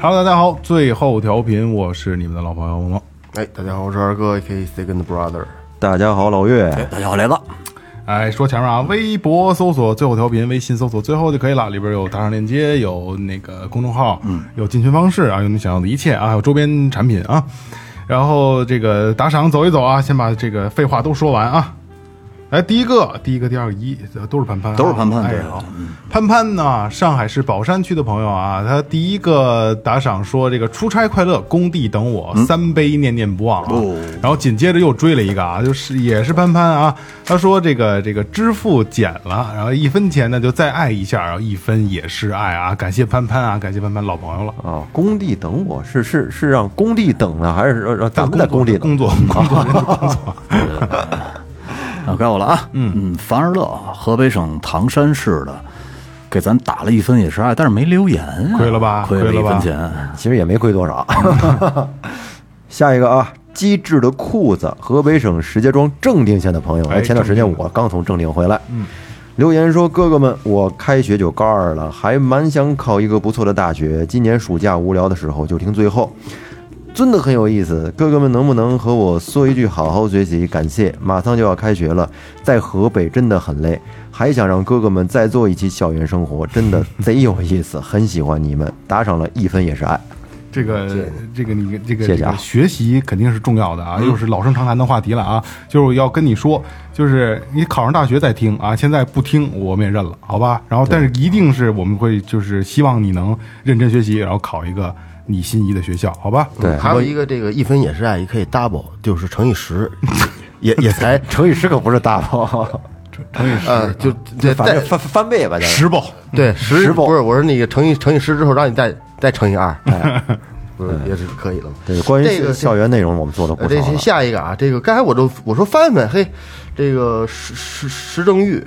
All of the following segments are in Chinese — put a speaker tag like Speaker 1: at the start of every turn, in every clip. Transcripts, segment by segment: Speaker 1: 哈喽，大家好，最后调频，我是你们的老朋友萌萌。
Speaker 2: 哎，大家好，我是二哥，A.K. Second Brother。
Speaker 3: 大家好，老岳，
Speaker 4: 大家好，来吧，
Speaker 1: 哎，说前面啊，微博搜索最后调频，微信搜索最后就可以了，里边有打赏链接，有那个公众号，嗯，有进群方式啊，有你想要的一切啊，还有周边产品啊。然后这个打赏走一走啊，先把这个废话都说完啊。来，第一个，第一个，第二个，一呃都是潘潘啊、
Speaker 4: 都是潘潘
Speaker 1: 哎
Speaker 4: 对
Speaker 1: 呀
Speaker 4: 好
Speaker 1: 潘潘呢，上海市宝山区的朋友啊，他第一个打赏说这个出差快乐，工地等我，
Speaker 5: 嗯
Speaker 1: 三杯念念不忘啊。
Speaker 5: 哦
Speaker 1: 然后紧接着又追了一个啊，就是也是潘潘啊，他说这个这个支付减了，然后一分钱呢就再爱一下，然后一分也是爱啊，感谢潘潘啊，感谢潘潘老朋友了。
Speaker 5: 啊，工地等我是是是让工地等呢，还是让让咱们在工地等？
Speaker 1: 工作工作人的工作，
Speaker 4: 啊，该我了啊。嗯嗯，樊二乐，河北省唐山市的，给咱打了一分也是爱，但是没留言啊，
Speaker 1: 亏了吧
Speaker 4: 亏
Speaker 1: 亏
Speaker 4: 一
Speaker 1: 了吧
Speaker 4: 分
Speaker 2: 啊
Speaker 4: 钱。
Speaker 5: 嗯其实也没亏多少。 下一个啊，机智的裤子，河北省石家庄正定县的朋友，
Speaker 1: 哎
Speaker 5: 哎，前段时间
Speaker 1: 正定
Speaker 5: 我刚从正定嗯回来，留言说哥哥们，我开学就高二了，还蛮想考一个不错的大学，今年暑假无聊的时候就听最后。真的很有意思，哥哥们能不能和我说一句好好学习？感谢，马上就要开学了，在河北真的很累，还想让哥哥们再做一期校园生活，真的贼有意思， 很喜欢你们，打赏了一分也是爱。
Speaker 1: 这个这个你这个
Speaker 5: 谢
Speaker 1: 这
Speaker 5: 谢啊
Speaker 1: 个学习肯定是重要的啊，又是老生常谈的话题了啊，就是我要跟你说，就是你考上大学再听啊，现在不听我们也认了，好吧？然后但是一定是我们会就是希望你能认真学习，然后考一个你心仪的学校，好吧？
Speaker 5: 对，
Speaker 2: 还有一个这个一分也是爱，也可以 double，就是乘以十， 也也才
Speaker 5: 乘以十可不是大包，
Speaker 2: 呃，就 这
Speaker 5: 反正
Speaker 2: 再
Speaker 5: 翻翻倍吧，咱们
Speaker 1: 十报
Speaker 2: 对十
Speaker 5: 十不
Speaker 2: 不是，哎我说那个乘以乘以十之后，让你再再乘以二， 不是也是可以的吗？
Speaker 5: 对，关
Speaker 2: 这
Speaker 5: 于
Speaker 2: 个
Speaker 5: 校园内容我们做的
Speaker 2: 呃，
Speaker 5: 不少
Speaker 2: 这
Speaker 5: 了
Speaker 2: 是下一个啊，这个刚才我都我说翻翻，嘿，这个石石石正玉，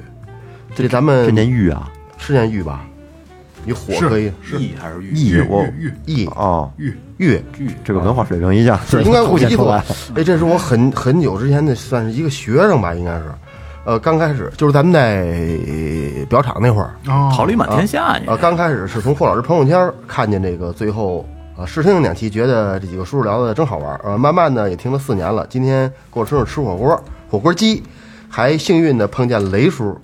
Speaker 2: 这咱们
Speaker 5: 这年玉啊，
Speaker 2: 是念玉吧？你火可以
Speaker 1: 是意还是玉
Speaker 5: 意我
Speaker 1: 玉
Speaker 2: 玉
Speaker 5: 哦，
Speaker 1: 玉
Speaker 2: 玉，
Speaker 5: 这个文化水平一下
Speaker 2: 这应该
Speaker 5: 凸
Speaker 2: 我
Speaker 5: 显
Speaker 2: 记得
Speaker 5: 出
Speaker 2: 我
Speaker 5: 来。，
Speaker 2: 哎，这是我很很久之前的，算是一个学生吧，应该是，呃，刚开始就是咱们在表厂那会儿，
Speaker 1: 哦，
Speaker 4: 桃李满天下，你
Speaker 2: 啊，刚开始是从霍老师朋友圈儿看见这个，最后啊试听了两期，觉得这几个叔叔聊的真好玩儿。呃，慢慢的也听了四年了，今天过生日吃火锅，火锅鸡，还幸运的碰见雷叔。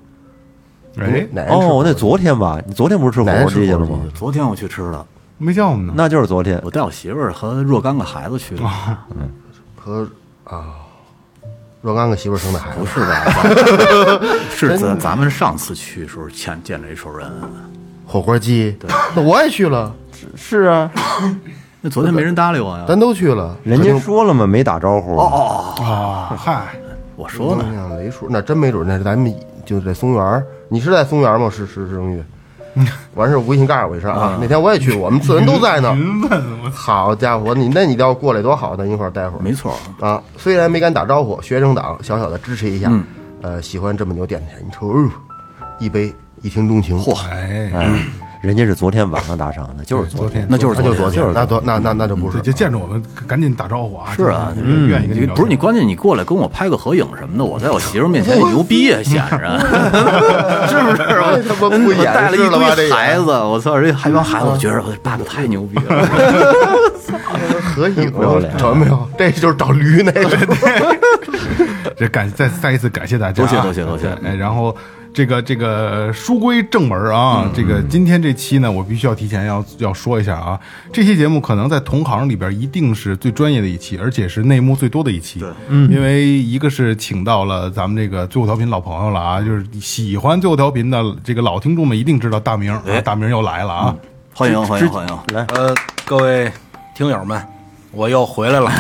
Speaker 1: 哎，
Speaker 2: 哪人吃火
Speaker 5: 哦
Speaker 2: 锅，
Speaker 5: 那昨天吧，你昨天不是吃火
Speaker 2: 哪人
Speaker 5: 锅
Speaker 2: 吃
Speaker 5: 鸡去
Speaker 2: 火
Speaker 5: 了
Speaker 2: 锅
Speaker 5: 吗？
Speaker 2: 鸡？
Speaker 4: 昨天我去吃了，
Speaker 1: 没叫我们呢，
Speaker 5: 那就是昨天
Speaker 4: 我带我媳妇儿和若干个孩子去的，
Speaker 2: 哦和啊，若干个媳妇儿生的孩
Speaker 4: 不
Speaker 2: 子，
Speaker 4: 是 吧？是咱咱们上次去的时候见见了一熟人，
Speaker 2: 火锅鸡， 那我也去了，
Speaker 5: 是啊，
Speaker 4: 那昨天没人搭理我呀。
Speaker 2: 咱都去了。
Speaker 5: 人家说了嘛，没打招呼。哦
Speaker 1: 啊，嗨，
Speaker 4: 我说呢，
Speaker 2: 呢，雷叔，那真没准那是咱们就在松园儿你是在松园儿吗？是是是荣誉。完事儿微信告诉我一声啊！那天我也去，我们四人都在呢。
Speaker 1: 您问我
Speaker 2: 好家伙，你那你倒过来多好，咱一会儿待会儿
Speaker 4: 没错，
Speaker 2: 啊。虽然没敢打招呼，学生党小小的支持一下，呃，喜欢这么牛电台，你瞅，哎呦一杯一听钟情，嚯，
Speaker 1: 哎，
Speaker 5: 哎，人家是昨天晚上打赏的，就是昨
Speaker 1: 昨天嗯
Speaker 4: 那就是嗯
Speaker 2: 那就昨天
Speaker 4: 就是，
Speaker 2: 那昨那那那就不
Speaker 1: 对
Speaker 2: 是
Speaker 1: 就见着我们赶紧打招呼啊，
Speaker 4: 是啊，
Speaker 1: 真是愿意跟你
Speaker 4: 你
Speaker 1: 聊
Speaker 4: 不是你，关键你过来跟我拍个合影什么的，我在我媳妇儿面前牛逼呀，显 着，是不是？
Speaker 2: 哎他妈
Speaker 4: 我嗯
Speaker 2: 不
Speaker 4: 我
Speaker 2: 掩饰
Speaker 4: 带了一
Speaker 2: 了吧这
Speaker 4: 堆
Speaker 2: 也
Speaker 4: 孩子，我操，这还帮孩子，我觉得我爸爸太牛逼 了。
Speaker 2: 合影
Speaker 5: 不要脸，
Speaker 2: 找着哎没有？这就是找驴那个，
Speaker 1: 这感再再一次感谢大家啊，
Speaker 4: 多谢多谢多谢
Speaker 1: 哎，然后这个这个书归正文啊，
Speaker 4: 嗯
Speaker 1: 这个今天这期呢，我必须要提前要要说一下啊，这期节目可能在同行里边一定是最专业的一期，而且是内幕最多的一期。对，嗯，因为一个是请到了咱们这个最后调频老朋友了啊，就是喜欢最后调频的这个老听众们一定知道大明，啊
Speaker 4: 哎
Speaker 1: 大明又来了啊。
Speaker 4: 欢迎欢迎欢迎！
Speaker 6: 呃，各位听友们，我又回来了。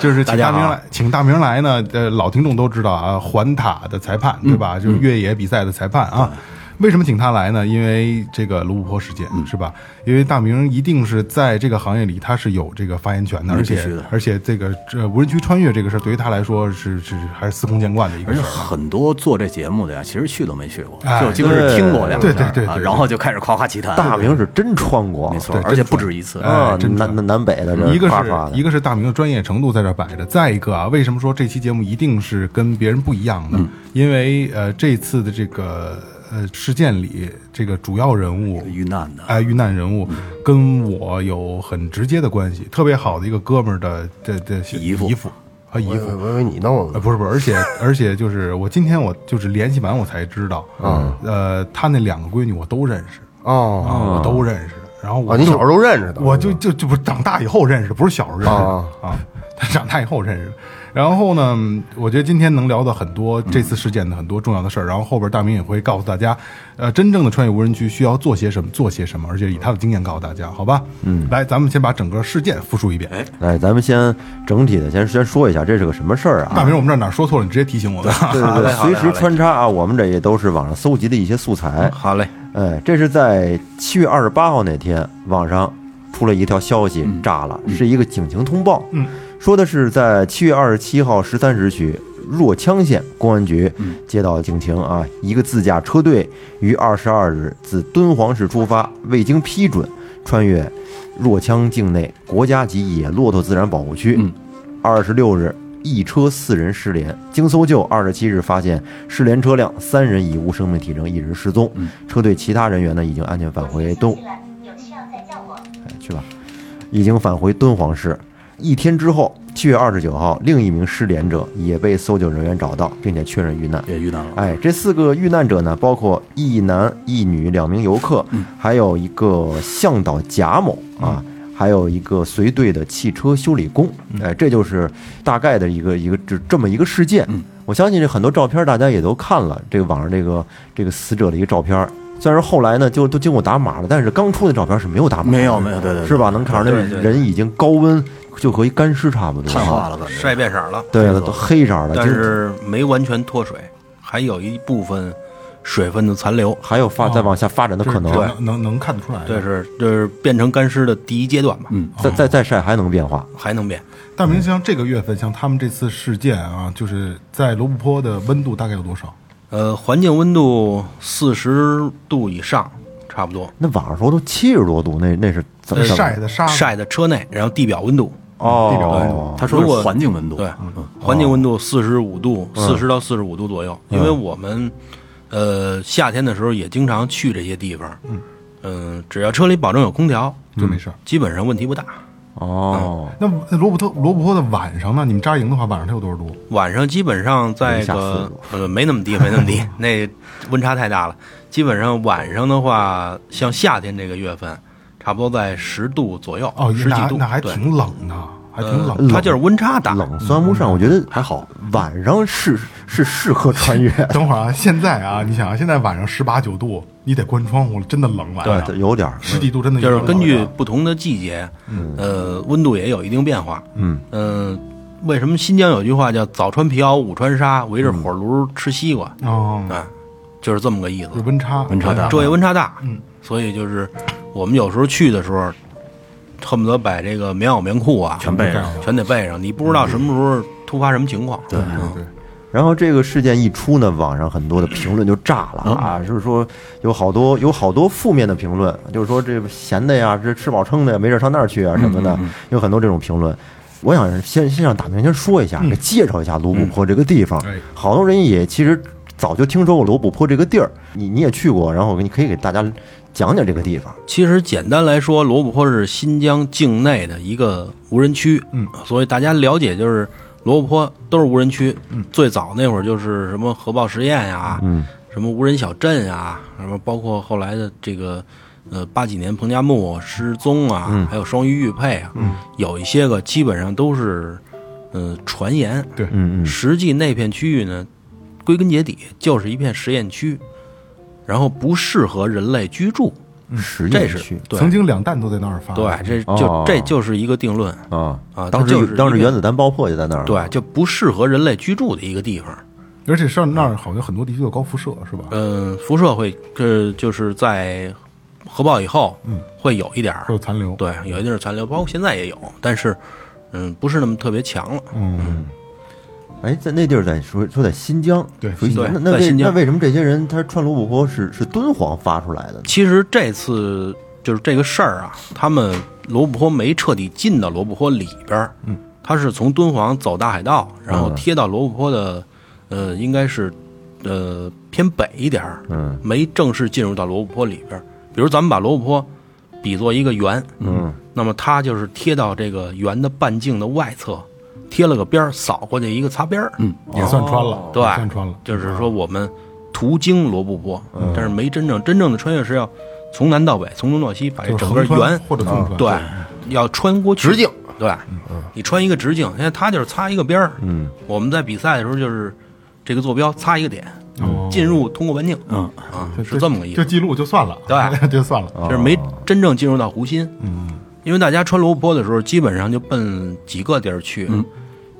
Speaker 1: 就是请大
Speaker 6: 大
Speaker 1: 明
Speaker 6: 家
Speaker 1: 来，请大明来呢，呃，老听众都知道啊，环塔的裁判对吧？就是越野比赛的裁判啊。为什么请他来呢？因为这个卢布泊事件是吧？因为大明一定是在这个行业里他是有这个发言权的，而
Speaker 4: 必须
Speaker 1: 且
Speaker 4: 的
Speaker 1: 而且这个这无人区穿越这个事儿对于他来说是是还是司空见惯的一个
Speaker 4: 而
Speaker 1: 事
Speaker 4: 且
Speaker 1: 儿。
Speaker 4: 很多做这节目的呀，其实去都没去过，
Speaker 1: 哎
Speaker 4: 就基本是听过两
Speaker 1: 对
Speaker 4: 下儿
Speaker 1: 对对对
Speaker 4: 啊
Speaker 1: 对
Speaker 4: 然后就开始夸夸其谈。
Speaker 5: 大明是真穿过，
Speaker 4: 没错
Speaker 1: 对，
Speaker 4: 而且不止一次。
Speaker 1: 哎
Speaker 5: 啊，
Speaker 1: 真
Speaker 5: 南南南北的这
Speaker 1: 一个
Speaker 5: 夸
Speaker 1: 是
Speaker 5: 夸的
Speaker 1: 一个是大明的专业程度在这儿摆着，再一个啊，为什么说这期节目一定是跟别人不一样的？因为呃，这次的这个呃事件里，这个主要人物
Speaker 4: 遇难的，
Speaker 1: 哎遇难人物跟我有很直接的关系，特别好的一个哥们儿的的的
Speaker 4: 姨夫
Speaker 1: 姨夫啊姨
Speaker 2: 我以
Speaker 1: 夫
Speaker 2: 为。我以为你弄
Speaker 1: 呃，
Speaker 2: 的，
Speaker 1: 不是不是，而且 而且就是我今天我就是联系完我才知道，
Speaker 2: 嗯
Speaker 1: 呃，他那两个闺女我都认识
Speaker 2: 哦
Speaker 1: 啊，我都认识。然后我
Speaker 2: 啊，你
Speaker 1: 就
Speaker 2: 小时候都认识的，
Speaker 1: 我就就就不是长大以后认识，不是小时候认识
Speaker 2: 啊
Speaker 1: 的啊，他长大以后认识的。然后呢，我觉得今天能聊到很多这次事件的很多重要的事儿，然后后边大明也会告诉大家，呃，真正的穿越无人区需要做些什么，做些什么，而且以他的经验告诉大家，好吧？嗯，来，咱们先把整个事件复述一遍。
Speaker 5: 哎，咱们先整体的先先说一下这是个什么事儿
Speaker 1: 大
Speaker 5: 啊？
Speaker 1: 明，我们这儿哪说错了，你直接提醒我们。啊
Speaker 5: 对
Speaker 6: 好
Speaker 5: 对
Speaker 6: 嘞
Speaker 5: 对，
Speaker 6: 好嘞
Speaker 5: 随时穿插啊，我们这也都是网上搜集的一些素材。
Speaker 6: 好嘞，
Speaker 5: 哎，这是在七月二十八号那天，网上出了一条消息，炸了，是一个警情通报，
Speaker 1: 嗯，
Speaker 5: 说的是在七月二十七号十三时许，若羌县公安局接到警情啊，一个自驾车队于二十二日自敦煌市出发，未经批准穿越若羌境内国家级野骆驼自然保护区，
Speaker 4: 嗯
Speaker 5: 二十六日。一车四人失联，经搜救，二十七日发现失联车辆三人已无生命体征，一人失踪。车队其他人员呢已经安全返回东，
Speaker 7: 有需要再叫我。
Speaker 5: 哎去吧，已经返回敦煌市。一天之后，七月二十九号，另一名失联者也被搜救人员找到，并且确认遇难。
Speaker 4: 也遇难了。
Speaker 5: 哎，这四个遇难者呢，包括一男一女两名游客，
Speaker 4: 嗯
Speaker 5: 还有一个向导贾某啊，
Speaker 4: 嗯
Speaker 5: 还有一个随队的汽车修理工。哎，这就是大概的一个一个这这么一个事件。
Speaker 4: 嗯
Speaker 5: 我相信这很多照片大家也都看了，这个网上这个这个死者的一个照片。虽然说后来呢，就都经过打码了，但是刚出的照片是没有打码的，
Speaker 4: 没有没有对对对
Speaker 5: 是吧？能看出来
Speaker 6: 对对对
Speaker 5: 人已经高温，就和一干尸差不多，
Speaker 4: 碳化了，感觉
Speaker 6: 晒变色了，
Speaker 5: 对了，都黑色的，
Speaker 6: 但
Speaker 5: 就是
Speaker 6: 是没完全脱水，还有一部分水分的残留，
Speaker 5: 还有发
Speaker 4: 哦
Speaker 5: 再往下发展的可能。
Speaker 1: 这能能能看得出来。啊
Speaker 6: 这，是这是变成干尸的第一阶段吧？嗯，
Speaker 5: 再再再晒还能变化，
Speaker 6: 还能变。
Speaker 1: 大明，像这个月份，像他们这次事件啊，就是在罗布泊的温度大概有多少？
Speaker 6: 呃，环境温度四十度以上，差不多。
Speaker 5: 那网上说都七十多度，那那是怎么怎么
Speaker 1: 晒的沙子
Speaker 6: 晒的车内，然后地表温度，哎
Speaker 1: 地表温度
Speaker 5: 哦？
Speaker 4: 他说的
Speaker 6: 如果
Speaker 4: 是环境温度，
Speaker 6: 对，环境温度四十五度，四十到四十五度左右。因为我们，呃，夏天的时候也经常去这些地方，嗯、只要车里保证有空调，
Speaker 1: 就没事儿。
Speaker 6: 基本上问题不大。
Speaker 5: 哦，
Speaker 1: 那那罗布特罗布泊的晚上呢？你们扎营的话，晚上它有多少度？
Speaker 6: 晚上基本上在
Speaker 5: 零下40
Speaker 6: 个
Speaker 5: 度
Speaker 6: 呃没那么低，没那么低，那温差太大了。基本上晚上的话，像夏天这个月份，差不多在十度左右，
Speaker 1: 哦，
Speaker 6: 十几
Speaker 1: 那
Speaker 6: 度，
Speaker 1: 那还
Speaker 6: 对
Speaker 1: 挺冷的，还挺冷
Speaker 6: 呃它就是温差
Speaker 1: 啊
Speaker 6: 大，
Speaker 5: 冷算不上，我觉得
Speaker 4: 还好。
Speaker 5: 晚上是是适合穿越，
Speaker 6: 呃
Speaker 1: 等会儿啊，现在啊，你想啊，现在晚上十八九度，你得关窗户了，真的冷晚上。
Speaker 5: 对，有点儿
Speaker 1: 十几度真的有
Speaker 6: 就是
Speaker 1: 点冷
Speaker 6: 根据不同的季节，呃，温度也有一定变化。
Speaker 5: 嗯，
Speaker 6: 呃，为什么新疆有句话叫“早穿皮袄，午穿纱，围着火炉吃西瓜
Speaker 1: 哦”，，
Speaker 6: 啊，就是这么个意思
Speaker 1: 有。温差，温
Speaker 4: 差大
Speaker 6: 昼夜温差大，
Speaker 1: 嗯，
Speaker 6: 所以就是我们有时候去的时候，恨不得把这个棉袄、棉裤啊
Speaker 4: 全背上，
Speaker 6: 全得备上，你不知道什么时候突发什么情况。嗯对，
Speaker 5: 然后这个事件一出呢，网上很多的评论就炸了
Speaker 6: 嗯
Speaker 5: 啊，就是说有好多有好多负面的评论，就是说这闲的呀，这吃饱撑的呀，没事儿上那儿去啊什么
Speaker 6: 嗯
Speaker 5: 的，有很多这种评论。我想先先让大明先说一下，
Speaker 6: 嗯
Speaker 5: 给介绍一下罗布泊这个地方
Speaker 1: 哎。
Speaker 5: 好多人也其实早就听说过罗布泊这个地儿，你你也去过，然后我给你可以给大家讲讲这个地方。
Speaker 6: 其实简单来说，罗布泊是新疆境内的一个无人区，嗯，所以大家了解就是罗布泊都是无人区，嗯，最早那会儿就是什么核爆实验呀、嗯，什么无人小镇啊，什么包括后来的这个，呃，八几年彭加木失踪啊，还有双鱼玉佩啊，嗯，有一些个基本上都是，呃，传言，
Speaker 1: 对
Speaker 6: 嗯嗯，实际那片区域呢，归根结底就是一片实验区，然后不适合人类居住，
Speaker 5: 实
Speaker 6: 这
Speaker 5: 验
Speaker 6: 是
Speaker 5: 区
Speaker 6: 对
Speaker 1: 曾经两弹都在那儿发，
Speaker 6: 对，，这
Speaker 5: 哦
Speaker 6: 就这就是一个定论，
Speaker 5: 啊
Speaker 6: 啊
Speaker 5: 当
Speaker 6: 它就
Speaker 5: 时
Speaker 6: 是
Speaker 5: 当时
Speaker 6: 一个
Speaker 5: 原子弹爆破就在那儿了，
Speaker 6: 对，就不适合人类居住的一个地方。
Speaker 1: 而且上那儿好像很多地区有高辐射，是吧？
Speaker 6: 嗯，辐射会这就是在核爆以后，嗯，会有一点儿
Speaker 1: 会有残留。
Speaker 6: 对，有一定的残留，包括现在也有，但是嗯，不是那么特别强了。
Speaker 1: 嗯
Speaker 5: 哎，在那地儿在说说在新疆，
Speaker 1: 对
Speaker 5: 属于
Speaker 6: 新疆
Speaker 5: 那那
Speaker 6: 在
Speaker 5: 为
Speaker 6: 新
Speaker 5: 那
Speaker 6: 疆
Speaker 5: 为什么这些人他穿罗布泊是是敦煌发出来的呢？
Speaker 6: 其实这次就是这个事儿啊，他们罗布泊没彻底进到罗布泊里边儿，嗯，他是从敦煌走大海道，然后贴到罗布泊的，呃，应该是呃偏北一点儿，
Speaker 5: 嗯，
Speaker 6: 没正式进入到罗布泊里边儿。比如咱们把罗布泊比作一个圆，嗯，那么它就是贴到这个圆的半径的外侧，贴了个边儿，扫过去一个擦边儿，嗯，
Speaker 1: 也算穿了，
Speaker 6: 对
Speaker 1: 也算穿了。
Speaker 6: 就是说我们途经罗布泊，
Speaker 1: 嗯
Speaker 6: 但是没真正真正的穿越是要从南到北，从东到西，把这
Speaker 1: 就是
Speaker 6: 整个
Speaker 1: 横穿
Speaker 6: 圆嗯
Speaker 1: 或者纵穿
Speaker 6: 对，要穿过去
Speaker 2: 直径，
Speaker 6: 对，
Speaker 1: 嗯
Speaker 6: 你穿一个直径，现在它就是擦一个边儿，嗯，我们在比赛的时候就是这个坐标擦一个点，
Speaker 1: 哦
Speaker 6: 进入通过半径，嗯啊，是这么个意
Speaker 1: 就
Speaker 6: 思，
Speaker 1: 记录就算了，
Speaker 6: 对
Speaker 1: 就算了。嗯
Speaker 6: 就是没真正进入到湖心，嗯，因为大家穿罗布泊的时候，基本上就奔几个地儿去，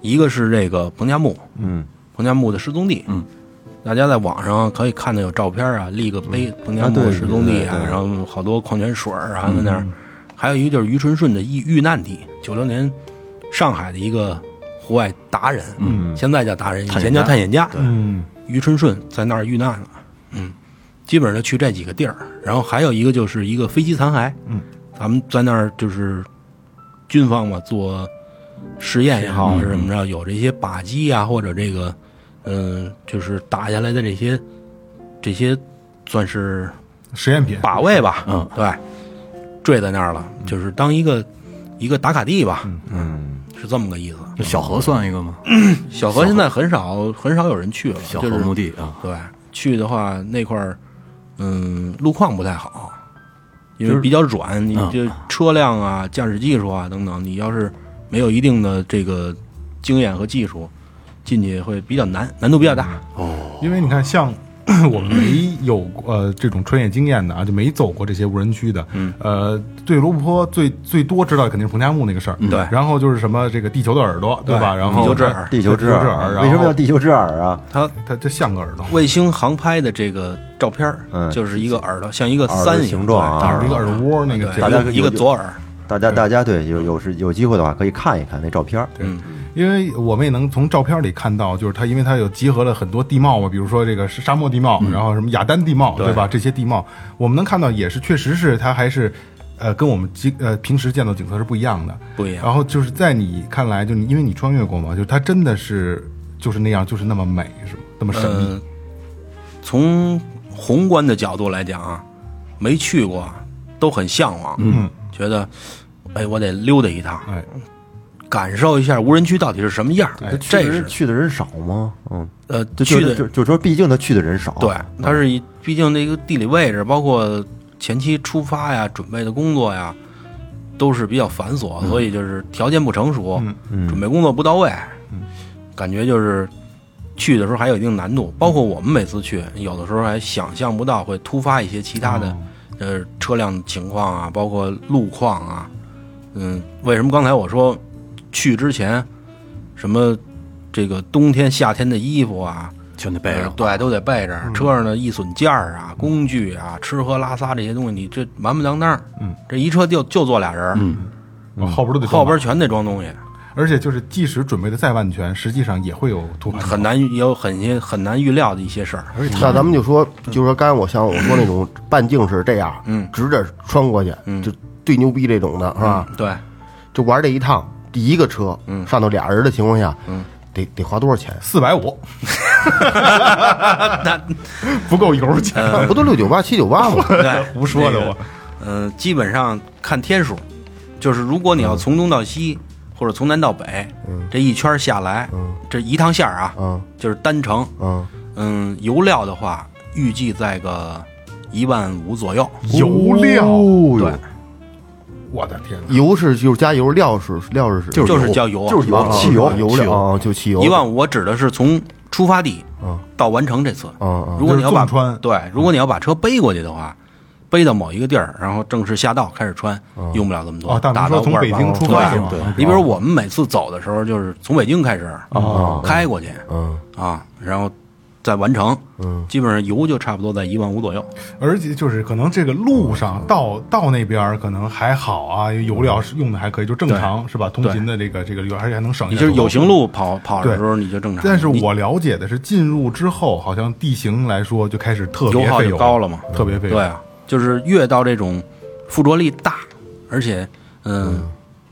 Speaker 6: 一个是这个彭加木，
Speaker 5: 嗯，
Speaker 6: 彭加木的失踪地，嗯，大家在网上可以看到有照片啊，立个碑，彭加
Speaker 5: 啊对
Speaker 6: 木失踪地
Speaker 5: 对
Speaker 6: 啊，
Speaker 5: 对
Speaker 6: 然后好多矿泉水儿啊在那儿，还有一个就是于纯顺的遇遇难地，九六年上海的一个户外达人，嗯，现在叫达人，以前叫探险家，
Speaker 1: 嗯，
Speaker 6: 于春顺在那儿遇难了，嗯，基本上就去这几个地儿，然后还有一个就是一个飞机残骸，嗯，咱们在那儿就是军方嘛做实验也好是怎么着，有这些靶机啊或者这个嗯、就是打下来的这些这些算是
Speaker 1: 实验品
Speaker 6: 靶位吧，嗯，对，坠在那儿了，就是当一个一个打卡地吧，嗯，是这么个意思。
Speaker 4: 那小河算一个吗？
Speaker 6: 小河现在很少很少有人去了，
Speaker 4: 小河
Speaker 6: 就是
Speaker 4: 墓地啊，
Speaker 6: 对，去的话那块儿，嗯，路况不太好，因为比较软，
Speaker 5: 嗯
Speaker 6: 你这车辆啊、驾驶技术啊等等，你要是没有一定的这个经验和技术，进去会比较难，难度比较大。
Speaker 1: 因为你看，像 我们没有过呃这种穿越经验的啊，就没走过这些无人区的，嗯，呃，对罗布泊最最多知道的肯定是彭加木那个事儿，
Speaker 6: 对
Speaker 1: 然后就是什么这个地球的耳朵，对吧？然后
Speaker 6: 地球之耳啊
Speaker 5: 地球之
Speaker 1: 地球之
Speaker 5: 耳，啊嗯
Speaker 1: 耳，
Speaker 5: 为什么叫
Speaker 1: 地？
Speaker 5: 地球之耳啊？
Speaker 6: 它
Speaker 1: 它就像个耳朵，
Speaker 6: 卫星航拍的这个照片儿，
Speaker 5: 嗯
Speaker 6: 就是一个耳朵，像一个
Speaker 5: 耳朵
Speaker 6: 三一样
Speaker 5: 形状啊
Speaker 6: 对
Speaker 1: 耳朵一个耳窝那个
Speaker 6: 对
Speaker 1: 结
Speaker 5: 大
Speaker 1: 构
Speaker 5: 家
Speaker 6: 一个一个左耳，
Speaker 5: 大家大家对有有是有机会的话可以看一看那照片儿，嗯
Speaker 1: 对，因为我们也能从照片里看到，就是它，因为它有集合了很多地貌嘛，比如说这个是沙漠地貌，然后什么雅丹地貌，对吧？这些地貌，我们能看到也是，确实是它还是。呃，跟我们经呃平时见到景色是不一样的，
Speaker 6: 不一样
Speaker 1: 然
Speaker 5: 哦
Speaker 1: 后就是在你看来，就你因为你穿越过嘛，就是它真的是就是那样，就是那么美，是吗？那么神秘，
Speaker 6: 嗯，从宏观的角度来讲啊，没去过啊都很向往，嗯，觉得，哎，我得溜达一趟，
Speaker 1: 哎，
Speaker 6: 感受一下无人区到底是什么样儿。哎这
Speaker 5: 去的
Speaker 6: 是
Speaker 5: 人去的人少吗？嗯，
Speaker 6: 呃
Speaker 5: 就
Speaker 6: 去
Speaker 5: 就
Speaker 6: 的
Speaker 5: 就嗯就说，毕竟他去的人少，
Speaker 6: 对，它是一毕竟那个地理位置，包括前期出发呀、准备的工作呀，都是比较繁琐，
Speaker 5: 嗯
Speaker 6: 所以就是条件不成熟，准备工作不到位，
Speaker 4: 嗯
Speaker 6: 感觉就是去的时候还有一定难度。包括我们每次去，有的时候还想象不到会突发一些其他
Speaker 4: 哦
Speaker 6: 的、呃车辆情况啊，包括路况啊。嗯，为什么刚才我说去之前什么这个冬天、夏天的衣服啊？
Speaker 4: 就那背着，
Speaker 6: 呃
Speaker 4: 嗯
Speaker 6: 对，都得备着。车上的易损件儿啊、工具啊、吃喝拉撒这些东西，你这满满当当，嗯，这一车就就坐俩人儿，
Speaker 4: 嗯
Speaker 1: 后边都得
Speaker 6: 后边
Speaker 1: 去，
Speaker 6: 全得装东西，
Speaker 1: 而且就是即使准备的再万全，实际上也会有突发情况，
Speaker 6: 很难也有很些很难预料的一些事儿。
Speaker 2: 那咱们就说，就说刚才我像我说那种半径是这样，
Speaker 6: 嗯
Speaker 2: 直着穿过去，就最牛逼这种的是吧？
Speaker 6: 对，
Speaker 2: 就玩这一趟，第一个车，上头俩人的情况下，得得花多少钱？
Speaker 1: 四百五，不够油 钱，
Speaker 2: 不都六九八、七九八吗？
Speaker 6: 对，
Speaker 1: 胡说的我，
Speaker 6: 呃，基本上看天数，就是如果你要从东到西，或者从南到北，这一圈儿下来，这一趟线儿啊，
Speaker 2: 嗯
Speaker 6: 就是单程，
Speaker 2: 嗯，
Speaker 6: 嗯，油料的话，预计在个一万五左右，
Speaker 1: 油料，
Speaker 6: 对，
Speaker 1: 我的天哪！
Speaker 2: 油是就是加油，料是料是就
Speaker 6: 就是叫油啊，
Speaker 5: 就是油
Speaker 2: 油
Speaker 5: 汽油
Speaker 2: 油
Speaker 5: 汽
Speaker 2: 料
Speaker 5: 油，
Speaker 2: 啊，就汽油
Speaker 6: 一万五，我指的是从出发地到完成这次。
Speaker 2: 嗯嗯
Speaker 6: 如果你要把
Speaker 1: 就是纵穿
Speaker 6: 对，如果你要把车背过去的话，背到某一个地儿，然后正式下道开始穿，
Speaker 2: 嗯
Speaker 6: 用不了这么多。
Speaker 1: 哦大明
Speaker 6: 打
Speaker 1: 说
Speaker 6: 到
Speaker 1: 从
Speaker 6: 乌尔
Speaker 1: 北
Speaker 6: 巴
Speaker 1: 京
Speaker 6: 鄂
Speaker 1: 出
Speaker 6: 对
Speaker 1: 发是吗
Speaker 6: 对
Speaker 1: 哦，
Speaker 6: 你比如
Speaker 1: 哦
Speaker 6: 我们每次走的时候，就是从北京开始开过去
Speaker 2: 嗯
Speaker 6: 啊，然后在完成，嗯，基本上油就差不多在一万五左右。
Speaker 2: 嗯
Speaker 1: 而且就是可能这个路
Speaker 6: 嗯
Speaker 1: 上到到那边儿可能还好啊，油料是用的还可以，就正常是吧？通勤的这个这个油，而且还能省一
Speaker 6: 你
Speaker 1: 点油。
Speaker 6: 就是有行路跑跑的
Speaker 1: 对
Speaker 6: 时候你就正常，
Speaker 1: 但是
Speaker 6: 你
Speaker 1: 我了解的是，进入之后好像地形来说就开始特别
Speaker 6: 油耗
Speaker 1: 费
Speaker 6: 就
Speaker 1: 油
Speaker 6: 高了嘛，
Speaker 1: 特别费油。
Speaker 6: 对啊，就是越到这种附着力大，而且嗯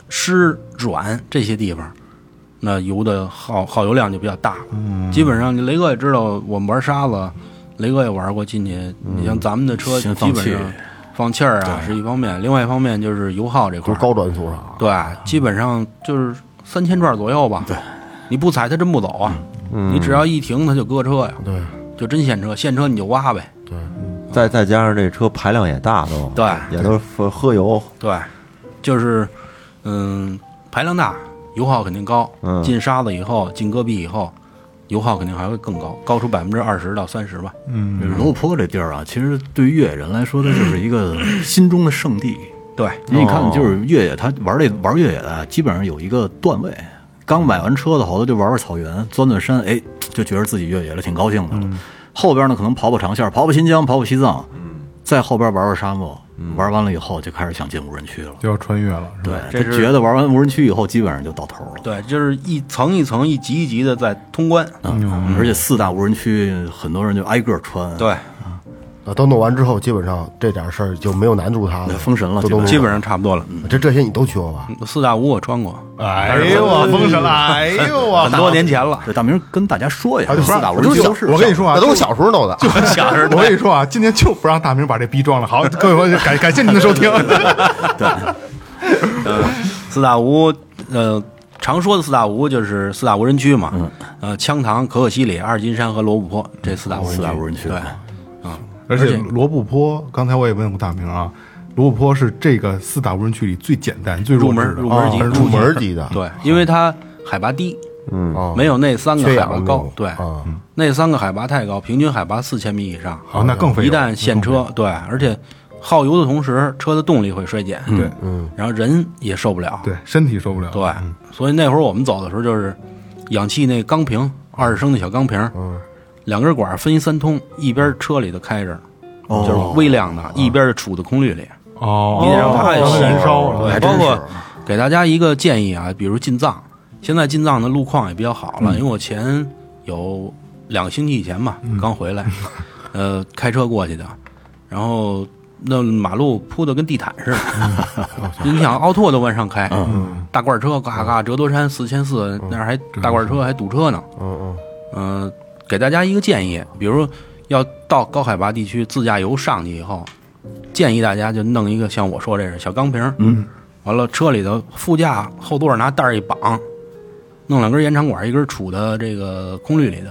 Speaker 6: 湿软这些地方，那油的耗耗油量就比较大了。基本上雷哥也知道，我们玩沙子，雷哥也玩过进去。你像咱们的车，
Speaker 4: 先
Speaker 6: 基
Speaker 4: 放
Speaker 6: 本
Speaker 4: 气
Speaker 6: 上放气儿啊是一方面，另外一方面就是油耗这块
Speaker 2: 都
Speaker 6: 儿
Speaker 2: 是，高转速啊上，
Speaker 6: 对，啊基本上就是三千转左右吧。对，你不踩它真不走啊，你只要一停它就搁车呀，
Speaker 2: 对，
Speaker 6: 就真现车，现车你就挖呗。
Speaker 5: 再再加上这车排量也大都，
Speaker 6: 对
Speaker 5: 也都喝喝油，
Speaker 6: 对，就是，嗯，排量大，油耗肯定高。
Speaker 5: 嗯
Speaker 6: 进沙子以后，进戈壁以后，油耗肯定还会更高，高出百分之二十到三十吧。
Speaker 1: 嗯，
Speaker 4: 罗布泊这地儿啊，其实对于越野人来说，它就是一个心中的圣地。
Speaker 6: 对，
Speaker 4: 你看，就是越野，他玩这玩越野的，基本上有一个段位。刚买完车的，好多就玩玩草原，钻钻山，哎，就觉得自己越野了，挺高兴的了。后边呢，可能跑跑长线，跑跑新疆，跑跑西藏，再后边玩玩沙漠，玩完了以后就开始想进无人区了。
Speaker 1: 就要穿越了，嗯是吧
Speaker 4: 对，
Speaker 6: 这
Speaker 4: 他
Speaker 6: 是
Speaker 4: 觉得玩完无人区以后，基本上就到头了。
Speaker 6: 对，就是一层一层、一级一级的在通关。
Speaker 4: 嗯，而且四大无人区，很多人就挨个穿。
Speaker 6: 对，
Speaker 2: 啊，都弄完之后，基本上这点事儿就没有难住他了，
Speaker 4: 封神了
Speaker 2: 都都
Speaker 6: 基本上差不多了。
Speaker 2: 这这些你都去过吧？
Speaker 6: 四大无我穿过，
Speaker 1: 哎呦我封神了，哎呦我
Speaker 6: 很多年前了。
Speaker 4: 对，大明儿跟大家说一下，
Speaker 1: 啊就不
Speaker 4: 四
Speaker 1: 让
Speaker 4: 大无
Speaker 1: 我
Speaker 4: 人区
Speaker 1: 就
Speaker 4: 都是
Speaker 1: 我跟你说啊，
Speaker 2: 那都是
Speaker 1: 就
Speaker 2: 小时候弄的，
Speaker 6: 小时候
Speaker 1: 我跟你说啊，今天就不让大明把这逼装了。好，各位朋友，感感谢您的收听。
Speaker 6: 四大无，呃，常说的四大无就是四大无人区嘛，
Speaker 4: 嗯
Speaker 6: 呃，羌塘、可可西里、阿尔金山和罗布泊这四大无人区。
Speaker 4: 四大无人区啊
Speaker 6: 对，
Speaker 1: 而且罗布泊，刚才我也问过大明啊，罗布泊是这个四大无人区里最简单、最
Speaker 6: 入
Speaker 1: 弱
Speaker 6: 门
Speaker 1: 智的
Speaker 6: 入门级
Speaker 1: 啊
Speaker 2: 入门级的，
Speaker 6: 对，因为它海拔低，
Speaker 1: 哦
Speaker 2: 啊，
Speaker 6: 没有那三个
Speaker 2: 缺
Speaker 6: 海
Speaker 2: 氧
Speaker 6: 拔
Speaker 2: 那
Speaker 6: 高
Speaker 2: 种，
Speaker 6: 对，嗯
Speaker 2: 啊，
Speaker 6: 那三个海拔太高，平均海拔四千米以上，
Speaker 1: 啊，那更费
Speaker 6: 一
Speaker 1: 油。
Speaker 6: 旦陷车，对，而且耗油的同时，车的动力会衰减，
Speaker 1: 对，
Speaker 6: 然后人也受不了，
Speaker 1: 嗯对，嗯身体受不了。
Speaker 6: 对，所以那会儿我们走的时候就是氧气那钢瓶，二十升的小钢瓶，
Speaker 1: 嗯
Speaker 6: 两根管分一三通，一边车里头开着，就是微量的，一边就杵在空滤里，
Speaker 1: 哦，
Speaker 6: 你得让它
Speaker 1: 让它燃烧。
Speaker 6: 对，哎包括给大家一个建议啊，比如进藏，现在进藏的路况也比较好了，因为我前有两个星期以前吧，刚回来，呃，开车过去的，然后那马路铺的跟地毯似的， 你想奥拓都往上开，大罐车嘎嘎，折多山四千四，那儿还大罐车还堵车呢，嗯嗯，呃，给大家一个建议，比如要到高海拔地区自驾游上去以后。建议大家就弄一个像我说这是小钢瓶，嗯，完了车里头副驾后座拿带儿一绑，弄两根延长管，一根杵到这个空滤里头，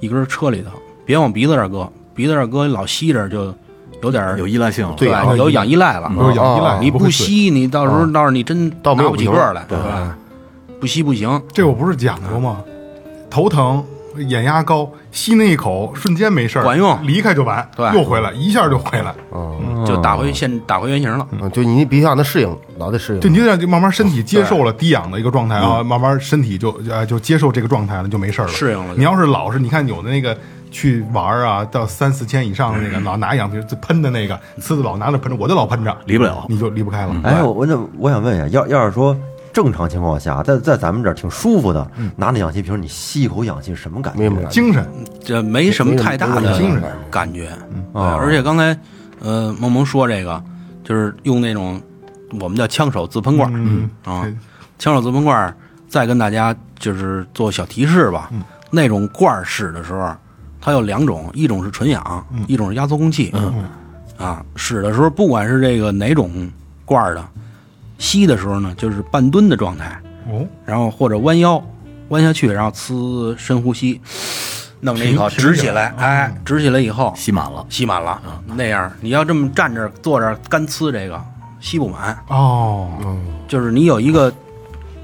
Speaker 6: 一根车里头，别往鼻子这儿搁，鼻子这儿搁老吸着就有点儿
Speaker 4: 有依赖性了。
Speaker 2: 对
Speaker 6: 对
Speaker 2: 啊
Speaker 6: 有氧依赖了，
Speaker 1: 有氧依赖，
Speaker 6: 你
Speaker 1: 不
Speaker 6: 不
Speaker 1: 会碎。
Speaker 6: 吸你到时候到时候你真
Speaker 2: 到没
Speaker 6: 拿
Speaker 2: 有
Speaker 6: 不起
Speaker 2: 不
Speaker 6: 个
Speaker 2: 行
Speaker 6: 儿来，对吧？不吸不行，
Speaker 1: 这我不是讲过吗？头疼、眼压高，吸那一口瞬间没事儿，
Speaker 6: 管用
Speaker 1: 离开就完，
Speaker 6: 对哦
Speaker 1: 又回来，一下就回来。
Speaker 6: 就打回现打回原形了。
Speaker 2: 嗯，就你必须让他适应，老得适应，
Speaker 1: 就你就让就慢慢身体接受
Speaker 6: 哦
Speaker 1: 了低氧的一个状态啊，慢慢身体就呃就接受这个状态了，就没事儿了，
Speaker 6: 嗯适应了就
Speaker 1: 你要是老是你看有的那个去玩儿啊，到三四千以上的那个，
Speaker 6: 嗯
Speaker 1: 老拿氧瓶子喷的那个，呲的老拿着喷着，我就老喷着，
Speaker 4: 离不了
Speaker 1: 你就离不开了。
Speaker 5: 哎，我我那我想问一下，要要是说正常情况下，在在咱们这儿挺舒服的，
Speaker 6: 嗯
Speaker 5: 拿那氧气瓶你吸一口氧气，什么感
Speaker 2: 没
Speaker 5: 觉
Speaker 2: 什？么感觉。
Speaker 1: 精神，
Speaker 6: 这没什么太大的
Speaker 2: 没有
Speaker 6: 感觉，对而且刚才呃梦萌说这个，就是用那种我们叫枪手自喷罐儿
Speaker 1: 嗯
Speaker 6: 啊，枪手自喷罐儿，再跟大家就是做小提示吧，那种罐儿使的时候，它有两种，一种是纯氧，一种是压缩空气，啊，使的时候不管是这个哪种罐儿的，吸的时候呢就是半蹲的状态，
Speaker 1: 哦，
Speaker 6: 然后或者弯腰弯下去，然后呲深呼吸，弄这一口直起来，哎，直起来以后
Speaker 4: 吸满了，
Speaker 6: 吸满了，那样你要这么站着坐着干呲这个吸不满，
Speaker 1: 哦，
Speaker 6: 就是你有一个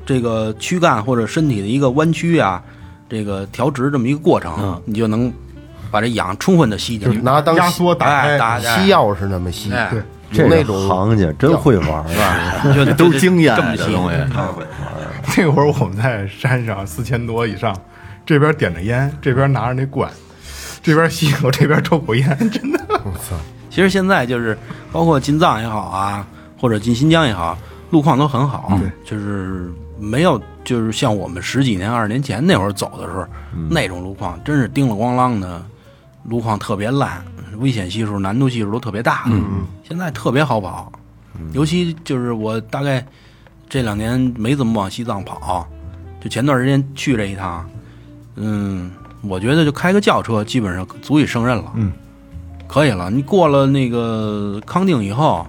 Speaker 6: 这个躯干或者身体的一个弯曲啊，这个调直这么一个过程，你就能把这氧充分的吸进去，
Speaker 2: 拿当
Speaker 1: 压
Speaker 2: 吸
Speaker 1: 缩打
Speaker 6: 哎
Speaker 1: 开，
Speaker 6: 打
Speaker 2: 吸钥匙那么吸，
Speaker 6: 哎
Speaker 1: 对
Speaker 5: 这
Speaker 2: 有那种
Speaker 5: 行家真会玩儿，
Speaker 6: 对，就
Speaker 4: 都是经验啊
Speaker 6: 这么
Speaker 4: 这东
Speaker 6: 吸。
Speaker 4: 西。
Speaker 1: 那会儿我们在山上四千多以上，这边点着烟，这边拿着那罐，这边吸口，这边抽口烟， 真的。
Speaker 6: 其实现在就是包括进藏也好啊，或者进新疆也好，路况都很好，就是没有就是像我们十几年、二十年前那会儿走的时候，那种路况真是叮了咣啷的，路况特别烂，危险系数、难度系数都特别大。嗯，现在特别好跑，尤其就是我大概这两年没怎么往西藏跑，就前段时间去这一趟，嗯，我觉得就开个轿车基本上足以胜任了。
Speaker 1: 嗯，
Speaker 6: 可以了。你过了那个康定以后，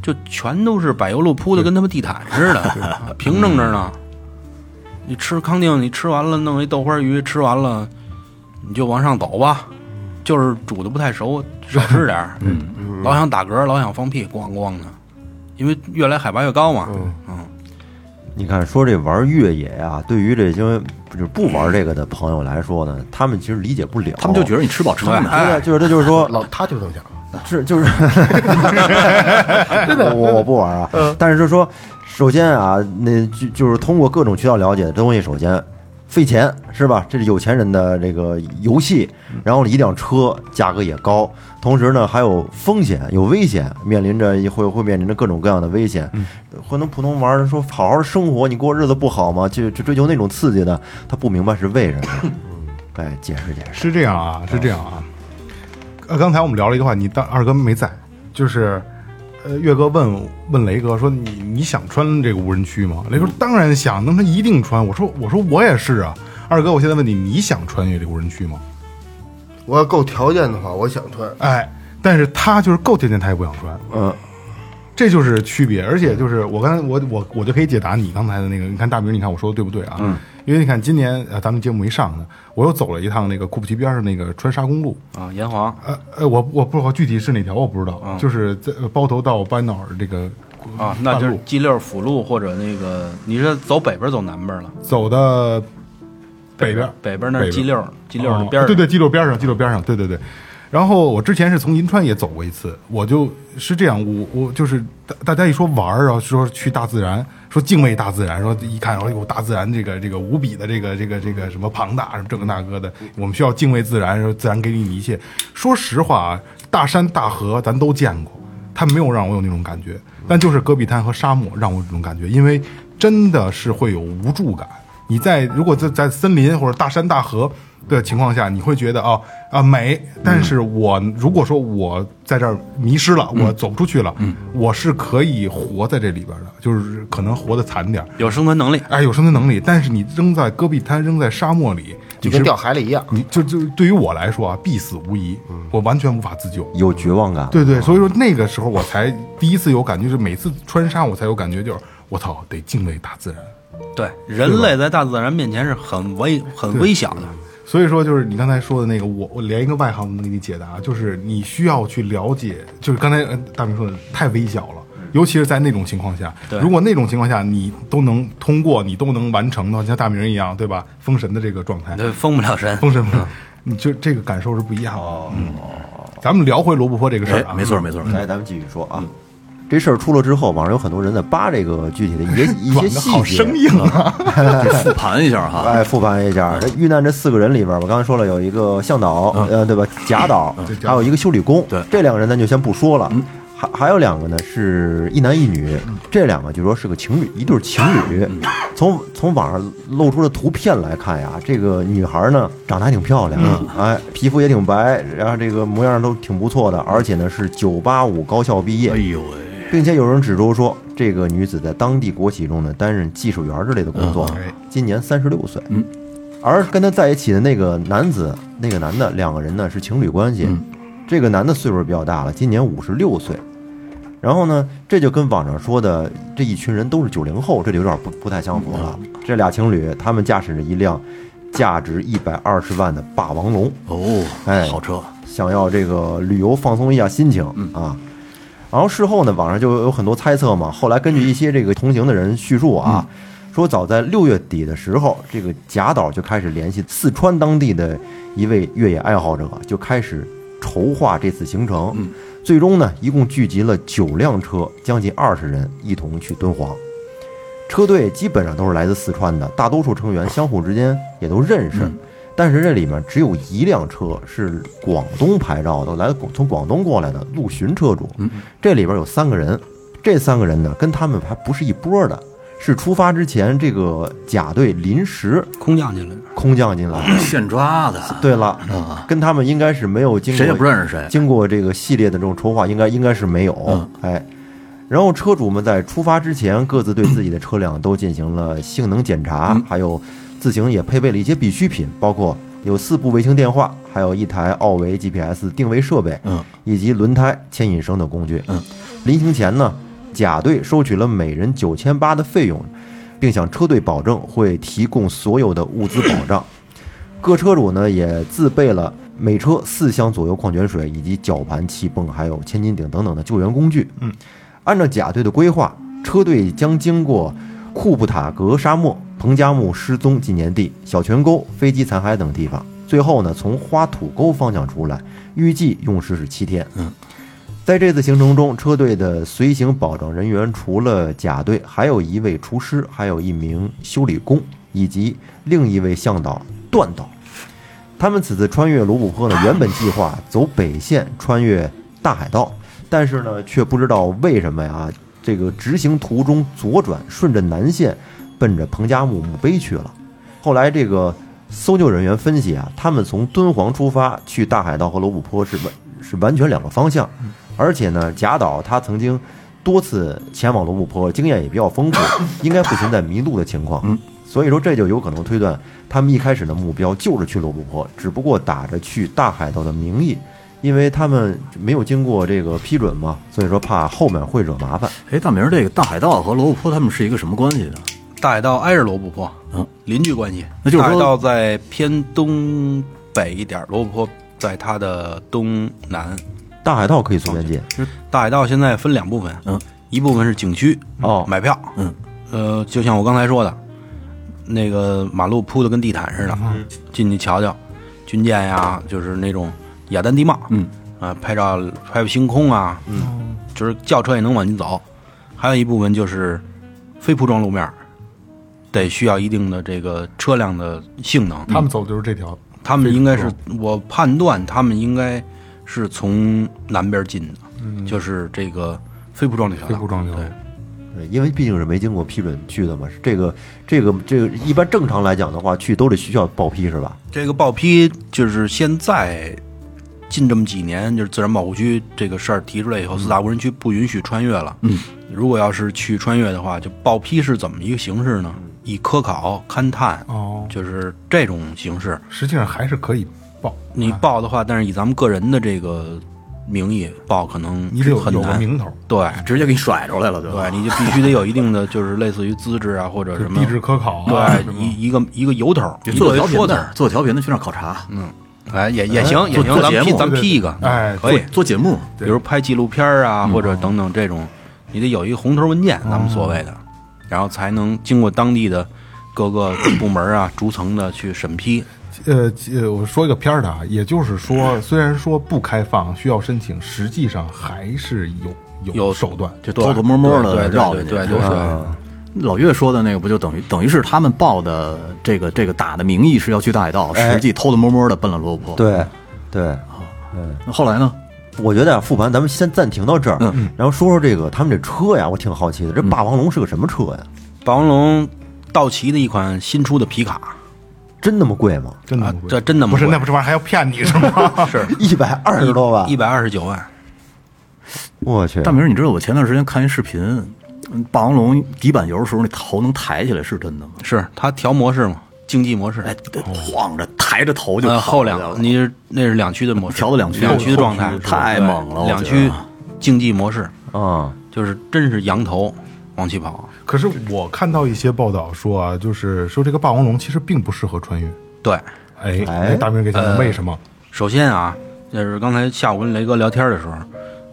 Speaker 6: 就全都是柏油路铺的跟他妈地毯似的，平整着
Speaker 1: 嗯
Speaker 6: 呢。你吃康定，你吃完了弄一豆花鱼，吃完了你就往上走吧。就是煮的不太熟，少吃点儿。嗯，老想打嗝，老想放屁，咣咣的，因为越来海拔越高嘛。嗯，
Speaker 5: 你看，说这玩越野呀、对于这些就是不玩这个的朋友来说呢，他们其实理解不了。
Speaker 4: 他们就觉得你吃饱撑的，
Speaker 5: 对呀，就是他就是说，
Speaker 2: 老他就这么想，
Speaker 5: 是就是，真的， 我我不玩啊。但是就是说，首先啊，那就就是通过各种渠道了解的东西，首先费钱是吧？这是有钱人的这个游戏。然后一辆车价格也高，同时呢还有风险，有危险，面临着会会面临着各种各样的危险。可能普通玩儿说好好生活，你过日子不好吗？就就追求那种刺激的，他不明白是为什么。 哎，解释解释。
Speaker 1: 是这样啊，是这样啊。呃，刚才我们聊了一个话，你当二哥没在，就是，呃，岳哥问问雷哥说你你想穿这个无人区吗？雷哥说当然想，那他一定穿。我说我说我也是啊。二哥，我现在问你，你想穿越这个无人区吗？
Speaker 2: 我要够条件的话，我想穿。
Speaker 1: 哎，但是他就是够条件，他也不想穿。
Speaker 5: 嗯，
Speaker 1: 这就是区别，而且就是我刚才我我我就可以解答你刚才的那个，你看大明，你看我说的对不对啊？嗯，因为你看今年呃咱们节目没上呢，我又走了一趟那个库布齐边上那个川沙公路，
Speaker 6: 啊，炎黄，
Speaker 1: 呃呃，我我不知道具体是哪条我不知道，就是在呃包头到巴彦淖尔这个
Speaker 6: 嗯啊，那
Speaker 1: 半
Speaker 6: 就是
Speaker 1: 路
Speaker 6: G 六辅路或者那个，你是走北边儿走南边儿了？
Speaker 1: 走的北边
Speaker 6: 北边儿那儿 G 六，G 六
Speaker 1: 哦
Speaker 6: 那边儿
Speaker 1: 对对，，G 六边上，G 六边上，对对对。然后我之前是从银川也走过一次，我就是这样，我我就是大大家一说玩儿啊，说去大自然，说敬畏大自然，说一看，哎呦，大自然这个这个无比的这个这个这个什么庞大，什么这个那个的，我们需要敬畏自然，说自然给予你一切。说实话啊，大山大河咱都见过，它没有让我有那种感觉，但就是戈壁滩和沙漠让我有这种感觉，因为真的是会有无助感。你在如果在在森林或者大山大河的情况下，你会觉得啊啊美，
Speaker 2: 嗯
Speaker 1: 但是我如果说我在这儿迷失了，我走不出去了，
Speaker 2: 嗯
Speaker 1: 我是可以活在这里边的，就是可能活得惨点儿，
Speaker 6: 有生存能力。
Speaker 1: 哎，有生存能力，但是你扔在戈壁滩，扔在沙漠里，你
Speaker 2: 就跟
Speaker 1: 是
Speaker 2: 掉海里一样。
Speaker 1: 你就就对于我来说啊，必死无疑，我完全无法自救。
Speaker 5: 有绝望感。
Speaker 1: 对对，所以说那个时候我才第一次有感觉，就是每次穿沙我才有感觉，就是我操，得敬畏大自然。
Speaker 6: 对，人类在大自然面前是很微很微小的。
Speaker 1: 所以说，就是你刚才说的那个，我我连一个外行都能给你解答，就是你需要去了解，就是刚才呃大明说的太微小了，尤其是在那种情况下，
Speaker 6: 嗯对
Speaker 1: 如果那种情况下你都能通过，你都能完成的话，像大明一样，对吧？封神的这个状态，
Speaker 6: 对，嗯封不了神。
Speaker 1: 封神，你就这个感受是不一样的。哦、嗯，咱们聊回罗布泊这个事儿
Speaker 4: 哎
Speaker 1: 啊，，
Speaker 4: 没错没错，
Speaker 5: 来，咱们继续说
Speaker 1: 嗯
Speaker 5: 啊。这事儿出了之后，网上有很多人在扒这个具体的 一些一些
Speaker 1: 软的好
Speaker 5: 细节
Speaker 1: 生，硬啊，
Speaker 4: 复盘一下哈，
Speaker 5: 哎，复盘一下。这遇难这四个人里边儿，我刚才说了，有一个向导，
Speaker 1: 嗯
Speaker 5: 呃，对吧？贾导，还有一个修理工。
Speaker 4: 对
Speaker 5: 这两个人咱就先不说了。
Speaker 1: 嗯
Speaker 5: 还还有两个呢，是一男一女，这两个据说是个情侣，一对情侣。
Speaker 1: 嗯
Speaker 5: 从从网上露出的图片来看呀，这个女孩呢长得还挺漂亮，
Speaker 1: 嗯
Speaker 5: 哎，皮肤也挺白，然后这个模样都挺不错的，而且呢是九八五高校毕业
Speaker 4: 哎，呦喂，
Speaker 5: 并且有人指出说，这个女子在当地国企中呢担任技术员之类的工作，今年三十六岁。
Speaker 4: 嗯，
Speaker 5: 而跟她在一起的那个男子，那个男的两个人呢是情侣关系，
Speaker 4: 嗯
Speaker 5: 这个男的岁数比较大了，今年五十六岁。然后呢，这就跟网上说的这一群人都是九零后，这就有点不不太相符
Speaker 4: 嗯
Speaker 5: 了。这俩情侣，他们驾驶着一辆价值一百二十万的霸王龙，
Speaker 4: 哦
Speaker 5: 哎，
Speaker 4: 好车，
Speaker 5: 想要这个旅游放松一下心情啊。然后事后呢，网上就有很多猜测嘛。后来根据一些这个同行的人叙述啊，说早在六月底的时候，这个贾导就开始联系四川当地的一位越野爱好者，就开始筹划这次行程。最终呢，一共聚集了九辆车，将近二十人一同去敦煌。车队基本上都是来自四川的，大多数成员相互之间也都认识。但是这里面只有一辆车是广东牌照的，来从广东过来的陆巡车主。
Speaker 4: 嗯
Speaker 5: 这里边有三个人，这三个人呢跟他们还不是一波的，是出发之前这个甲队临时
Speaker 6: 空降进来，
Speaker 5: 空降进来的。
Speaker 4: 现抓的，
Speaker 5: 对了，跟他们应该是没有经过
Speaker 4: 啊谁也不认识谁
Speaker 5: 经过这个系列的这种筹划，应该应该是没有。
Speaker 4: 嗯
Speaker 5: 哎，然后车主们在出发之前，各自对自己的车辆都进行了性能检查，
Speaker 4: 嗯
Speaker 5: 还有自行也配备了一些必需品，包括有四部卫星电话，还有一台奥维 GPS 定位设备，
Speaker 4: 嗯，
Speaker 5: 以及轮胎牵引绳等工具。
Speaker 4: 嗯，
Speaker 5: 临行前呢，甲队收取了每人九千八的费用，并向车队保证会提供所有的物资保障。各车主呢也自备了每车四箱左右矿泉水，以及绞盘、气泵，还有千斤顶等等的救援工具。嗯，按照甲队的规划，车队将经过库布塔格沙漠、彭加木失踪纪念地、小泉沟、飞机残骸等地方，最后呢从花土沟方向出来，预计用时是七天。嗯。在这次行程中，车队的随行保障人员除了甲队，还有一位厨师，还有一名修理工，以及另一位向导段导。他们此次穿越罗布泊呢，原本计划走北线穿越大海道，但是呢，却不知道为什么呀，这个执行途中左转，顺着南线，奔着彭加木墓碑去了。后来这个搜救人员分析啊，他们从敦煌出发去大海道和罗布泊是完是完全两个方向，而且呢，贾导他曾经多次前往罗布泊，经验也比较丰富，应该不存在迷路的情况。所以说这就有可能推断他们一开始的目标就是去罗布泊，只不过打着去大海盗的名义。因为他们没有经过这个批准嘛，所以说怕后面会惹麻烦。
Speaker 4: 哎，大明儿，这个大海盗和罗布泊他们是一个什么关系呢？
Speaker 6: 大海盗挨着罗布泊，
Speaker 4: 嗯，
Speaker 6: 邻居关系。
Speaker 4: 那就是
Speaker 6: 大海
Speaker 4: 说
Speaker 6: 盗在偏东北一点，罗布泊在它的东南。
Speaker 5: 大海盗可以做边界，
Speaker 6: 大海盗现在分两部分，
Speaker 4: 嗯，
Speaker 6: 一部分是景区
Speaker 5: 哦
Speaker 6: 买票，
Speaker 4: 嗯，
Speaker 6: 呃，就像我刚才说的，那个马路铺的跟地毯似的，进去瞧瞧，军舰呀，就是那种雅丹地貌，
Speaker 4: 嗯，
Speaker 6: 啊，拍照拍拍星空啊，嗯，就是轿车也能往进走。还有一部分就是非铺装路面儿，得需要一定的这个车辆的性能，
Speaker 1: 他们走的就是这条，
Speaker 6: 他们应该是，我判断他们应该是从南边进的，就是这个飞铺庄那条
Speaker 1: 非
Speaker 6: 道。
Speaker 1: 不装修。
Speaker 6: 嗯对
Speaker 5: 对因为毕竟是没经过批准去的嘛。是这个这个这个，一般正常来讲的话，去都得需要报批是吧？
Speaker 6: 这个报批就是现在近这么几年，就是自然保护区这个事儿提出来以后，四大无人区不允许穿越了。嗯，如果要是去穿越的话，就报批是怎么一个形式呢？以科考、勘探，
Speaker 1: 嗯哦，啊
Speaker 6: 就是这种形式。
Speaker 1: 实际上还是可以啊报，
Speaker 6: 你报的话，但是以咱们个人的这个名义报，可能
Speaker 1: 你得有
Speaker 6: 很
Speaker 1: 有个
Speaker 6: 难。
Speaker 1: 名头，
Speaker 6: 对，
Speaker 4: 直接给你甩出来了，对吧？
Speaker 6: 对，你就必须得有一定的，就是类似于资质啊，或者
Speaker 1: 就是
Speaker 6: 什么
Speaker 1: 地质科考啊，
Speaker 6: 对一一个一个由头儿，
Speaker 4: 你做
Speaker 6: 一
Speaker 4: 调
Speaker 6: 个
Speaker 4: 频
Speaker 6: 说头
Speaker 4: 的
Speaker 6: 儿，，
Speaker 4: 做调频的去那儿考嗯察，
Speaker 6: 哎，也也行，也
Speaker 4: 做
Speaker 6: 行，
Speaker 4: 做
Speaker 6: 咱
Speaker 4: 节
Speaker 6: 批
Speaker 4: 目
Speaker 6: 咱
Speaker 1: 对对
Speaker 6: 批一个，
Speaker 1: 哎
Speaker 6: 可以，
Speaker 4: 做节目。
Speaker 6: 比如拍纪录片儿啊，
Speaker 4: 嗯
Speaker 6: 或者等等这种，你得有一个红头文件，
Speaker 4: 哦
Speaker 6: 咱们所谓的，然后才能经过当地的 各个部门啊、逐层的去审批。
Speaker 1: 呃呃，我说一个片儿的啊，也就是说，虽然说不开放需要申请，实际上还是有
Speaker 6: 有啊
Speaker 1: 手段。
Speaker 6: 就
Speaker 4: 偷偷摸摸地
Speaker 6: 对对对
Speaker 4: 绕
Speaker 6: 对
Speaker 4: 进去
Speaker 6: 对，流水。
Speaker 4: 老岳说的那个不就等于等于是他们报的这个这个打的名义是要去大海盗，
Speaker 5: 哎
Speaker 4: 实际偷偷摸摸的奔了罗布泊。，
Speaker 5: 对对，
Speaker 4: 那后来呢？
Speaker 5: 我觉得啊，复盘咱们先暂停到这儿，
Speaker 4: 嗯
Speaker 5: 然后说说这个他们这车呀，我挺好奇的，这霸王龙是个什么车呀？
Speaker 6: 霸王龙道奇的一款新出的皮卡，
Speaker 5: 真那么贵吗？
Speaker 1: 真的
Speaker 6: 啊
Speaker 1: 不会
Speaker 6: 这真的吗？
Speaker 1: 不是那不是玩意儿还要骗你是吗？ 是
Speaker 5: 一百二十多
Speaker 4: 啊
Speaker 5: 万
Speaker 6: 一，百二十九万，
Speaker 5: 我去
Speaker 4: 大！明儿，你知道我前段时间看一视频，嗯霸王龙底板油的时候那头能抬起来是真的吗？
Speaker 6: 是它调模式嘛，竞技模式。
Speaker 4: 哎，晃着抬着头就
Speaker 6: 呃，
Speaker 4: 跑
Speaker 6: 后
Speaker 4: 过去
Speaker 6: 两
Speaker 4: 了
Speaker 6: 你是那是两驱的模式，
Speaker 4: 调的两驱
Speaker 6: 两驱的状态
Speaker 4: 后驱太
Speaker 6: 对
Speaker 4: 猛了我
Speaker 6: 两
Speaker 4: 觉
Speaker 6: 驱
Speaker 4: 得
Speaker 6: 竞技模式
Speaker 5: 啊，
Speaker 6: 就是真是羊头往起跑，
Speaker 1: 可是我看到一些报道说啊，就是说这个霸王龙其实并不适合穿越。
Speaker 6: 对，
Speaker 1: 哎，
Speaker 5: 哎
Speaker 1: 大明给
Speaker 6: 呃
Speaker 1: 讲讲为什么？
Speaker 6: 首先啊，就是刚才下午跟雷哥聊天的时候，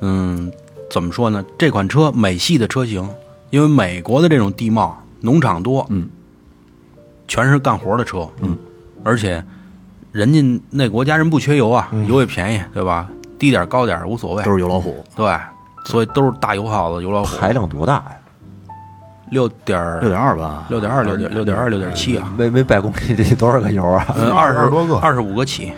Speaker 6: 嗯，怎么说呢？这款车美系的车型，因为美国的这种地貌农场多，嗯，全是干活的车，嗯，而且人家那国家人不缺油啊，油也便宜，对吧？低点儿高点儿无所谓，
Speaker 4: 都是油老虎，
Speaker 6: 对，所以都是大油耗子、油老虎，
Speaker 5: 排量多大呀？
Speaker 6: 六点儿
Speaker 4: 六点二吧，
Speaker 6: 六点二六点六点二六点七啊，嗯
Speaker 7: 每每百公里得多少个油啊？
Speaker 6: 二
Speaker 1: 十多个
Speaker 6: 二十五个起，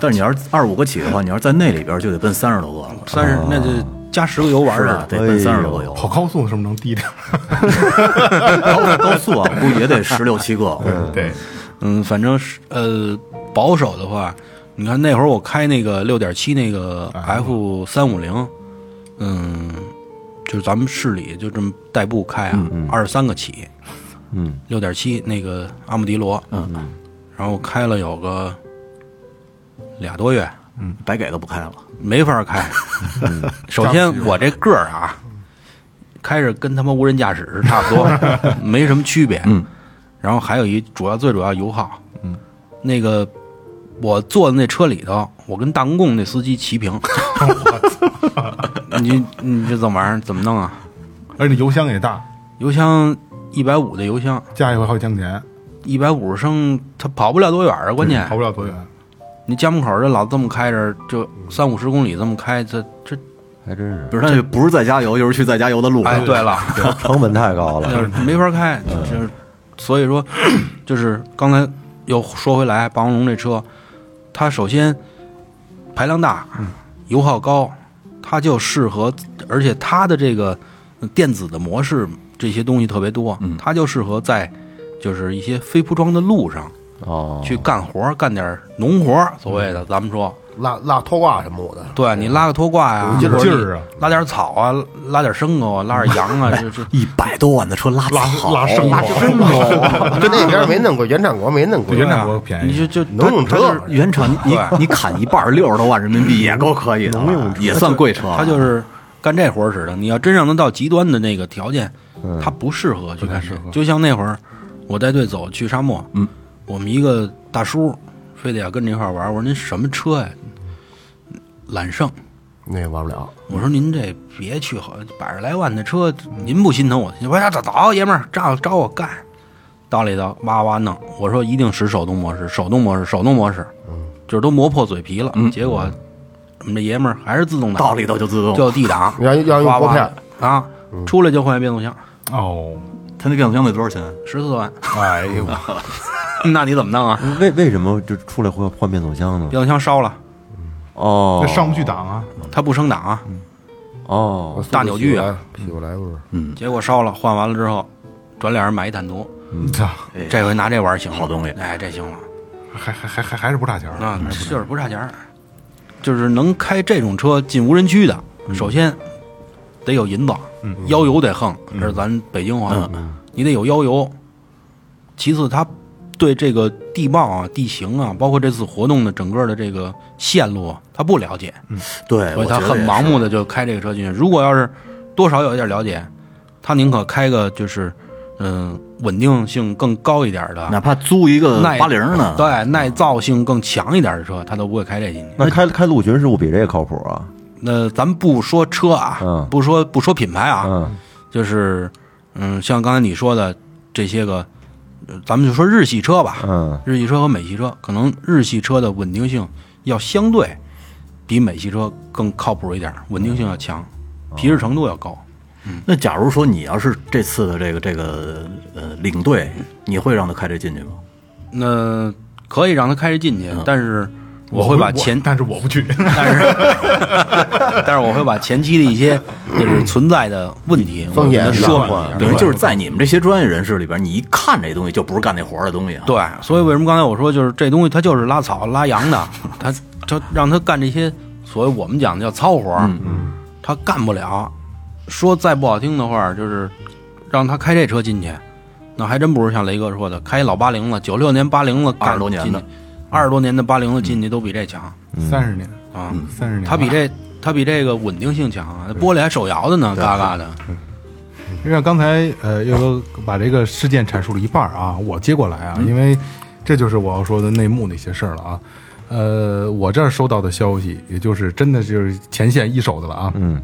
Speaker 4: 但是你要是二五个起的话，你要是在那里边就得奔三十多个了，
Speaker 6: 三十那就加十个油丸
Speaker 4: 是哎
Speaker 6: 儿
Speaker 4: 吧？
Speaker 6: 的。
Speaker 4: 啊得奔三十多个
Speaker 6: 哦
Speaker 4: 有。
Speaker 1: 跑高速是不是能低点儿？
Speaker 4: 高高速啊，估计也得十六七个。
Speaker 1: 对，
Speaker 6: 嗯，反正是呃保守的话，你看那会儿我开那个六点七那个 F 三五零，嗯，就是咱们市里就这么代步开啊，二十三个起，
Speaker 5: 嗯，
Speaker 6: 六点七那个阿姆迪罗，嗯，然后开了有个俩多月，
Speaker 4: 嗯白给都不开了，
Speaker 6: 没法开。首先我这个儿啊，开着跟他妈无人驾驶是差不 多，没什么区别。嗯，然后还有一主要最主要油耗，嗯，那个我坐的那车里头，我跟大公共那司机齐 平。你你这怎么玩意儿？怎么弄啊？
Speaker 1: 而且油箱也大，
Speaker 6: 油箱一百五的油箱，
Speaker 1: 加一回好几千块钱，
Speaker 6: 一百五十升，它跑不了多远啊。关键
Speaker 1: 跑不了多远。
Speaker 6: 你家门口这老这么开着，就三五十公里这么开，这这
Speaker 5: 还真是
Speaker 4: 不是，那就不是在加油，就是去在加油的路上。
Speaker 6: 哎，对了。
Speaker 5: 成本太高了。
Speaker 6: 就是
Speaker 1: 嗯
Speaker 6: 没法开，就是所以说，就是刚才又说回来，霸王龙这车，它首先排量大，
Speaker 1: 嗯
Speaker 6: 油耗高，它就适合，而且它的这个电子的模式这些东西特别多，
Speaker 1: 嗯
Speaker 6: 它就适合在就是一些非铺装的路上
Speaker 5: 哦，
Speaker 6: 去干活，干点农活，所谓
Speaker 1: 嗯
Speaker 6: 的咱们说，
Speaker 2: 拉拉拖挂什么我的，
Speaker 6: 对啊你拉个拖挂呀，
Speaker 1: 有劲儿
Speaker 6: 或者你
Speaker 1: 啊
Speaker 6: 拉点草啊，拉点牲口啊，拉点 羊啊，这这。
Speaker 4: 一百多万的车拉
Speaker 1: 拉
Speaker 4: 草，
Speaker 1: 拉牲
Speaker 6: 哦
Speaker 1: 口，啊
Speaker 2: 这那边没弄过，原产国没弄过，哎
Speaker 1: 对原产国便
Speaker 6: 啊你
Speaker 1: 宜。
Speaker 6: 就就
Speaker 2: 能用
Speaker 6: 它
Speaker 2: 这
Speaker 6: 就是
Speaker 4: 原厂你你
Speaker 6: 对
Speaker 4: 你砍一半，六十多万人民币也够可以的了，也算贵
Speaker 2: 啊
Speaker 4: 车了。
Speaker 6: 他就是干这活儿似的。你要真让他到极端的那个条件，
Speaker 2: 嗯
Speaker 6: 他不适合去干这。就像那会儿我带队走去沙漠，嗯，我们一个大叔非得要跟着一块儿玩儿，我说您什么车呀？揽胜，
Speaker 2: 那也玩不了。
Speaker 6: 我说您这别去，好百十来万的车，您不心疼我？我说走走，爷们儿，找找我干。到里头哇哇弄，我说一定使手动模式，手动模式，手动模式，
Speaker 2: 嗯
Speaker 6: 就是都磨破嘴皮了。结果我们这爷们儿还是自动挡，
Speaker 4: 道理都就自动。
Speaker 6: 就 D 档，
Speaker 2: 要要用
Speaker 6: 哇
Speaker 2: 拨
Speaker 6: 哇
Speaker 2: 片嗯
Speaker 6: 啊，出来就换变速箱，
Speaker 1: 哦，
Speaker 4: 他那变速箱得多少钱？
Speaker 6: 十四万，
Speaker 1: 哎 呦，
Speaker 6: 那你怎么弄啊？
Speaker 5: 为为什么就出来换换变速箱呢？
Speaker 6: 变速箱烧了，
Speaker 5: 哦
Speaker 1: 那上不去档啊！
Speaker 6: 它不升档啊，
Speaker 2: 嗯
Speaker 5: 哦，
Speaker 6: 大扭矩啊，
Speaker 2: 屁股来不是？
Speaker 4: 嗯
Speaker 6: 结果烧了，换完了之后，转脸买一坦途，
Speaker 1: 你操，
Speaker 6: 这回拿这玩意儿行了，
Speaker 4: 好东西
Speaker 6: 哎，这行了，
Speaker 1: 啊还还还还还是不差钱儿。
Speaker 6: 啊，就是不差钱儿，就是能开这种车进无人区的，
Speaker 4: 嗯
Speaker 6: 首先得有银子，腰油得横，
Speaker 4: 嗯
Speaker 6: 这是咱北京话，你得有腰油。其次，它对这个地貌啊、地形啊，包括这次活动的整个的这个线路啊，他不了解，
Speaker 4: 对，
Speaker 6: 所
Speaker 4: 哎我
Speaker 6: 以他
Speaker 4: 觉得
Speaker 6: 很
Speaker 4: 也
Speaker 6: 盲
Speaker 4: 是
Speaker 6: 目的就开这个车进去。如果要是多少有一点了解，他宁可开个就是嗯、稳定性更高一点
Speaker 4: 啊哪
Speaker 6: 的，
Speaker 4: 怕租一个
Speaker 6: 耐
Speaker 4: 八零呢，
Speaker 6: 对耐造性更强一点的车，他都不会开这进去。
Speaker 5: 那开开陆巡是不是比这个靠谱啊？
Speaker 6: 那咱不说车啊，
Speaker 5: 嗯
Speaker 6: 不说不说品牌啊，
Speaker 5: 嗯
Speaker 6: 就是嗯，像刚才你说的这些个，呃咱们就说日系车吧，
Speaker 5: 嗯，
Speaker 6: 日系车和美系车，可能日系车的稳定性要相对比美系车更靠谱一点，稳定性要强，皮实程度要高。
Speaker 4: 那假如说你要是这次的这个这个呃领队，你会让他开这进去吗？
Speaker 6: 那可以让他开着进去，但是我会
Speaker 1: 不
Speaker 6: 把嗯前
Speaker 1: 但是我 不去。
Speaker 6: 但是但是我会把前期的一些就是存在的问题
Speaker 2: 风险
Speaker 6: 我给他说明一下
Speaker 2: 隐患
Speaker 4: 等于就是在你们这些专业人士里边，你一看这东西就不是干那活儿的东西啊。，
Speaker 6: 对，所以为什么刚才我说就是这东西它就是拉草拉羊 的，它它让它干这些所谓我们讲的叫糙活儿，它干不了。说再不好听的话，就是让他开这车进去，那还真不是像雷哥说的开老八零了，九六年嗯八零了，干
Speaker 4: 20多年的
Speaker 6: 进去，二十多年的八零了进去都比这强
Speaker 1: 三十年，
Speaker 6: 啊，
Speaker 1: 三十年，
Speaker 6: 它比这它比这个稳定性强啊，那玻璃还手摇的呢，嘎嘎的，
Speaker 1: 因为刚才呃，又都把这个事件阐述了一半儿啊，我接过来啊，因为这就是我要说的内幕那些事儿了啊。呃，我这儿收到的消息，也就是真的就是前线一手的了啊。嗯，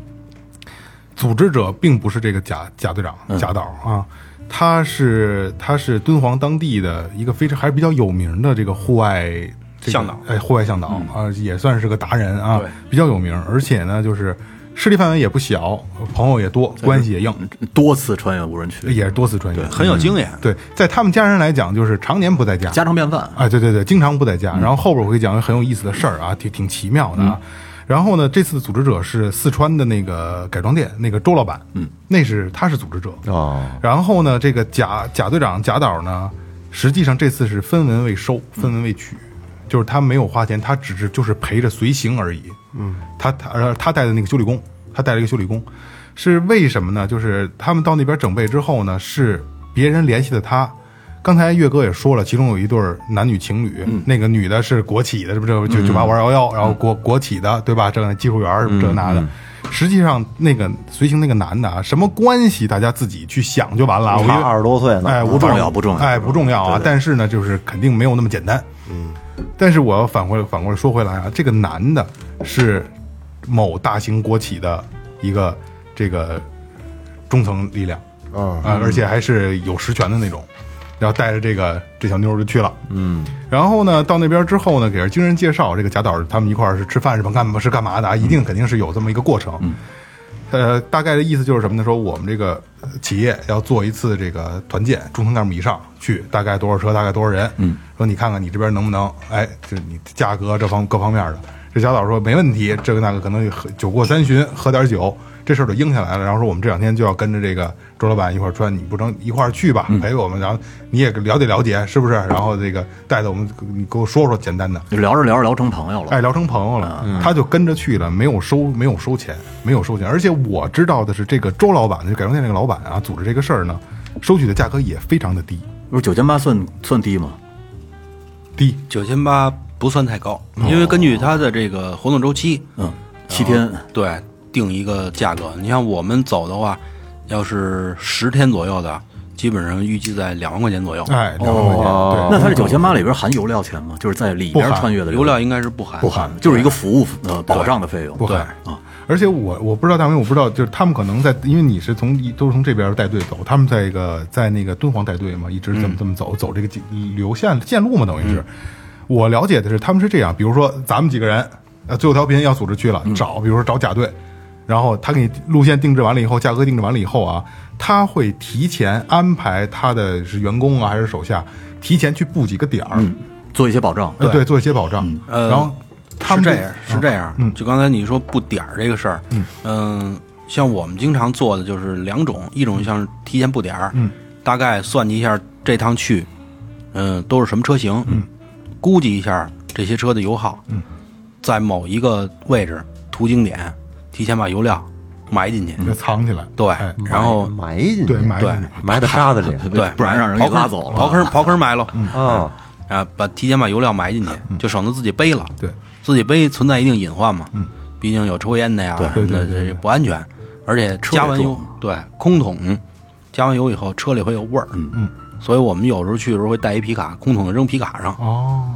Speaker 1: 组织者并不是这个贾贾队长贾导啊，他是他是敦煌当地的一个非常还是比较有名的这个户外、这个
Speaker 6: 向导
Speaker 1: 哎，户外向导啊，也算是个达人啊，比较有名，而且呢，就是势力范围也不小，朋友也多，关系也
Speaker 6: 嗯
Speaker 1: 硬，
Speaker 4: 多次穿越无人区，
Speaker 1: 也是多次穿越。嗯
Speaker 6: 很有经验。
Speaker 1: 对，在他们家人来讲，就是常年不在家，
Speaker 4: 家常便饭。啊
Speaker 1: 哎，对对对，经常不在家。然后后边我会讲很有意思的事儿啊，挺挺奇妙的啊。然后呢，这次的组织者是四川的那个改装店那个周老板，嗯，那是他是组织者
Speaker 5: 哦。
Speaker 1: 然后呢，这个贾贾队长贾导呢，实际上这次是分文未收，分文未取，就是他没有花钱，他只是就是陪着随行而已。嗯，他他呃他带的那个修理工，他带了一个修理工，是为什么呢？就是他们到那边整备之后呢，是别人联系的他。刚才岳哥也说了，其中有一对儿男女情侣，那个女的是国企的，是不是就九八五二幺幺，然后国国企的，对吧？这个技术员儿什么这那的。实际上，那个随行那个男的啊，什么关系，大家自己去想就完了啊。我觉
Speaker 5: 他
Speaker 1: 得
Speaker 5: 二十多岁呢，
Speaker 1: 哎，
Speaker 4: 不
Speaker 1: 不
Speaker 4: 重要不重要
Speaker 1: 哎，不重要啊。但是呢，就是肯定没有那么简单。嗯，但是我要反回反过来说回来啊，这个男的是某大型国企的一个这个中层力量
Speaker 2: 啊，
Speaker 4: 嗯
Speaker 1: 啊，而且还是有实权的那种。然后带着这个这小妞儿就去了，嗯，然后呢，到那边之后呢，给人经人介绍，这个贾导他们一块儿是吃饭是吧？干嘛是干嘛的啊？一
Speaker 4: 嗯
Speaker 1: 定肯定是有这么一个过程，呃，大概的意思就是什么呢？说我们这个呃企业要做一次这个团建，中层干部以上去，大概多少车，大概多少人？嗯，说你看看你这边能不能，哎，这你价格这方各方面的。这贾导说没问题，这个那个可能喝酒过三巡，喝点酒，这事儿就应下来了。然后说我们这两天就要跟着这个周老板一块儿穿，你不能一块儿去吧，陪我们，然后你也了解了解，是不是？然后这个带着我们，你给我说说简单的。
Speaker 4: 就聊着聊着聊成朋友了，
Speaker 1: 哎，聊成朋友了，他就跟着去了，没有收，没有收钱，没有收钱。而且我知道的是，这个周老板，就改装店这个老板啊，组织这个事儿呢，收取的价格也非常的低，
Speaker 4: 不是九千八算算低吗？
Speaker 1: 低。
Speaker 6: 九千八不算太高，哦因为根据它的这个活动周期，
Speaker 4: 嗯，七天，
Speaker 6: 对，定一个价格。你像我们走的话，要是十天左右的，基本上预计在两万块钱左右。
Speaker 1: 哎，两万块钱，对，
Speaker 4: 那他这九千八里边含油料钱吗？就是在里边
Speaker 1: 不含
Speaker 4: 穿越的
Speaker 6: 流量应该是不含，
Speaker 4: 不含，就是一个服务呃保障的费用。
Speaker 1: 不
Speaker 4: 对
Speaker 1: 含啊。而且我我不知道大明，我不知道，就是他们可能在，因为你是从一都是从这边带队走，他们在一个在那个敦煌带队嘛，一直
Speaker 6: 嗯
Speaker 1: 这么这么走，走这个流线线路嘛，等于是。我了解的是，他们是这样，比如说咱们几个人，呃，最后调频要组织去
Speaker 6: 嗯
Speaker 1: 了，找，比如说找甲队，然后他给你路线定制完了以后，价格定制完了以后啊，他会提前安排他的是员工啊还是手下，提前去布几个点儿，
Speaker 4: 做一些保障。
Speaker 1: 呃对，做一些保障，
Speaker 6: 嗯呃
Speaker 1: 然后他
Speaker 6: 是
Speaker 1: 们
Speaker 6: 这样，是这样。就刚才你说布点儿这个事儿，嗯、像我们经常做的就是两种，一种像是提前布点儿，嗯，大概算计一下这趟去，嗯、都是什么车型，嗯，估计一下这些车的油耗，嗯，在某一个位置途经点，提前把油料埋进去，
Speaker 1: 就藏起来，哎
Speaker 6: 对，然后
Speaker 5: 埋进去，
Speaker 1: 对埋进去
Speaker 5: 对 埋到沙 子里
Speaker 6: 对，
Speaker 4: 不然让人
Speaker 6: 刨
Speaker 4: 给拉
Speaker 6: 坑
Speaker 4: 走了
Speaker 6: 刨坑刨坑埋了，
Speaker 5: 啊，
Speaker 6: 啊，把提前把油料埋进去，就省得自己背了。
Speaker 1: 对，
Speaker 6: 自己背存在一定隐患嘛。嗯，毕竟有抽烟的呀，
Speaker 1: 对对
Speaker 6: 那
Speaker 1: 对
Speaker 6: 这不安全。而且加完油，对，空桶加完油以后，车里会有味儿。嗯嗯，所以我们有时候去的时候会带一皮卡，空桶扔皮卡上。
Speaker 1: 哦，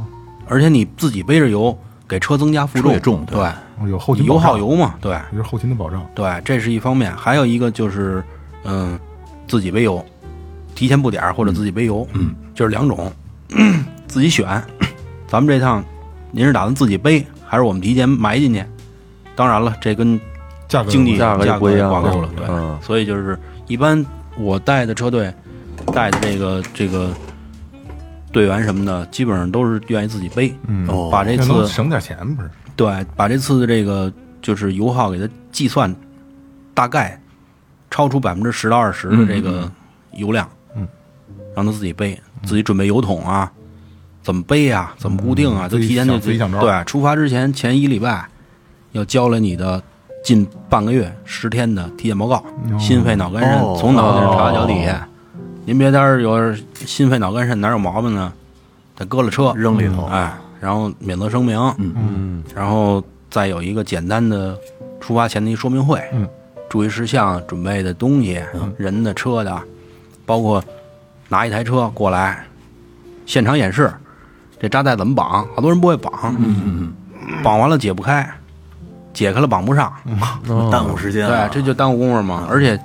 Speaker 6: 而且你自己背着油，给车增加负
Speaker 4: 车也
Speaker 6: 重，
Speaker 4: 重对
Speaker 6: 对，
Speaker 1: 有后勤
Speaker 6: 油
Speaker 1: 保障
Speaker 6: 耗，油嘛，对
Speaker 1: 就是后勤的保障，
Speaker 6: 对，这是一方面。还有一个就是，嗯，自己背油，提前布点儿或者自己背油，嗯，就是两种， 自己选。 咱们这趟，您是打算自己背，还是我们提前埋进去？当然了，这跟
Speaker 1: 价格
Speaker 6: 经济
Speaker 1: 有关
Speaker 5: 价格就
Speaker 6: 价
Speaker 5: 不
Speaker 6: 格
Speaker 5: 一
Speaker 6: 也
Speaker 5: 样
Speaker 6: 挂
Speaker 5: 了
Speaker 6: 钩了，对。
Speaker 5: 嗯
Speaker 6: 所以就是一般我带的车队，带的这个这个队员什么的，基本上都是愿意自己背，嗯
Speaker 4: 哦
Speaker 6: 把这
Speaker 1: 这能
Speaker 6: 次
Speaker 1: 省点钱不是？
Speaker 6: 对，把这次的这个就是油耗给它计算，大概超出百分之十到二十的这个油量，
Speaker 1: 嗯，
Speaker 6: 让他自己背，自己准备油桶啊，怎么背啊，怎么固定啊，
Speaker 1: 嗯
Speaker 6: 都
Speaker 1: 自己
Speaker 6: 提前
Speaker 1: 想
Speaker 6: 就
Speaker 1: 自己想招
Speaker 6: 对，出发之前前一礼拜要交了你的近半个月十天的体检报告，心肺脑肝肾、
Speaker 4: 哦
Speaker 6: 从脑袋上查到脚底下，您别待会儿有心肺脑肝肾哪有毛病呢？他搁了车
Speaker 4: 扔里头
Speaker 6: 哎，然后免责声明，嗯，然后再有一个简单的出发前的一说明会，嗯，注意事项、准备的东西、人的、车的，包括拿一台车过来，现场演示这扎带怎么绑，好多人不会绑，嗯嗯，绑完了解不开，解开了绑不上，
Speaker 5: 嗯
Speaker 4: 耽误时间啊。
Speaker 6: 对，这就耽误工夫嘛。而且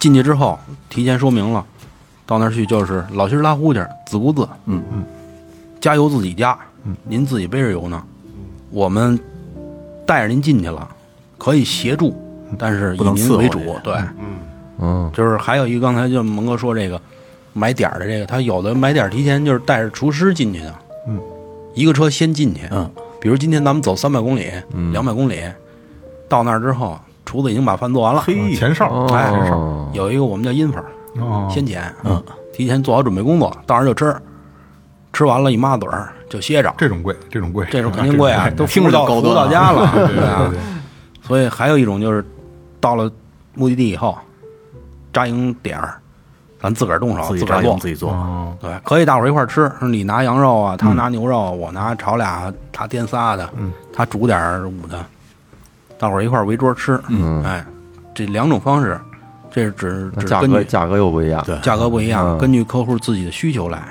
Speaker 6: 进去之后提前说明了，到那儿去就是老心儿拉呼去，自顾自，
Speaker 4: 嗯
Speaker 6: 嗯，加油自己加，您自己背着油呢，我们带着您进去了，可以协助但是
Speaker 4: 嗯
Speaker 6: 以
Speaker 4: 不能
Speaker 6: 民
Speaker 4: 伺候
Speaker 6: 为
Speaker 4: 人
Speaker 6: 主，对，
Speaker 5: 嗯，
Speaker 6: 就是还有一个刚才就蒙哥说这个买点儿的这个，他有的买点儿提前就是带着厨师进去的，
Speaker 1: 嗯，
Speaker 6: 一个车先进去，
Speaker 4: 嗯，
Speaker 6: 比如今天咱们走三百公里，两百公里，到那儿之后，厨子已经把饭做完了，
Speaker 4: 嘿，
Speaker 1: 前哨，
Speaker 6: 哎
Speaker 1: 前哨，
Speaker 5: 哦，
Speaker 6: 有一个我们叫阴粉儿，
Speaker 1: 哦，
Speaker 6: 先前，嗯，提前做好准备工作，到那儿就吃，吃完了一抹嘴儿就歇着，
Speaker 1: 这种贵，这种贵，
Speaker 6: 这时 候肯定贵啊，
Speaker 1: 这种
Speaker 6: 都
Speaker 4: 听
Speaker 6: 服
Speaker 4: 着
Speaker 6: 务到
Speaker 4: 就高
Speaker 6: 服
Speaker 4: 端
Speaker 6: 务到
Speaker 4: 了
Speaker 6: 家了，
Speaker 1: 贵对对对，
Speaker 6: 啊
Speaker 1: 对，
Speaker 6: 所以还有一种就是，到了目的地以后，扎营点儿，咱自个儿动手，
Speaker 4: 自己
Speaker 6: 自个儿
Speaker 4: 扎营
Speaker 6: 做，
Speaker 4: 自己做，
Speaker 1: 哦，
Speaker 6: 对，可以大伙儿一块儿吃，你拿羊肉啊，他拿牛肉，我拿炒俩，他颠仨的，他煮点儿五的，大伙儿一块儿围桌吃，嗯，哎，这两种方式，这是只
Speaker 5: 那
Speaker 6: 只
Speaker 5: 价
Speaker 6: 根
Speaker 5: 格
Speaker 6: 据
Speaker 5: 价格又不一样，
Speaker 4: 对
Speaker 6: 价格不一样，
Speaker 5: 嗯
Speaker 6: 根据客户自己的需求来，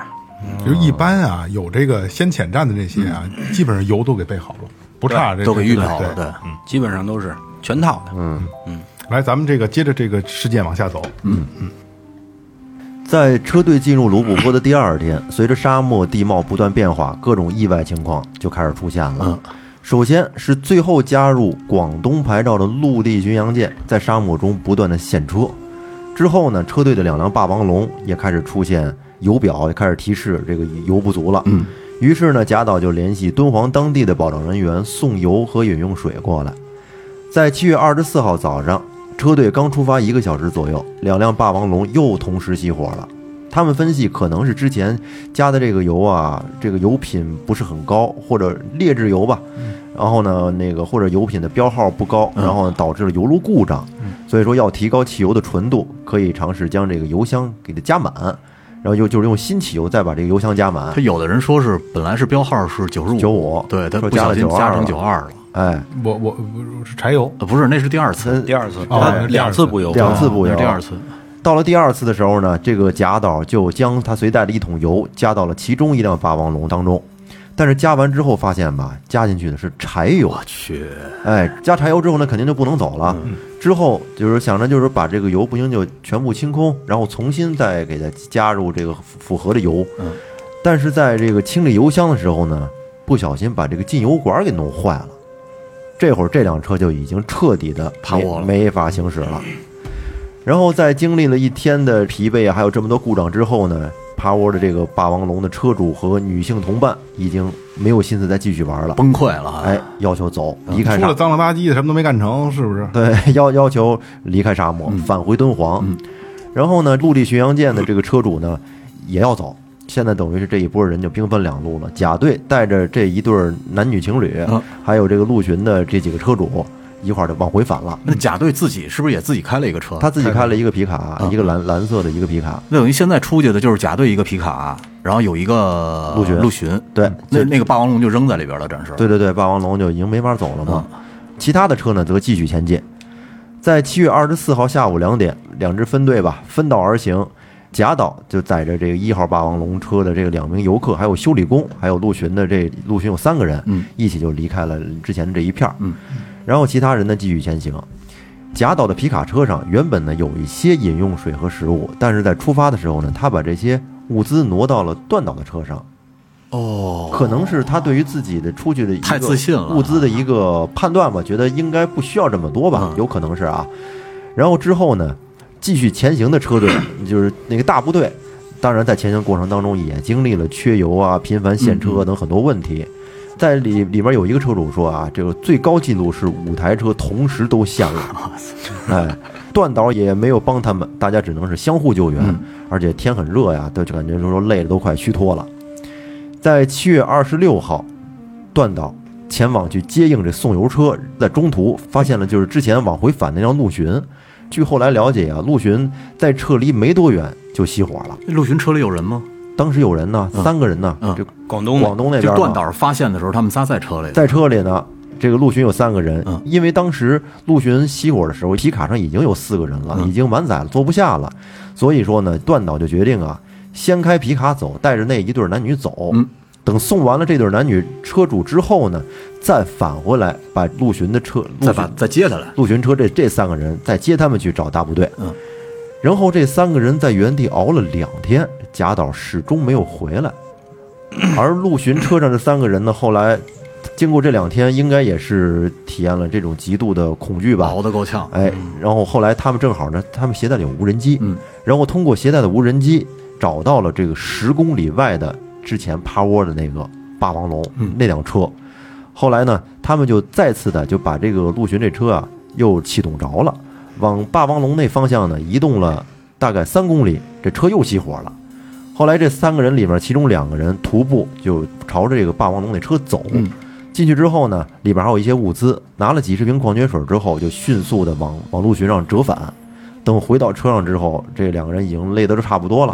Speaker 1: 就是一般啊，有这个先遣站的这些啊，基本上油都给备好了，不差这
Speaker 4: 都给预备好
Speaker 1: 对
Speaker 4: 了，对，
Speaker 6: 基本上都是全套的，嗯，
Speaker 1: 来，咱们这个接着这个事件往下走，
Speaker 5: 在车队进入卢布泊的第二天，随着沙漠地貌不断变化，各种意外情况就开始出现了。首先是最后加入广东牌照的陆地巡洋舰在沙漠中不断的现车，之后呢，车队的两辆霸王龙也开始出现油表，也开始提示这个油不足了。嗯，于是呢，贾导就联系敦煌当地的保障人员送油和饮用水过来。在七月二十四号早上，车队刚出发一个小时左右，两辆霸王龙又同时熄火了。他们分析，可能是之前加的这个油啊，这个油品不是很高，或者劣质油吧。然后呢，那个或者油品的标号不高，然后呢导致了油路故障。所以说，要提高汽油的纯度，可以尝试将这个油箱给它加满，然后就就是用新汽油再把这个油箱加满
Speaker 4: 他。有的人说是本来是标号是九十五，
Speaker 5: 95
Speaker 4: 对他
Speaker 5: 说
Speaker 4: 不
Speaker 5: 加
Speaker 4: 小
Speaker 5: 了
Speaker 4: 心加
Speaker 5: 92
Speaker 4: 成
Speaker 5: 了
Speaker 4: 九二了，
Speaker 5: 哎，
Speaker 1: 我我我是柴油，
Speaker 4: 呃不是，那是第二次，
Speaker 6: 第二次，
Speaker 1: 哦
Speaker 6: 他
Speaker 1: 那是第
Speaker 6: 两
Speaker 1: 二
Speaker 6: 次
Speaker 1: 次
Speaker 6: 不油，啊
Speaker 5: 两次不
Speaker 4: 那
Speaker 5: 油
Speaker 4: 是。第二次，
Speaker 5: 到了第二次的时候呢，这个贾导就将他随带的一桶油加到了其中一辆霸王龙当中，但是加完之后发现吧，加进去的是柴油，
Speaker 4: 我去，
Speaker 5: 哎，加柴油之后呢，肯定就不能走了。之后就是想着就是把这个油不行就全部清空，然后重新再给它加入这个符合的油。
Speaker 4: 嗯
Speaker 5: 但是在这个清理油箱的时候呢，不小心把这个进油管给弄坏了。这会儿这辆车就已经彻底的
Speaker 4: 趴窝了
Speaker 5: 没法行驶了。然后在经历了一天的疲惫啊，还有这么多故障之后呢，趴窝的这个霸王龙的车主和女性同伴已经没有心思再继续玩了，
Speaker 4: 崩溃了啊，
Speaker 5: 哎，要求走，离开
Speaker 1: 出
Speaker 5: 沙
Speaker 1: 了脏了吧唧的，什么都没干成，是不是？
Speaker 5: 对， 要要求离开沙漠，返回敦煌。然后呢，陆地巡洋舰的这个车主呢，也要走。现在等于是这一波人就兵分两路了。甲队带着这一对儿男女情侣，
Speaker 4: 嗯
Speaker 5: 还有这个陆巡的这几个车主，一块儿就往回返了。
Speaker 4: 那贾队自己是不是也自己开了一个车？
Speaker 5: 他自己开了一个皮卡，一个蓝蓝色的一个皮卡。
Speaker 4: 那等于现在出去的就是贾队一个皮卡，然后有一个
Speaker 5: 陆巡
Speaker 4: 陆巡，嗯
Speaker 5: 对，
Speaker 4: 那那个霸王龙就扔在里边了，暂时。
Speaker 5: 对对对，霸王龙就已经没法走了嘛。其他的车呢，则继续前进。在七月二十四号下午两点，两支分队吧分道而行。贾导就载着这个一号霸王龙车的这个两名游客，还有修理工，还有陆巡的这陆巡有三个人，
Speaker 4: 嗯
Speaker 5: 一起就离开了之前的这一片儿
Speaker 4: 嗯，
Speaker 5: 然后其他人呢继续前行。贾导的皮卡车上原本呢有一些饮用水和食物，但是在出发的时候呢，他把这些物资挪到了段导的车上，
Speaker 4: 哦，
Speaker 5: 可能是他对于自己的出去的一个
Speaker 4: 太自信了
Speaker 5: 物资的一个判断吧，觉得应该不需要这么多吧，
Speaker 4: 嗯
Speaker 5: 有可能是啊。然后之后呢，继续前行的车队 就是那个大部队，当然在前行过程当中也经历了缺油啊、频繁陷车等很多问题。在里里面有一个车主说啊，这个最高记录是五台车同时都陷了，哎，段导也没有帮他们，大家只能是相互救援，而且天很热呀，都就感觉就是说累的都快虚脱了。在七月二十六号，段导前往去接应这送油车，在中途发现了就是之前往回返那辆陆巡。据后来了解啊，陆巡在撤离没多远就熄火了。
Speaker 4: 那陆巡车里有人吗？
Speaker 5: 当时有人呢，三个人呢，
Speaker 4: 嗯
Speaker 5: 这
Speaker 6: 广东的
Speaker 5: 广东那边
Speaker 4: 就
Speaker 5: 呢
Speaker 4: 段导发现的时候，他们仨在车里。
Speaker 5: 在车里呢，这个陆巡有三个人
Speaker 4: 嗯，
Speaker 5: 因为当时陆巡熄火的时候，皮卡上已经有四个人了，
Speaker 4: 嗯
Speaker 5: 已经满载了，坐不下了，所以说呢，段导就决定啊，先开皮卡走，带着那一对男女走
Speaker 4: 嗯，
Speaker 5: 等送完了这对男女车主之后呢，再返回来把陆巡的车，陆
Speaker 4: 再
Speaker 5: 巡
Speaker 4: 把再接他来，
Speaker 5: 陆巡车这这三个人再接他们去找大部队。
Speaker 4: 嗯，
Speaker 5: 然后这三个人在原地熬了两天，贾导始终没有回来。而陆巡车上这三个人呢，后来经过这两天，应该也是体验了这种极度的恐惧吧
Speaker 4: 熬。得够呛。
Speaker 5: 哎，然后后来他们正好呢，他们携带了有无人机，然后通过携带的无人机找到了这个十公里外的之前趴窝的那个霸王龙那辆车。后来呢，他们就再次的就把这个陆巡这车啊又启动着了，往霸王龙那方向呢移动了大概三公里，这车又熄火了。后来这三个人里面，其中两个人徒步就朝着这个霸王龙那车走。进去之后呢，里边还有一些物资，拿了几十瓶矿泉水之后，就迅速的往往陆巡上折返。等回到车上之后，这两个人已经累得都差不多了。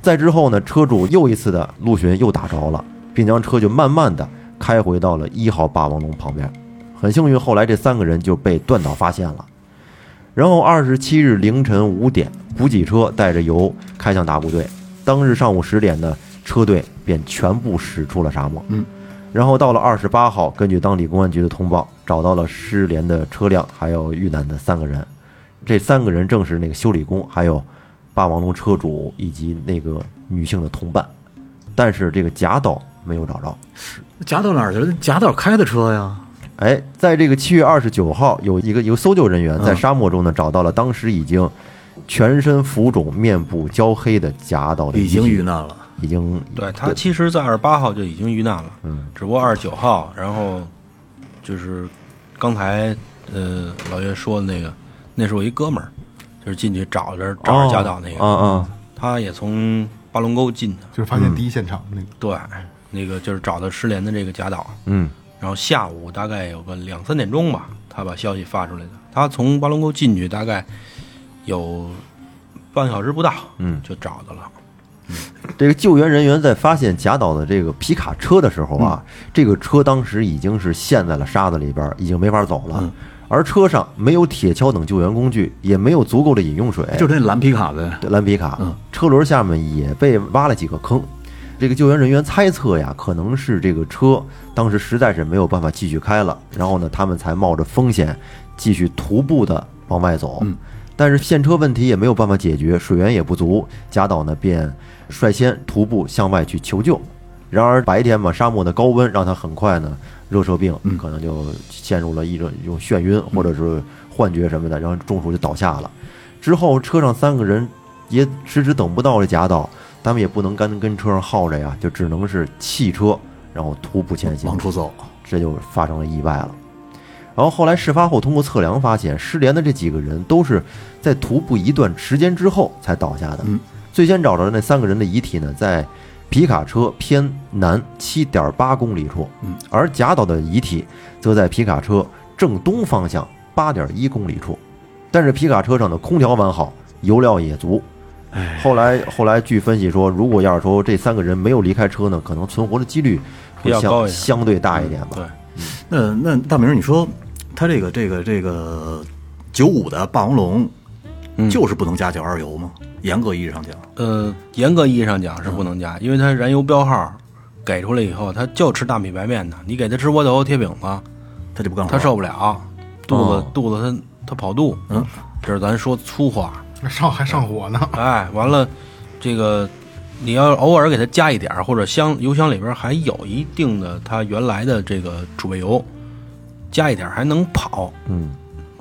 Speaker 5: 再之后呢，车主又一次的陆巡又打着了，并将车就慢慢的开回到了一号霸王龙旁边。很幸运，后来这三个人就被断岛发现了。然后二十七日凌晨五点，补给车带着油开向大部队。当日上午十点呢，车队便全部驶出了沙漠。嗯，然后到了二十八号，根据当地公安局的通报，找到了失联的车辆，还有遇难的三个人。这三个人正是那个修理工，还有霸王龙车主以及那个女性的同伴，但是这个贾导没有找着。
Speaker 4: 贾导哪儿去了？贾导开的车呀。
Speaker 5: 哎，在这个七月二十九号，有一个有搜救人员
Speaker 4: 嗯
Speaker 5: 在沙漠中呢找到了当时已经全身浮肿、面部焦黑的贾导的
Speaker 4: 已经
Speaker 5: 遗体
Speaker 4: 遇难了，
Speaker 5: 已经
Speaker 6: 对他其实，在二十八号就已经遇难了，只不过二十九号，然后就是刚才呃老岳说的那个，那是我一哥们儿，就是进去找着找着贾导那个，
Speaker 5: 啊啊，
Speaker 6: 他也从八龙沟进的，
Speaker 1: 就是发现第一现场那个，
Speaker 6: 对，那个就是找到失联的这个贾导，
Speaker 5: 嗯
Speaker 6: 然后下午大概有个两三点钟吧，他把消息发出来的。他从八龙沟进去大概有半个小时不到，
Speaker 5: 嗯
Speaker 6: 就找到了。
Speaker 5: 这个救援人员在发现贾岛的这个皮卡车的时候啊，
Speaker 4: 嗯
Speaker 5: 这个车当时已经是陷在了沙子里边，已经没法走
Speaker 4: 嗯
Speaker 5: 了，而车上没有铁锹等救援工具，也没有足够的饮用水，
Speaker 4: 就是嗯那蓝皮卡呗。
Speaker 5: 对蓝皮卡，车轮下面也被挖了几个坑。这个救援人员猜测呀，可能是这个车当时实在是没有办法继续开了，然后呢，他们才冒着风险继续徒步的往外走。
Speaker 4: 嗯
Speaker 5: 但是现车问题也没有办法解决，水源也不足，贾岛呢便率先徒步向外去求救。然而白天嘛，沙漠的高温让他很快呢热射病，
Speaker 4: 嗯
Speaker 5: 可能就陷入了一种一种眩晕或者是幻觉什么的，然后中暑就倒下了。之后车上三个人也迟迟等不到这贾导，他们也不能干跟车上耗着呀，就只能是弃车，然后徒步前行，
Speaker 4: 往出走，
Speaker 5: 这就发生了意外了。然后后来事发后，通过测量发现，失联的这几个人都是在徒步一段时间之后才倒下的。
Speaker 6: 嗯
Speaker 5: 最先找着的那三个人的遗体呢，在皮卡车偏南七点八公里处，
Speaker 6: 嗯
Speaker 5: 而贾导的遗体则在皮卡车正东方向八点一公里处。但是皮卡车上的空调完好，油料也足。
Speaker 6: 哎
Speaker 5: 后来后来据分析说，如果要是说这三个人没有离开车呢，可能存活的几率
Speaker 6: 比
Speaker 5: 会
Speaker 6: 较
Speaker 5: 相
Speaker 6: 高一点
Speaker 5: 相对大一点吧。
Speaker 6: 嗯对，
Speaker 4: 那那大明儿，你说他这个这个这个九五的霸王龙，就是不能加九二油吗？严格意义上讲，
Speaker 6: 呃，严格意义上讲是不能加，因为它燃油标号给出来以后，它就吃大米白面的。你给它吃窝头贴饼子，
Speaker 4: 他就不干活。
Speaker 6: 它受不了，肚子、肚子它它跑肚。嗯，这是咱说粗话。
Speaker 1: 上还上火呢。
Speaker 6: 哎，完了，这个你要偶尔给它加一点儿，或者箱油箱里边还有一定的它原来的这个储备油，加一点儿还能跑。嗯，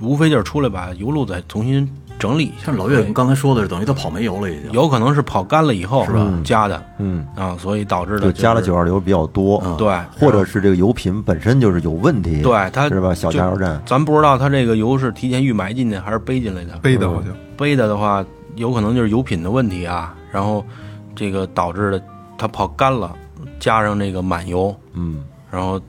Speaker 6: 无非就是出来把油路再重新整理一下。
Speaker 4: 像老岳刚才说的是，等于他跑没油了已经。
Speaker 6: 有可能是跑干了以后是吧加的，
Speaker 5: 嗯
Speaker 6: 啊，所以导致的、嗯
Speaker 5: 就加了啊九，二流比较多，
Speaker 6: 对，
Speaker 5: 或者是这个油品本身就是有问题，
Speaker 6: 啊对它
Speaker 5: 是吧？小
Speaker 6: 就
Speaker 5: 加油站，
Speaker 6: 咱不知道它这个油是提前预埋进去还是背进来的。
Speaker 1: 背的我就
Speaker 6: 背的的话，有可能就是油品的问题啊，然后这个导致的它跑干了，加上这个满油，
Speaker 5: 嗯，
Speaker 6: 然后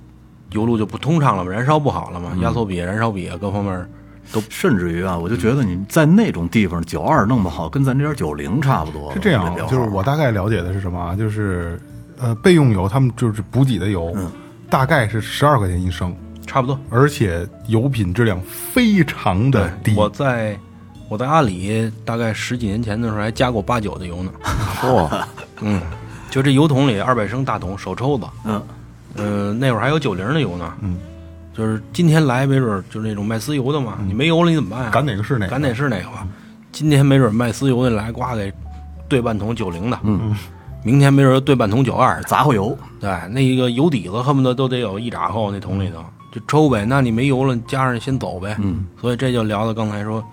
Speaker 6: 油路就不通畅了嘛，燃烧不好了嘛，压缩比、燃烧比啊各方面儿都
Speaker 4: 甚至于啊，我就觉得你在那种地方九二弄不好，跟咱这边九零差不多。
Speaker 1: 是这样啊
Speaker 4: 这，标号
Speaker 1: 就是我大概了解的是什么啊？就是呃，备用油他们就是补给的油，
Speaker 6: 嗯
Speaker 1: 大概是十二块钱一升，
Speaker 6: 差不多。
Speaker 1: 而且油品质量非常的低。
Speaker 6: 我在我在阿里大概十几年前的时候还加过八九的油呢，
Speaker 5: 哇，
Speaker 6: 嗯，就这油桶里二百升大桶手抽子，
Speaker 4: 嗯，
Speaker 6: 呃，那会儿还有九零的油呢，嗯，就是今天来没准儿就是那种卖私油的嘛，你没油了你怎么办啊？
Speaker 1: 赶哪个是哪个
Speaker 6: 赶哪啊是哪个吧。今天没准儿卖私油的来，呱给兑半桶九零的，嗯，明天没准儿兑半桶酒二，
Speaker 4: 杂货油，
Speaker 6: 对，那个油底子恨不得都得有一扎厚，那桶里头就抽呗。那你没油了，加上先走呗。嗯，所以这就聊到刚才说，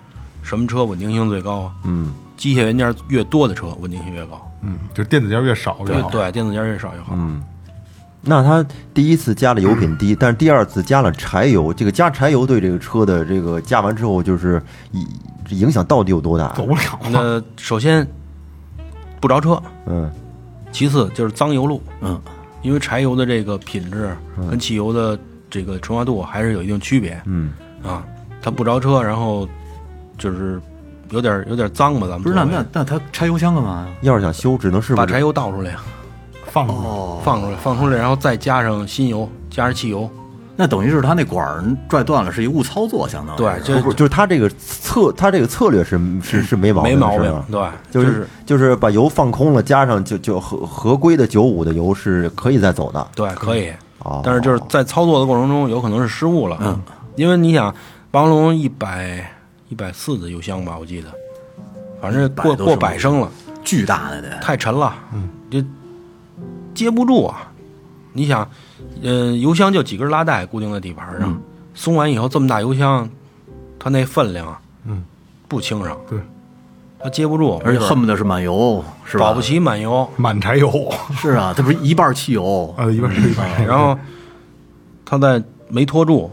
Speaker 6: 什么车稳定性最高啊？嗯，机械元件越多的车稳定性越高，
Speaker 1: 嗯，就是电子件越少越
Speaker 6: 对
Speaker 1: 好。
Speaker 6: 对，电子件越少越好。嗯，
Speaker 5: 那它第一次加了油品低，但是第二次加了柴油，这个加柴油对这个车的这个加完之后就是影影响到底有多大？啊
Speaker 1: 走不了了，
Speaker 6: 那首先不着车，
Speaker 5: 嗯
Speaker 6: 其次就是脏油路，
Speaker 4: 嗯，
Speaker 6: 因为柴油的这个品质跟汽油的这个纯化度还是有一定区别
Speaker 5: 嗯，
Speaker 6: 啊。它不着车，然后就是有点有点脏吧，咱们
Speaker 4: 不是那
Speaker 6: 所谓
Speaker 4: 那那他拆油箱干嘛呀？
Speaker 5: 要是想修，只能是
Speaker 6: 把柴油倒出来呀，
Speaker 1: 放着。
Speaker 6: 放出来，放出来，然后再加上新油，加上汽油，
Speaker 4: 那等于是他那管儿拽断了，是一误操作，相当于
Speaker 6: 对，
Speaker 4: 是
Speaker 6: 这
Speaker 5: 不是就是它这个策，它这个策略是是是没毛病
Speaker 6: 没
Speaker 5: 的，
Speaker 6: 毛
Speaker 5: 是
Speaker 6: 病
Speaker 5: 吧，
Speaker 6: 对，
Speaker 5: 就是就是把油放空了，加上就就合合规的九五的油是可以再走的。
Speaker 6: 对可以，
Speaker 5: 哦，
Speaker 6: 但是就是在操作的过程中有可能是失误了，嗯，因为你想，霸王龙一百一百四的油箱吧，我记得，反正过
Speaker 4: 100都
Speaker 6: 过
Speaker 4: 是
Speaker 6: 百升了。
Speaker 4: 巨大的得。
Speaker 6: 太沉了，嗯，就接不住啊。你想，呃，油箱就几根拉带固定在底盘上，松完以后这么大油箱，它那分量，嗯，不轻省，
Speaker 1: 对，
Speaker 6: 它接不住，
Speaker 4: 而且
Speaker 6: 没准
Speaker 4: 恨不得是满油，是吧？
Speaker 6: 保不齐满油，
Speaker 1: 满柴油，
Speaker 4: 是啊，它不是一半汽油。
Speaker 1: 呃，一半是一半柴油。
Speaker 6: 然后它再没拖住，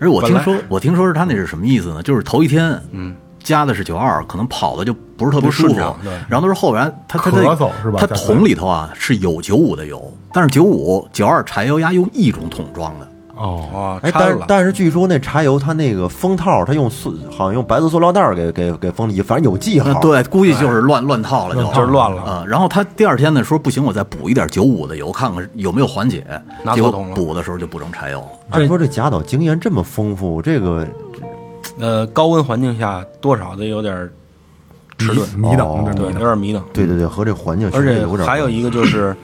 Speaker 4: 而且我听
Speaker 6: 本嗯
Speaker 4: 说，我听说是他那是什么意思呢？就是头一天，嗯，加的是九二，可能跑的就不是特别
Speaker 6: 不
Speaker 4: 舒
Speaker 6: 顺
Speaker 4: 服
Speaker 6: 畅对，
Speaker 4: 然后都是后边他他
Speaker 1: 咳嗽是吧
Speaker 4: 他
Speaker 1: 加
Speaker 4: 桶里头啊是有九五的油，但是九五九二柴油压用一种桶装的，
Speaker 1: 哦，
Speaker 6: 啊，
Speaker 5: 哎，
Speaker 6: 掺
Speaker 5: 但
Speaker 6: 了，
Speaker 5: 但是据说那柴油它那个封套，它用塑，好像用白色塑料袋儿给给给封里，反正有记号。
Speaker 6: 啊
Speaker 4: 那，对，估计就是乱乱套了，就
Speaker 6: 哎就是乱了
Speaker 4: 啊。然后他第二天呢说不行，我再补一点九五的油，看看有没有缓解。
Speaker 6: 拿
Speaker 4: 结果
Speaker 6: 错桶了
Speaker 4: 补的时候就补成柴油了。
Speaker 5: 按说这贾导经验这么丰富，这个
Speaker 6: 呃，高温环境下多少得有点儿，
Speaker 1: 迟钝迷
Speaker 5: 哦
Speaker 1: 等，这
Speaker 6: 对，
Speaker 1: 迷
Speaker 6: 有
Speaker 1: 等
Speaker 6: 点儿迷瞪。
Speaker 5: 对对对，和这环境确
Speaker 6: 而
Speaker 5: 实
Speaker 6: 且
Speaker 5: 有点
Speaker 6: 还有一个就是，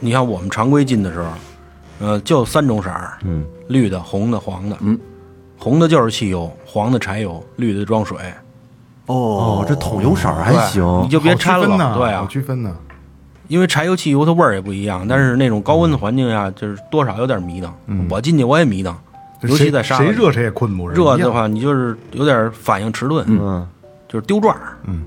Speaker 6: 你像我们常规进的时候，呃，就三种色儿，嗯，绿的、红的、黄的，嗯，红的就是汽油，黄的柴油，绿的装水，
Speaker 5: 哦，这桶油色儿还行，
Speaker 6: 你就别
Speaker 1: 好
Speaker 6: 掺
Speaker 1: 区
Speaker 6: 了，
Speaker 1: 分呢，
Speaker 6: 对
Speaker 1: 好
Speaker 6: 啊，
Speaker 1: 区分呢。
Speaker 6: 因为柴油、汽油它味儿也不一样，但是那种高
Speaker 5: 嗯
Speaker 6: 温的环境下，就是多少有点迷瞪。我进去我也迷瞪，
Speaker 1: 就
Speaker 6: 尤其
Speaker 1: 谁
Speaker 6: 在沙
Speaker 1: 谁
Speaker 6: 发
Speaker 1: 热谁也困不着。
Speaker 6: 热
Speaker 1: 一
Speaker 6: 的
Speaker 1: 样，
Speaker 6: 话，你就是有点反应迟钝，
Speaker 5: 嗯，
Speaker 6: 就是丢转儿，嗯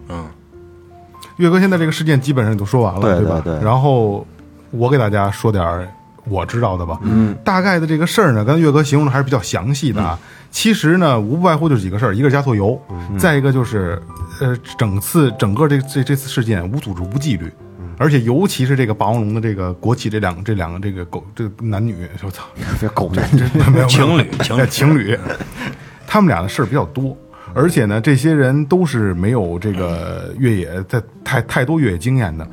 Speaker 1: 岳哥现在这个事件基本上都说完了，
Speaker 5: 对
Speaker 1: 吧？
Speaker 5: 对对
Speaker 1: 然后我给大家说点儿我知道的吧，嗯，大概的这个事儿呢，刚才岳哥形容的还是比较详细的啊。
Speaker 5: 嗯
Speaker 1: 其实呢，无不外乎就是几个事儿，一个是加错油，再一个就是呃，整次整个这这这次事件无组织无纪律。
Speaker 5: 嗯
Speaker 1: 而且尤其是这个霸王龙的这个国旗，这两个这两个这个狗这男女，我操，
Speaker 5: 别狗男
Speaker 6: 情 侣情侣
Speaker 1: 情侣，他们俩的事儿比较多，而且呢，这些人都是没有这个越野在太太多越野经验的，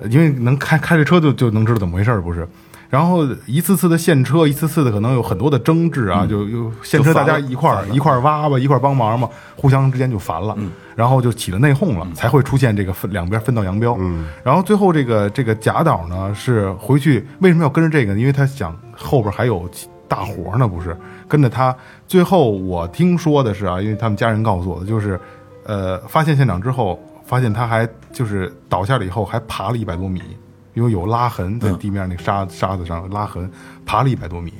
Speaker 1: 呃因为能开开着车就就能知道怎么回事儿，不是？然后一次次的现车，一次次的可能有很多的争执
Speaker 6: 嗯
Speaker 1: 啊，就就现车大家一块儿一块儿挖吧，一块儿帮忙嘛，互相之间就烦
Speaker 6: 嗯
Speaker 1: 了，然后就起了内讧了，才会出现这个分两边分道扬镳。
Speaker 6: 嗯
Speaker 1: 然后最后这个这个贾导呢是回去为什么要跟着这个呢？因为他想后边还有其大活呢，不是跟着他。最后我听说的是啊，因为他们家人告诉我的，就是呃，发现现场之后，发现他还就是倒下了以后还爬了一百多米，因为有拉痕在地面那个沙沙子上拉痕，爬了一百多米。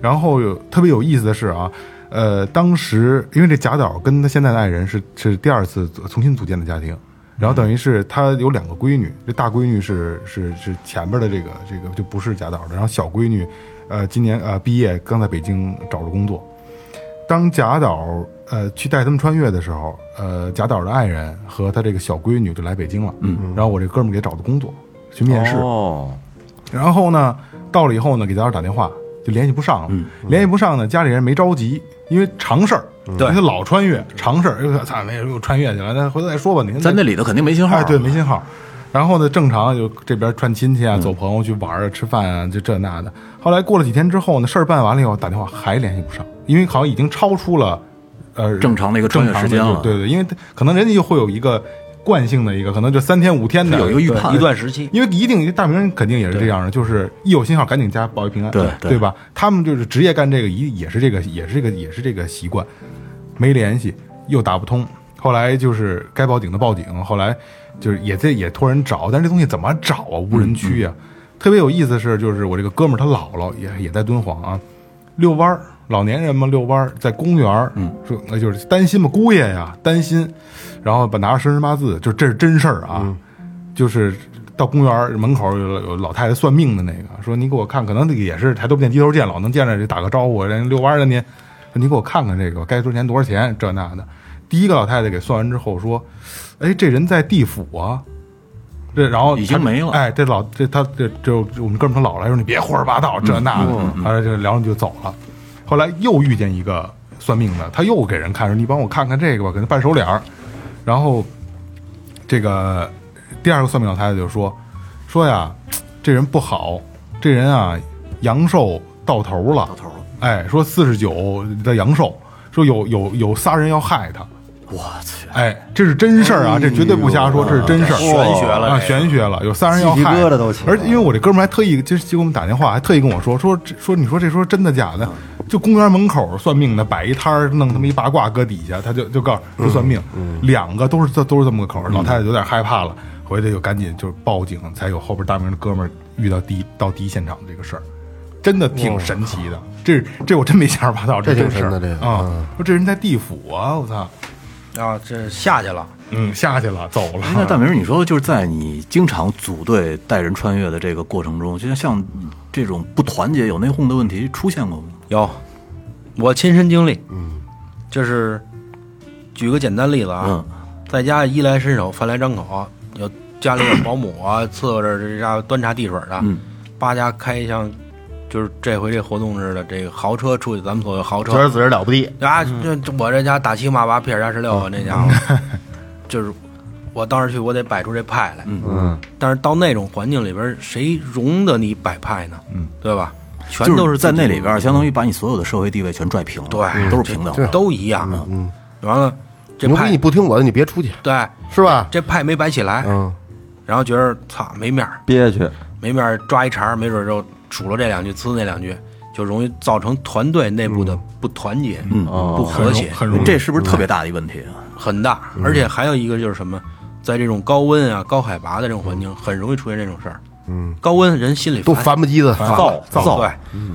Speaker 1: 然后有特别有意思的是啊，呃，当时因为这贾导跟他现在的爱人是是第二次组重新组建的家庭，然后等于是他有两个闺女，这大闺女是是是前边的这个这个就不是贾导的，然后小闺女，呃，今年呃毕业刚在北京找着工作。当贾导呃去带他们穿越的时候，呃，贾导的爱人和他这个小闺女就来北京了，嗯，然后我这哥们儿给找的工作，去面试，
Speaker 5: 哦，
Speaker 1: 然后呢，到了以后呢，给家人打电话就联系不上了，联系不上呢，家里人没着急，因为常事儿，对、他老穿越常事儿，又操，那又穿越去了，那回头再说吧，您
Speaker 4: 在那里头肯定没信号、
Speaker 1: 哎，对，没信号。然后呢，正常就这边串亲戚啊，走朋友去玩儿啊，吃饭啊，就这那的。后来过了几天之后呢，事儿办完了以后，打电话还联系不上，因为好像已经超出了呃
Speaker 4: 正常的一个穿越
Speaker 1: 正常的
Speaker 4: 时间了
Speaker 1: 对对，因为可能人家就会有一个惯性的一个，可能就三天五天的
Speaker 4: 有一个预判
Speaker 6: 一段时期，
Speaker 1: 因为一定大明人肯定也是这样的，就是一有信号赶紧加报一平安，
Speaker 4: 对
Speaker 1: 对
Speaker 4: 对
Speaker 1: 吧？他们就是职业干这个，一也是这个，也是这个，也是这个习惯，没联系又打不通，后来就是该报警的报警，后来就是也在也托人找，但是这东西怎么找啊？无人区呀、特别有意思是，就是我这个哥们儿他姥姥也也在敦煌啊，遛弯儿，老年人嘛遛弯儿，在公园儿，嗯，说那就是担心嘛，姑爷呀担心，然后把拿着生辰八字，就这是真事儿啊，就是到公园儿门口有有老太太算命的那个，说你给我看，可能那个也是抬头不见低头见，老能见着就打个招呼，人家遛弯儿的您，说你给我看看这个该多少钱多少钱这那的。第一个老太太给算完之后说，哎，这人在地府啊。这然后
Speaker 4: 已经
Speaker 1: 她
Speaker 4: 没了
Speaker 1: 哎，这老这他这这这我们哥们儿他姥姥说你别胡说八道
Speaker 4: 嗯
Speaker 1: 这那的，完了就聊着就走了。后来又遇见一个算命的，他又给人看说你帮我看看这个吧，给他办手脸儿。然后这个第二个算命老太太就说说呀，这人不好，这人啊阳寿到头了，到头了。哎，说四十九的阳寿，说有有有仨人要害他。
Speaker 4: 我去，
Speaker 1: 哎，这是真事儿啊，这绝对不瞎说，这是真事儿，
Speaker 6: 玄学
Speaker 1: 啊，
Speaker 6: 了这个
Speaker 1: 玄学了，有仨人要
Speaker 5: 鸡皮
Speaker 1: 害，
Speaker 5: 疙瘩都起来
Speaker 1: 而
Speaker 5: 了
Speaker 1: 且因为我这哥们儿还特意，就是就给我们打电话，还特意跟我说，说这说你说这说真的假的？就公园门口算命的摆一摊儿，弄他妈一八卦搁底下，他就就告诉就算命，两个都是这都是这么个口儿，老太太有点害怕了，回来就赶紧就是报警，才有后边大名的哥们儿遇到第一到第一现场这个事儿。真的挺神奇的，这这我真没瞎说八道，
Speaker 2: 这挺
Speaker 1: 真事儿
Speaker 2: 神的这个
Speaker 1: 啊
Speaker 2: 嗯！
Speaker 1: 说这人在地府啊，我操！
Speaker 6: 啊，这下去了，
Speaker 1: 嗯，下去了，走了。
Speaker 4: 哎，那大明，你说就是
Speaker 6: 啊
Speaker 4: 在你经常组队带人穿越的这个过程中，就像像这种不团结、有内讧的问题出现过吗？
Speaker 6: 有，我亲身经历，嗯，就是举个简单例子啊，
Speaker 4: 嗯
Speaker 6: 在家衣来伸手，饭来张口，有家里有保姆啊，伺候着这家端茶递水的，
Speaker 4: 嗯
Speaker 6: 八家开一箱，就是这回这活动似的，这个豪车出去，咱们所谓豪车，
Speaker 2: 觉得自个儿了不地，
Speaker 6: 啊，这
Speaker 4: 嗯
Speaker 6: 这我这家打七骂八，屁眼加十六，我那 家伙，就是我当时去，我得摆出这派来。嗯，但是到那种环境里边，谁容得你摆派呢？嗯，对吧？全
Speaker 4: 就
Speaker 6: 都
Speaker 4: 是在
Speaker 6: 自己
Speaker 4: 那里边，相当于把你所有的社会地位全拽平了，
Speaker 6: 对，
Speaker 4: 都是平等
Speaker 6: 这
Speaker 4: 的。
Speaker 6: 都一样。嗯，完了，这
Speaker 2: 牛逼！
Speaker 6: 派
Speaker 2: 你不听我的，你别出去，
Speaker 6: 对
Speaker 2: 是吧？
Speaker 6: 这派没摆起来，
Speaker 2: 嗯，
Speaker 6: 然后觉得操没面儿，
Speaker 5: 憋屈，
Speaker 6: 没面儿抓一茬儿，没准儿就数落这两句，呲那两句，就容易造成团队内部的不团结、不和谐。
Speaker 1: 很容易，
Speaker 4: 这是不是特
Speaker 6: 嗯
Speaker 4: 别大的一问题啊？
Speaker 6: 很大，而且还有一个就是什么，在这种高温啊、高海拔的这种环境，很容易出现这种事儿。嗯，高温人心里
Speaker 2: 都烦不唧的，
Speaker 6: 燥
Speaker 1: 燥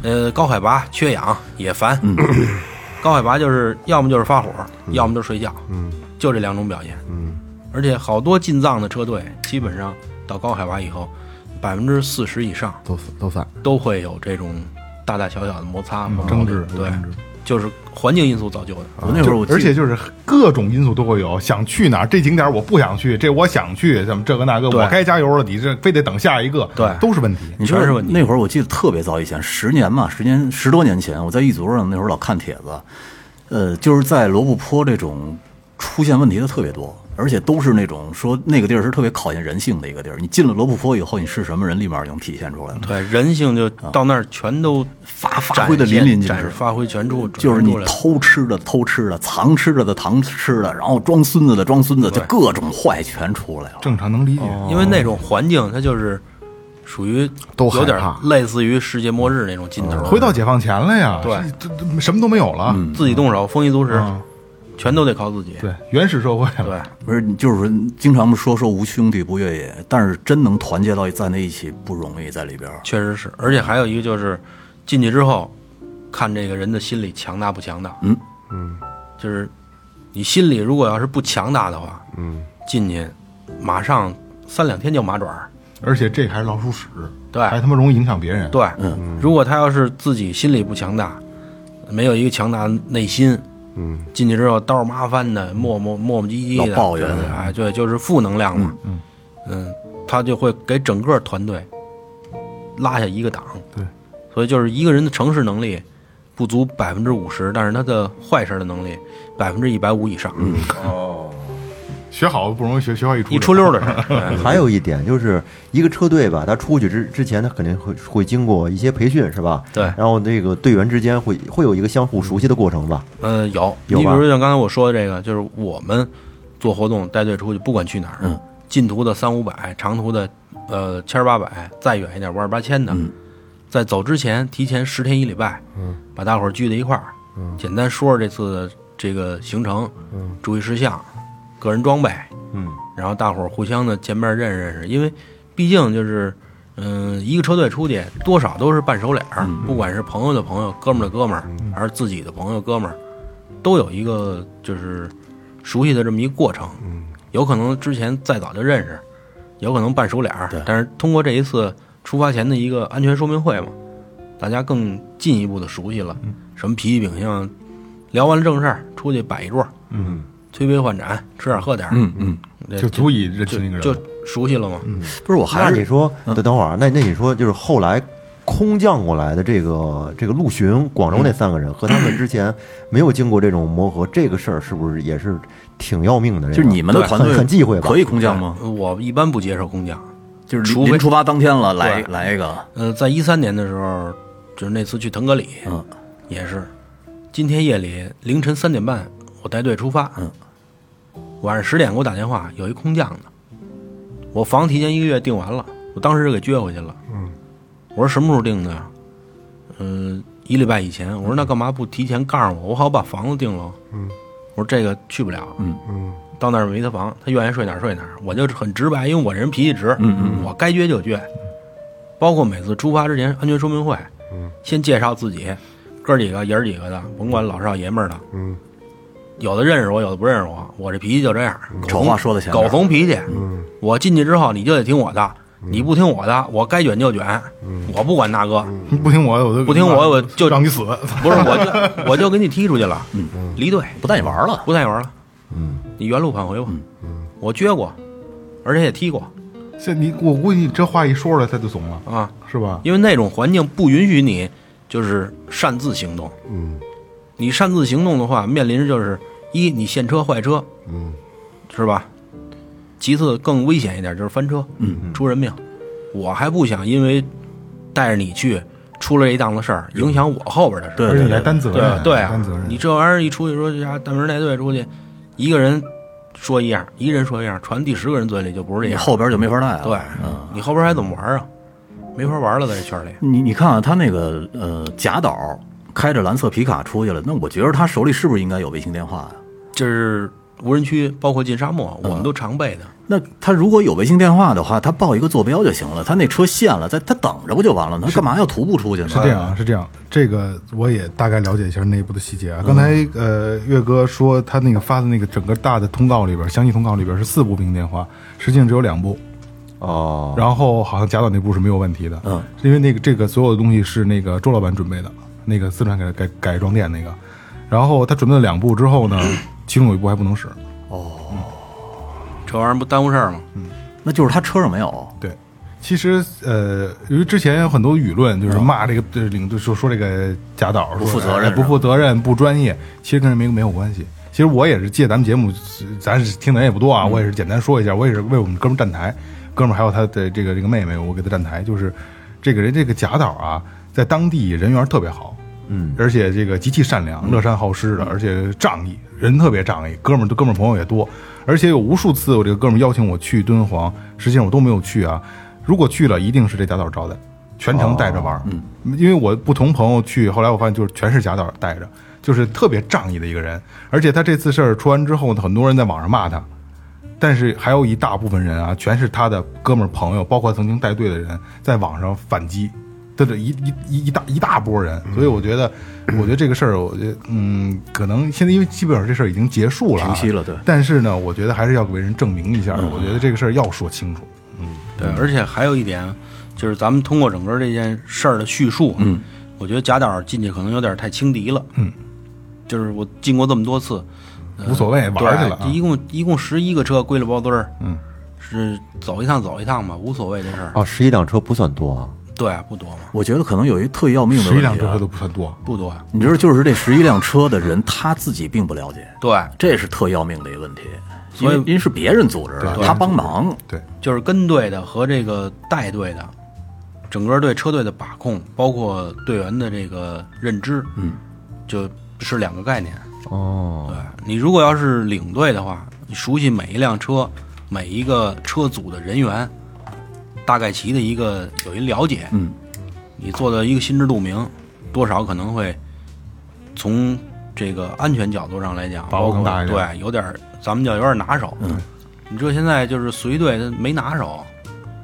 Speaker 6: 对，呃，高海拔缺氧也烦。 高海拔就是要么就是发火，要么就是睡觉，嗯，就这两种表现。嗯，而且好多进藏的车队，基本上到高海拔以后，百分之四十以上
Speaker 2: 都都散。
Speaker 6: 都会有这种大大小小的摩擦、
Speaker 1: 嗯
Speaker 6: 矛
Speaker 1: 争
Speaker 6: 盾
Speaker 1: 执
Speaker 6: 对
Speaker 1: 争执，
Speaker 6: 就是环境因素造就的。
Speaker 4: 我那会儿我记
Speaker 1: 而
Speaker 4: 得
Speaker 1: 且就是各种因素都会有，想去哪儿，这景点我不想去，这我想去，怎么这个那个，
Speaker 6: 对
Speaker 1: 我该加油了，你这非得等下一个，
Speaker 6: 对
Speaker 1: 都是问题。
Speaker 4: 你知道
Speaker 6: 确实是问题
Speaker 4: 那会儿我记得特别早以前，十年嘛，十年十多年前，我在一族上那会儿老看帖子，呃，就是在罗布泊这种出现问题的特别多，而且都是那种说那个地儿是特别考验人性的一个地儿。你进了罗布泊以后，你是什么人，立马就能体现出来了。
Speaker 6: 对，人性就到那儿全都发
Speaker 4: 发挥得淋漓尽致
Speaker 6: 展示发挥全处，
Speaker 4: 就是你
Speaker 6: 展现出来
Speaker 4: 偷吃的偷吃的，藏吃的的藏吃的，然后装孙子的装孙子，就各种坏全出来了。
Speaker 1: 正常能理解，
Speaker 6: 因为那种环境它就是属于
Speaker 2: 都害
Speaker 6: 有点
Speaker 2: 怕
Speaker 6: 类似于世界末日那种劲头儿，
Speaker 1: 嗯回到解放前了呀，
Speaker 6: 对嗯
Speaker 1: 是这这什么都没有了，
Speaker 6: 自己动手，丰衣足食
Speaker 1: 嗯，
Speaker 6: 全都得靠自己。
Speaker 1: 对，原始社会了，
Speaker 6: 对，
Speaker 4: 不是，就是说经常说说无兄弟不越野，但是真能团结到站在一起不容易，在里边儿。
Speaker 6: 确实是，而且还有一个就是进去之后，看这个人的心理强大不强大。
Speaker 4: 嗯
Speaker 6: 就是你心里如果要是不强大的话，嗯，进去马上三两天就麻爪儿。
Speaker 1: 而且这还是老鼠屎，
Speaker 6: 对
Speaker 1: 还他妈容易影响别人，
Speaker 6: 对，如果他要是自己心理不强大，没有一个强大的内心，嗯，进去之后叨儿麻烦的，磨磨磨磨唧唧的，
Speaker 4: 老抱怨
Speaker 6: 对哎，对，就是负能量嘛，嗯他就会给整个团队拉下一个档，
Speaker 1: 对，
Speaker 6: 所以就是一个人的承事能力不足百分之五十，但是他的坏事的能力百分之一百五以上，
Speaker 1: 学好不容易学学好一出
Speaker 6: 一出溜儿的事儿，哎
Speaker 5: 还有一点就是，一个车队吧，他出去之之前，他肯定会会经过一些培训，是吧？
Speaker 6: 对
Speaker 5: 然后那个队员之间会会有一个相互熟悉的过程吧？
Speaker 6: 呃，有，
Speaker 5: 有
Speaker 6: 你比
Speaker 5: 吧
Speaker 6: 如像刚才我说的这个，就是我们做活动带队出去，不管去哪儿，
Speaker 4: 嗯
Speaker 6: 近途的三五百，长途的呃千八百，再远一点五二八千的，在走之前提前十天一礼拜，把大伙儿聚在一块儿，简单说说这次的这个行程，注意事项，个人装备，嗯，然后大伙儿互相的见面认识认识，因为毕竟就是，嗯、一个车队出去多少都是半熟脸儿，不管是朋友的朋友、哥们儿的哥们儿，还是自己的朋友哥们儿，都有一个就是熟悉的这么一个过程。
Speaker 1: 嗯
Speaker 6: 有可能之前再早就认识，有可能半熟脸儿，但是通过这一次出发前的一个安全说明会嘛，大家更进一步的熟悉了，
Speaker 1: 嗯
Speaker 6: 什么脾气秉性，聊完了正事儿，出去摆一桌，嗯，推杯换盏，吃点儿喝点儿，
Speaker 4: 嗯嗯，
Speaker 6: 这
Speaker 1: 就足以认清一个人嗯
Speaker 6: 就
Speaker 1: 了。
Speaker 6: 熟悉了嘛。
Speaker 4: 不是，我嗯
Speaker 5: 那
Speaker 4: 还
Speaker 5: 你
Speaker 4: 是
Speaker 5: 说，等等会儿啊，那那你说就是后来空降过来的这个这个陆巡，广州那
Speaker 4: 嗯
Speaker 5: 三个人和他们之前没有经过这种磨合，这个事儿是不是也是挺要命的？这
Speaker 4: 就
Speaker 5: 个
Speaker 4: 是你们的团队
Speaker 5: 很很忌讳吧？
Speaker 4: 可以空降吗？
Speaker 6: 呃我一般不接受空降，
Speaker 4: 就是
Speaker 6: 除
Speaker 4: 临
Speaker 6: 非
Speaker 4: 临出发当天了，来来一个，
Speaker 6: 呃，在一三年的时候，就是那次去腾格里，
Speaker 4: 嗯，
Speaker 6: 也是今天夜里凌晨三点半，我带队出发，嗯，晚上十点给我打电话，有一空降的，我房提前一个月订完了，我当时就给撅回去了，嗯，我说什么时候订的呀？嗯、一礼拜以前。我说那干嘛不提前告诉我？我好把房子订了。嗯，我说这个去不了，嗯嗯，到那儿没他房，他愿意睡哪儿睡哪儿，我就很直白，因为我这人脾气直，嗯嗯，我该撅就撅。包括每次出发之前安全说明会，嗯，先介绍自己，哥几个爷儿几个的，甭管老少爷们儿的，嗯，有的认识我，有的不认识我，我这脾气就这样，狗
Speaker 4: 丑话说得前面
Speaker 6: 怂狗怂脾气，嗯，我进去之后你就得听我的，你不听我的，我该卷就卷，我不管大哥，
Speaker 1: 不听我的，我就
Speaker 6: 不听我的我就
Speaker 1: 让你死。
Speaker 6: 不是我就我就给你踢出去了，离队，
Speaker 4: 不带你玩了。
Speaker 6: 不带你玩了，嗯，你原路返回吧，我撅过，而且也踢过
Speaker 1: 这你我估计你这话一说出来，他就怂了，
Speaker 6: 啊，
Speaker 1: 是吧？
Speaker 6: 因为那种环境不允许你就是擅自行动。嗯，你擅自行动的话，面临着就是一你现车坏车，嗯，是吧？其次更危险一点就是翻车，嗯，出人命。我还不想因为带着你去出了一档子事儿，影响我后边的事儿。
Speaker 4: 对
Speaker 1: 而且
Speaker 4: 对
Speaker 1: 你还
Speaker 4: 对，
Speaker 1: 担责
Speaker 6: 对
Speaker 1: 任，
Speaker 6: 对
Speaker 1: 担
Speaker 6: 啊
Speaker 1: 责，任。
Speaker 6: 你这玩意儿一出去说这家大门带队出去，一个人说一样，一个人说一样，传第十个人嘴里就不是这
Speaker 4: 你
Speaker 6: 样。
Speaker 4: 后边就没法带了。嗯
Speaker 6: 对，你后边还怎么玩啊？没法玩了，在这圈里。
Speaker 4: 你你看啊，他那个呃贾导开着蓝色皮卡出去了，那我觉得他手里是不是应该有卫星电话呀、啊
Speaker 6: 就是无人区，包括进沙漠，我们都常备的。
Speaker 4: 那他如果有卫星电话的话，他报一个坐标就行了。他那车陷了，在他等着不就完了吗？他干嘛要徒步出去呢？
Speaker 1: 是这样，啊，是这样。这个我也大概了解一下内部的细节啊。刚才呃，岳哥说他那个发的那个整个大的通道里边，详细通告里边是四部兵电话，实际上只有两部。
Speaker 5: 哦，
Speaker 1: 然后好像贾导那部是没有问题的，
Speaker 4: 嗯，
Speaker 1: 因为那个这个所有的东西是那个周老板准备的，那个四川改改改装店那个。然后他准备了两部之后呢，其中有一部还不能使，
Speaker 6: 这玩意儿不耽误事儿吗？
Speaker 4: 那就是他车上没有。
Speaker 1: 对，其实呃，由于之前有很多舆论就是骂这个这领队说说这个贾导
Speaker 4: 嗯
Speaker 1: 说
Speaker 4: 不负责任
Speaker 1: 哎不负责任、不专业，其实跟这没没有关系。其实我也是借咱们节目，咱是听的人也不多啊，
Speaker 4: 嗯
Speaker 1: 我也是简单说一下，我也是为我们哥们儿站台，哥们儿还有他的这个这个妹妹，我给他站台，就是这个人这个贾导啊，在当地人缘特别好。嗯，而且这个极其善良、乐善好施的，而且仗义，人特别仗义，哥们儿哥们儿朋友也多，而且有无数次我这个哥们儿邀请我去敦煌，实际上我都没有去啊。如果去了，一定是这贾导招待，全程带着玩儿。嗯，因为我不同朋友去，后来我发现就是全是贾导带着，就是特别仗义的一个人。而且他这次事儿出完之后呢，很多人在网上骂他，但是还有一大部分人啊，全是他的哥们儿朋友，包括曾经带队的人，在网上反击，对对，一一一一大一大波人。所以我觉得，我觉得这个事儿，我觉得，嗯，可能现在因为基本上这事儿已经结束了啊，
Speaker 4: 平息了对
Speaker 1: 但是呢，我觉得还是要为人证明一下，我觉得这个事儿要说清楚。
Speaker 6: 对，而且还有一点，就是咱们通过整个这件事儿的叙述，嗯，我觉得贾导进去可能有点太轻敌了，嗯，就是我进过这么多次，
Speaker 1: 无所谓，玩儿去了啊
Speaker 6: 嗯对，一共一共十一个车归了包堆儿，嗯，是走一趟走一趟吧，无所谓的事儿，
Speaker 5: 哦，十一辆车不算多啊。
Speaker 6: 对，不多嘛，
Speaker 4: 我觉得可能有一特要命的
Speaker 1: 十一
Speaker 4: 问题、
Speaker 1: 辆
Speaker 4: 啊。
Speaker 1: 车都不算多。
Speaker 6: 不多，
Speaker 4: 你知道，就是这十一辆车的人他自己并不了解，
Speaker 6: 对，
Speaker 4: 这是特要命的一个问题。
Speaker 6: 所以
Speaker 4: 因为因为是别人组织的，
Speaker 1: 对
Speaker 4: 他帮忙。
Speaker 1: 对，
Speaker 6: 就是跟队的和这个带队的，整个对车队的把控，包括队员的这个认知，嗯，就是两个概念。
Speaker 5: 哦，
Speaker 6: 对你如果要是领队的话，你熟悉每一辆车、每一个车组的人员，大概其的一个有一了解，
Speaker 4: 嗯，
Speaker 6: 你做的一个心知肚明，多少可能会从这个安全角度上来讲，
Speaker 1: 把握更大一点
Speaker 6: 包括对，有点儿咱们叫有点儿拿手，嗯，你这现在就是随队他没拿手，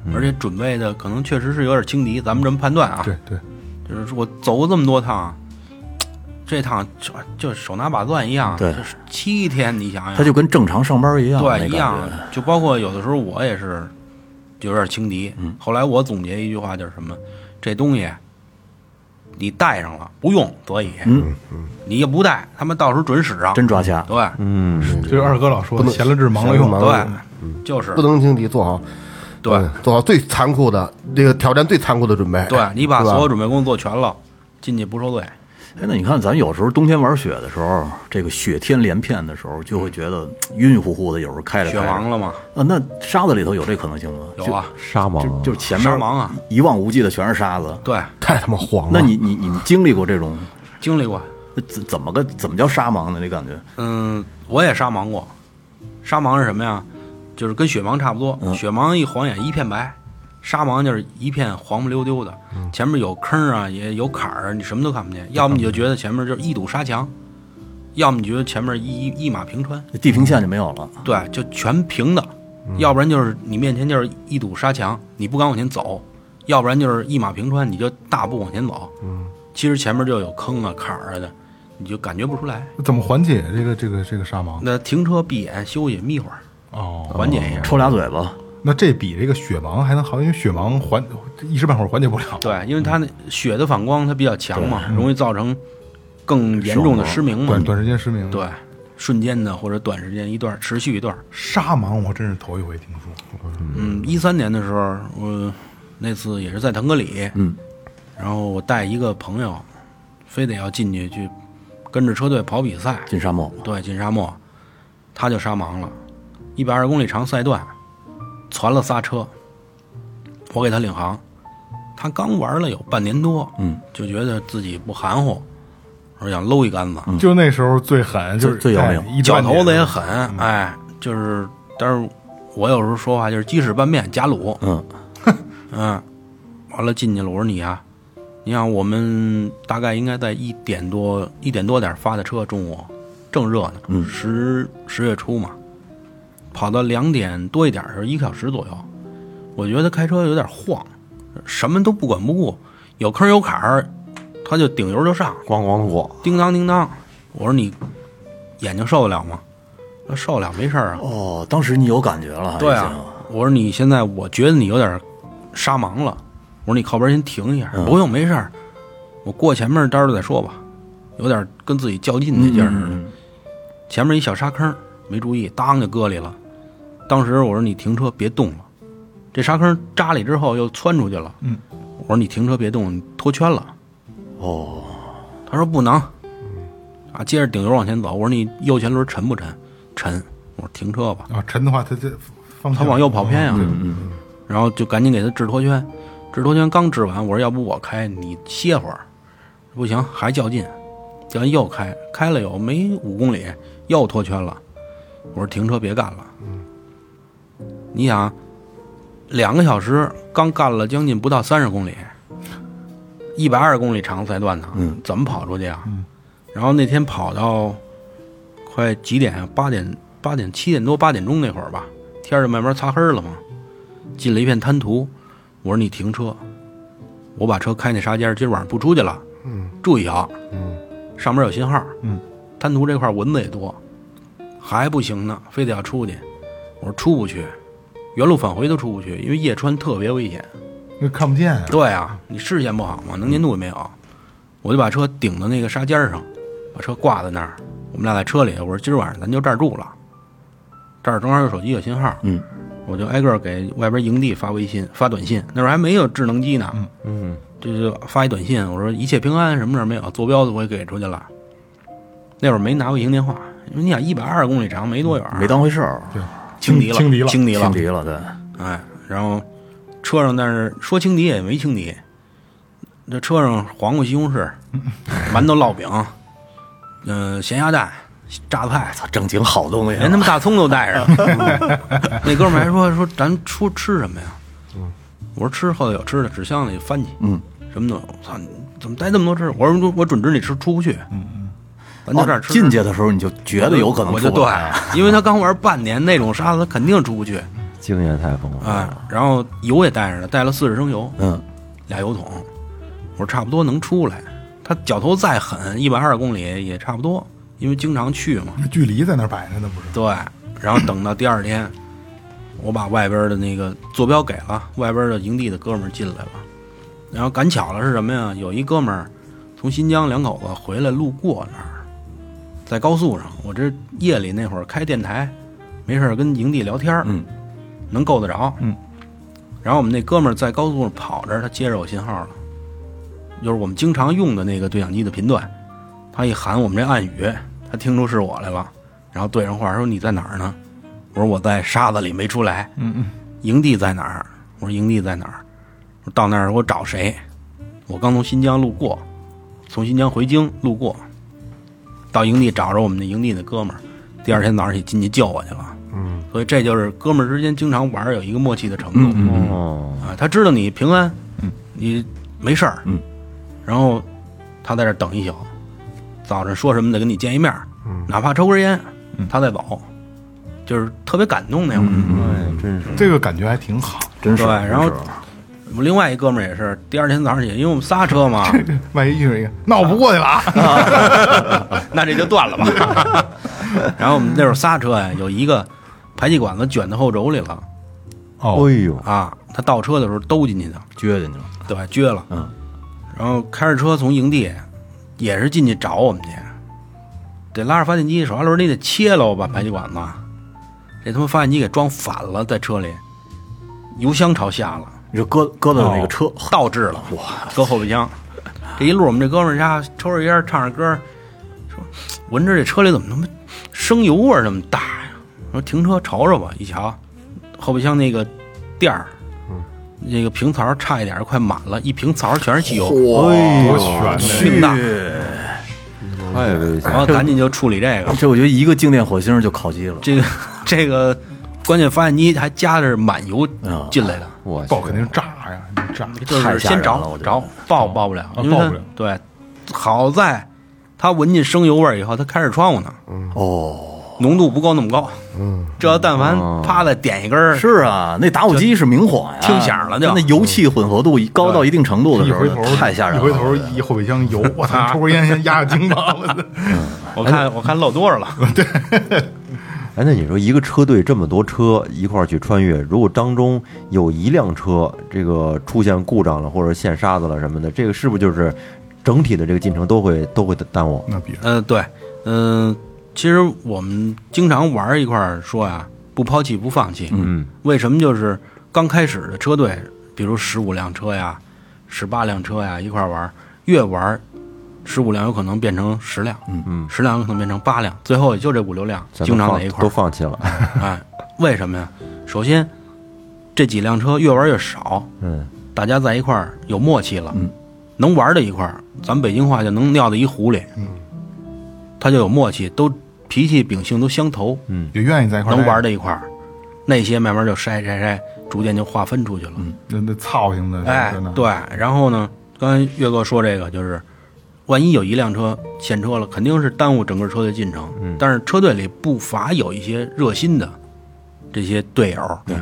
Speaker 4: 嗯
Speaker 6: 而且准备的可能确实是有点轻敌，咱们这么判断啊。
Speaker 1: 对对，
Speaker 6: 就是说我走过这么多趟，这趟就就手拿把攥一样，
Speaker 4: 对
Speaker 6: 啊这是七天，你想想，
Speaker 4: 他就跟正常上班一样，那
Speaker 6: 对
Speaker 4: 感
Speaker 6: 一
Speaker 4: 觉
Speaker 6: 样，就包括有的时候我也是有点轻敌。
Speaker 4: 嗯
Speaker 6: 后来我总结一句话就是什么，这东西你带上了不用则已，
Speaker 4: 嗯，
Speaker 6: 你也不带，他们到时候准使上。
Speaker 4: 真嗯抓瞎。
Speaker 6: 对
Speaker 1: 就是二哥老说
Speaker 2: 不能
Speaker 1: 闲了治，忙了
Speaker 2: 闲了
Speaker 1: 用，
Speaker 2: 忙了
Speaker 6: 对，就是
Speaker 4: 嗯
Speaker 2: 不能轻敌，做好
Speaker 6: 对
Speaker 2: 嗯做好最残酷的这个挑战最残酷的准备。
Speaker 6: 对，你把
Speaker 2: 是吧
Speaker 6: 所有准备工作做全了，进去不受罪。
Speaker 4: 哎，那你看，咱有时候冬天玩雪的时候，这个雪天连片的时候，就会觉得晕晕乎乎的，有时候开着开
Speaker 6: 雪
Speaker 4: 着
Speaker 6: 盲了吗？
Speaker 4: 啊，那沙子里头有这可能性吗？
Speaker 6: 有啊，
Speaker 5: 沙
Speaker 4: 就，
Speaker 5: 盲
Speaker 4: 就就是前面
Speaker 6: 沙盲啊
Speaker 4: 一望无际的全是沙子。
Speaker 6: 对，
Speaker 2: 太他妈黄
Speaker 4: 那
Speaker 2: 了。
Speaker 4: 你你你们经历过这种，
Speaker 6: 经历过。
Speaker 4: 那怎怎么个怎么叫沙盲呢？那感觉
Speaker 6: 嗯，我也沙盲过。沙盲是什么呀？就是跟雪盲差不多，
Speaker 2: 嗯
Speaker 6: 雪盲一晃眼一片白，沙盲就是一片黄不溜丢的，
Speaker 2: 嗯
Speaker 6: 前面有坑啊，也有坎儿啊，你什么都看不见。要么你就觉得前面就是一堵沙墙，要么你觉得前面一一马平川，
Speaker 4: 地平线就没有了。
Speaker 6: 对，就全平的。要不然就是你面前就是一堵沙墙，你不敢往前走；要不然就是一马平川，你就大步往前走。嗯，其实前面就有坑啊、坎儿啊的，你就感觉不出来。
Speaker 1: 怎么缓解这个这个这个沙盲？
Speaker 6: 那停车闭眼休息眯会儿，
Speaker 1: 哦，
Speaker 6: 缓解一下。
Speaker 4: 抽俩嘴巴，
Speaker 1: 那这比这个雪盲还能好，因为雪盲缓一时半会儿缓解不了。
Speaker 6: 对，因为它那血的反光它比较强嘛，容易造成更严重的失明嘛
Speaker 1: 短。短时间失明。
Speaker 6: 嗯对，瞬间的或者短时间一段持续一段。
Speaker 1: 沙盲我真是头一回听说。
Speaker 6: 嗯，一三年的时候，我那次也是在腾格里，嗯，然后我带一个朋友，非得要进去去跟着车队跑比赛，
Speaker 4: 进沙漠。
Speaker 6: 对，进沙漠，他就沙盲了，一百二十公里长赛段，攒了仨车，我给他领航，他刚玩了有半年多，
Speaker 4: 嗯，
Speaker 6: 就觉得自己不含糊，我想搂一杆子，
Speaker 1: 就那时候最狠，就是
Speaker 4: 最最要命
Speaker 1: 哎一
Speaker 6: 脚
Speaker 1: 转
Speaker 6: 头子
Speaker 1: 脸
Speaker 6: 也狠，
Speaker 4: 嗯
Speaker 6: 哎，就是，但是我有时候说话就是鸡屎拌面加卤，
Speaker 4: 嗯，
Speaker 6: 嗯，完了进去了，我说你啊，你看我们大概应该在一点多一点多点发的车，中午正热呢，
Speaker 4: 嗯
Speaker 6: 十十月初嘛，跑到两点多一点儿，一个小时左右，我觉得开车有点晃，什么都不管不顾，有坑有坎儿，他就顶油就上，
Speaker 5: 咣咣过，
Speaker 6: 叮当叮当。我说你眼睛受得了吗？他说受得了，没事儿啊。
Speaker 4: 哦，当时你有感觉了，
Speaker 6: 对
Speaker 4: 已
Speaker 6: 啊
Speaker 4: 经，
Speaker 6: 我说你现在我觉得你有点沙盲了，我说你靠边先停一下，
Speaker 4: 嗯
Speaker 6: 不用没事儿，我过前面待会儿再说吧，有点跟自己较劲那劲儿似
Speaker 4: 嗯
Speaker 6: 的。前面一小沙坑没注意，当就搁里了。当时我说你停车别动了，这沙坑扎里之后又窜出去了。嗯，我说你停车别动，你脱圈了。
Speaker 4: 哦，
Speaker 6: 他说不能，啊，接着顶油往前走。我说你右前轮沉不沉？沉。我说停车吧。
Speaker 1: 啊，沉的话，他这方
Speaker 6: 他
Speaker 1: 向
Speaker 6: 往右跑偏呀、啊
Speaker 1: 嗯
Speaker 6: 然后就赶紧给他治脱圈，治脱圈刚治完，我说要不我开，你歇会儿，不行还较劲，叫人又开，开了有没五公里又脱圈了，我说停车别干了，你想，两个小时刚干了将近不到三十公里，一百二十公里长赛段呢，怎么跑出去啊？然后那天跑到快几点啊？八点八点七点多八点钟那会儿吧，天儿就慢慢擦黑了嘛，进了一片滩涂。我说你停车，我把车开那沙尖儿，今儿晚上不出去了。嗯，注意啊。嗯，上面有信号。嗯，滩涂这块蚊子也多，还不行呢，非得要出去。我说出不去，原路返回都出不去，因为夜穿特别危险。
Speaker 1: 因为看不见啊。
Speaker 6: 对啊，你视线不好嘛，能见度也没有。我就把车顶到那个沙尖儿上，把车挂在那儿。我们俩在车里，我说今儿晚上咱就这儿住了，这儿正好有手机有信号。
Speaker 4: 嗯，
Speaker 6: 我就挨个儿给外边营地发微信、发短信，那时候还没有智能机呢。嗯就是发一短信，我说一切平安，什么事儿没有，坐标我也给出去了。那会儿没拿卫星电话，因为你想一百二十公里长，没多远儿，
Speaker 4: 没当回事儿，
Speaker 6: 轻敌了，
Speaker 1: 轻敌了
Speaker 6: 轻敌了
Speaker 4: 轻，敌了，对，
Speaker 6: 哎，然后车上但是说轻敌也没轻敌，这车上黄瓜、西 红柿、馒头、烙饼，嗯、咸鸭蛋、榨菜，
Speaker 4: 操，正经好东西啊，
Speaker 6: 连他妈大葱都带上。 那哥们儿还说说咱出吃什么呀？
Speaker 4: 嗯
Speaker 6: 我说吃后头有吃的，纸箱里翻去。嗯，什么都有。我操，你怎么带这么多吃的？我说我准指你吃出不去。嗯嗯，咱就这儿
Speaker 4: 哦
Speaker 6: 吃。
Speaker 4: 进去的时候你就觉得有可能
Speaker 6: 我就
Speaker 4: 出不来啊
Speaker 6: 对，因为他刚玩半年那种沙子，他肯定出不去。
Speaker 5: 经验太丰富了。
Speaker 6: 哎，然后油也带上了，带了四十升油，
Speaker 4: 嗯，
Speaker 6: 俩油桶，我说差不多能出来。他脚头再狠，一百二十公里也差不多，因为经常去嘛。
Speaker 1: 距离在那儿摆着呢，不是？
Speaker 6: 对，然后等到第二天，我把外边的那个坐标给了外边的营地的哥们儿进来了，然后赶巧了是什么呀？有一哥们儿从新疆两口子回来路过那儿，在高速上，我这夜里那会儿开电台，没事儿跟营地聊天儿，
Speaker 4: 嗯，
Speaker 6: 能够得着，
Speaker 1: 嗯。
Speaker 6: 然后我们那哥们儿在高速上跑着，他接着我信号了，就是我们经常用的那个对讲机的频段，他一喊我们这暗语，他听出是我来了。然后对上话说你在哪儿呢？我说我在沙子里没出来。嗯嗯，营地在哪儿？我说营地在哪儿？我说到那儿我找谁？我刚从新疆路过，从新疆回京路过，到营地找着我们那营地的哥们儿，第二天早上起进去救我去了。嗯，所以这就是哥们儿之间经常玩儿有一个默契的程度。
Speaker 5: 哦，
Speaker 6: 啊，他知道你平安，你没事儿，
Speaker 4: 嗯，
Speaker 6: 然后他在这儿等一宿，早晨说什么得跟你见一面儿，
Speaker 4: 嗯
Speaker 6: 哪怕抽根烟，他再走，就是特别感动那会儿。
Speaker 5: 哎，真
Speaker 6: 嗯
Speaker 5: 是
Speaker 1: 这个感觉还挺好。
Speaker 4: 嗯真是。
Speaker 6: 对然后
Speaker 4: 真是啊
Speaker 6: 我们另外一哥们儿也是，第二天早上起来，因为我们仨 车嘛，
Speaker 1: 万一遇上一个，那我不过去了啊！
Speaker 6: 那这就断了吧。 然后我们那会儿仨车呀，有一个排气管子卷到后轴里了
Speaker 1: 哦，
Speaker 5: 哎呦，
Speaker 6: 啊，他倒车的时候兜进去的，
Speaker 4: 撅进去了，
Speaker 6: 对，撅了。
Speaker 4: 嗯，
Speaker 6: 然后开着车从营地，也是进去找我们去，得拉着发电机，手滑轮你得切喽，把排气管子，这他妈发电机给装反了，在车里，油箱朝下了，
Speaker 4: 你就搁搁到那个车，
Speaker 6: 倒置了，哇，搁后备箱。这一路我们这哥们儿家抽着烟，唱着歌，说闻着这车里怎么他妈生油味儿那么大呀？我说停车瞅瞅吧，一瞧后备箱那个垫儿，那个平槽差一点儿快满了，一平槽全是汽油。
Speaker 1: 多悬呢！
Speaker 6: 命大，
Speaker 5: 太危险
Speaker 6: 然
Speaker 5: 了！
Speaker 6: 后赶紧就处理这个，
Speaker 4: 这我觉得一个静电火星就烤鸡了。
Speaker 6: 这个这个关键发电机还加着满油进来的，
Speaker 5: 我去
Speaker 1: 爆肯定炸呀，炸！
Speaker 6: 就
Speaker 4: 太
Speaker 6: 是先
Speaker 4: 吓人了
Speaker 6: 着
Speaker 4: 我觉得嗯
Speaker 6: 着爆爆不了，
Speaker 1: 啊
Speaker 6: 因为它
Speaker 1: 爆不了
Speaker 6: 对，好在他闻进生油味儿以后，他开着窗户呢，
Speaker 4: 哦，
Speaker 6: 浓度不够那么高。嗯，这要但凡啪的点一根儿，
Speaker 4: 是啊，那打火机是明火呀，
Speaker 6: 听响了就
Speaker 4: 那油气混合度高到一定程度的
Speaker 1: 一
Speaker 4: 时候
Speaker 1: 回头，
Speaker 4: 太吓人了。
Speaker 1: 一回头一后备 箱油，我操！抽根烟先压个惊吧！我操！
Speaker 6: 我看我看漏多少了。
Speaker 5: 哎，那你说一个车队这么多车一块儿去穿越，如果当中有一辆车这个出现故障了，或者陷沙子了什么的，这个是不是就是整体的这个进程都会都会耽误？
Speaker 1: 那别
Speaker 6: 呃，对，嗯、其实我们经常玩儿一块儿说呀、不抛弃不放弃。嗯，为什么就是刚开始的车队，比如十五辆车呀、十八辆车呀一块儿玩儿，越玩十五辆有可能变成十辆，嗯嗯，十辆有可能变成八辆，最后也就这五六辆
Speaker 5: 咱
Speaker 6: 经
Speaker 5: 们
Speaker 6: 常
Speaker 5: 放
Speaker 6: 在一块
Speaker 5: 都
Speaker 6: 儿。
Speaker 5: 放弃了，
Speaker 6: 哎，为什么呀？首先，这几辆车越玩越少，
Speaker 5: 嗯，
Speaker 6: 大家在一块儿有默契
Speaker 1: 嗯
Speaker 6: 了，能玩到一块儿，咱北京话就能尿到一壶里，嗯，他就有默契，都脾气秉性都相投，
Speaker 1: 也愿意嗯在一块儿
Speaker 6: 能玩
Speaker 1: 的，
Speaker 6: 到一块儿，那些慢慢就筛筛筛，逐渐就划分出去了，
Speaker 1: 那那操性的，
Speaker 6: 哎
Speaker 1: 真的，
Speaker 6: 对，然后呢，刚才岳哥说这个就是，万一有一辆车陷车了，肯定是耽误整个车队进程。嗯，但是车队里不乏有一些热心的这些队友，对，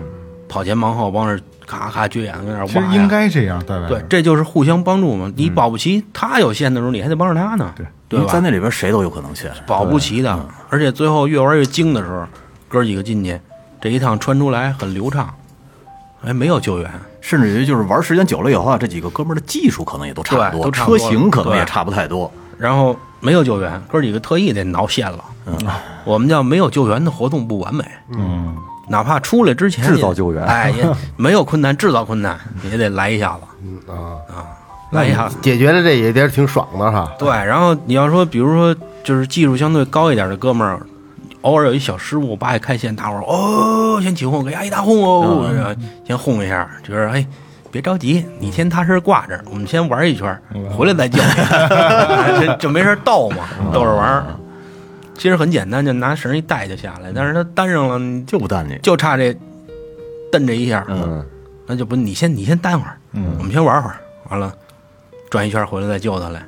Speaker 6: 跑前忙后帮着咔咔撅眼跟那儿
Speaker 1: 其实
Speaker 6: 挖呀
Speaker 1: 应该这样，在外
Speaker 6: 对
Speaker 1: 边，
Speaker 6: 这就是互相帮助嘛。你保不齐他有线的时候，你还得帮着他呢，
Speaker 1: 对
Speaker 6: 对
Speaker 4: 在
Speaker 6: 吧？
Speaker 4: 那里边谁都有可能陷。
Speaker 6: 保不齐的，而且最后越玩越精的时候，哥几个进去，这一趟穿出来很流畅，哎，没有救援。
Speaker 4: 甚至于就是玩时间久了以后啊，这几个哥们儿的技术可能也都差不
Speaker 6: 对
Speaker 4: 多，
Speaker 6: 都差不多
Speaker 4: 车型可能
Speaker 6: 对
Speaker 4: 也差不太多。
Speaker 6: 然后没有救援，哥几个特意得挠线了。嗯，我们叫没有救援的活动不完美。
Speaker 1: 嗯，
Speaker 6: 哪怕出来之前也
Speaker 5: 制造救援
Speaker 6: 哎，也没有困难，制造困难也得来一下子
Speaker 2: 啊，
Speaker 6: 来一下子。
Speaker 2: 解决了这也也挺爽的哈。
Speaker 6: 对，然后你要说，比如说就是技术相对高一点的哥们儿，偶尔有一小失误，八一开线，大伙儿哦，先起哄，给阿姨大哄哦，然后先哄一下，觉得哎。别着急，你先踏实挂着，我们先玩一圈儿，回来再叫你。哎这这没事儿逗嘛，逗着玩儿。其实很简单，就拿绳一带就下来。但是他担上了，你
Speaker 4: 就不淡你，
Speaker 6: 就差这蹬这一下，
Speaker 4: 嗯，
Speaker 6: 那就不你先你先待会儿，嗯，我们先玩会儿，完了转一圈回来再救他来，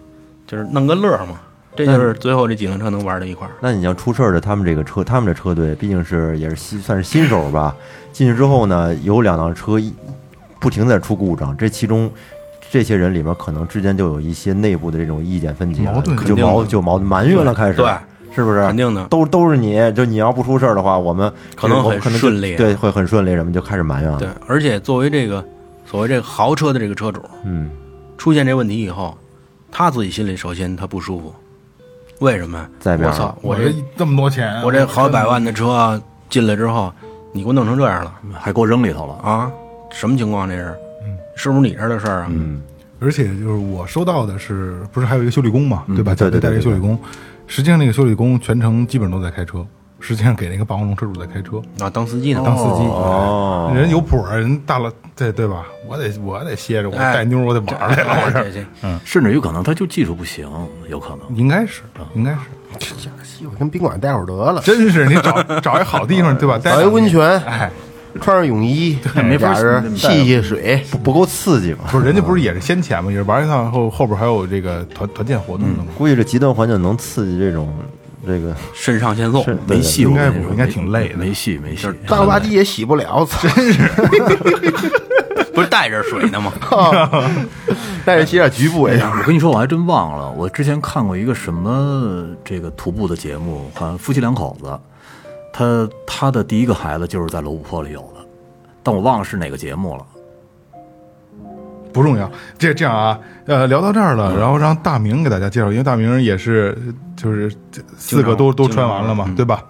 Speaker 6: 就是弄个乐儿嘛。这就是最后这几辆车能玩到一块儿。
Speaker 5: 那你要出事儿的，他们这个车，他们这车队毕竟是也是新算是新手吧。进去之后呢，有两辆车一不停地在出故障，这其中这些人里面可能之间就有一些内部的这种意见分歧了，
Speaker 1: 矛盾
Speaker 5: 就
Speaker 6: 肯定
Speaker 5: 矛
Speaker 6: 的
Speaker 5: 就矛埋怨了，开始
Speaker 6: 对，
Speaker 5: 是不是？
Speaker 6: 肯定的
Speaker 5: 都都是你，就你要不出事儿的话，我们
Speaker 6: 可能很
Speaker 5: 可能就
Speaker 6: 顺利啊
Speaker 5: 对，会很顺利，什么就开始埋怨了。
Speaker 6: 对，而且作为这个所谓这个豪车的这个车主，
Speaker 5: 嗯，
Speaker 6: 出现这问题以后，他自己心里首先他不舒服，为什么呀？
Speaker 5: 在面
Speaker 6: 我
Speaker 5: 儿
Speaker 6: 操，
Speaker 1: 我
Speaker 6: 我
Speaker 1: 这
Speaker 6: 这
Speaker 1: 这么多钱，
Speaker 6: 我这好几百万的车进来之后，你给我弄成这样了
Speaker 4: 还给我扔里头了。
Speaker 6: 啊？什么情况这是？是不是你这儿的事儿啊？
Speaker 1: 而且就是我收到的是，不是还有一个修理工嘛，对吧？
Speaker 5: 嗯对对对
Speaker 1: 带了一个修理工，实际上那个修理工全程基本都在开车，实际上给那个霸王龙车主在开车，
Speaker 6: 啊，当司机呢？
Speaker 1: 当司机。哎
Speaker 5: 哦
Speaker 1: 人有谱儿，人大了，对对吧？我得我得歇着，我带妞儿，我得玩儿来了，我
Speaker 6: 哎
Speaker 1: 这
Speaker 6: 这这
Speaker 4: 甚至于可能他就技术不行，有可能。
Speaker 1: 应该是应该是，
Speaker 2: 我跟宾馆待会儿得了，
Speaker 1: 真是你找找一好地方，对吧？待
Speaker 2: 找一
Speaker 1: 两
Speaker 2: 温
Speaker 1: 年，
Speaker 2: 泉，
Speaker 1: 哎，
Speaker 2: 穿上泳衣，
Speaker 4: 没法
Speaker 2: 俩人戏戏水，
Speaker 5: 不不够刺激嘛？
Speaker 1: 不是人家不是也是先钱嘛，也是玩一趟后后边还有这个团团建活动的嘛，
Speaker 5: 估计这极端环境能刺激这种这个
Speaker 6: 肾上腺素
Speaker 5: 是
Speaker 4: 没戏，
Speaker 1: 应
Speaker 4: 我
Speaker 1: 该
Speaker 4: 跟你
Speaker 1: 不
Speaker 4: 说，
Speaker 1: 应该挺累的
Speaker 4: 没没戏，没戏。
Speaker 2: 大了吧唧也洗不了，操！
Speaker 6: 不是带着水呢吗？
Speaker 2: 但是洗点局部也行。
Speaker 4: 我跟你说，我还真忘了，我之前看过一个什么这个徒步的节目，好像夫妻两口子，他他的第一个孩子就是在罗布泊里有的，但我忘了是哪个节目了。
Speaker 1: 不重要。这这样啊，呃，聊到这儿了，然后让大明给大家介绍，因为大明也是就是这四个都都穿完了嘛，对吧？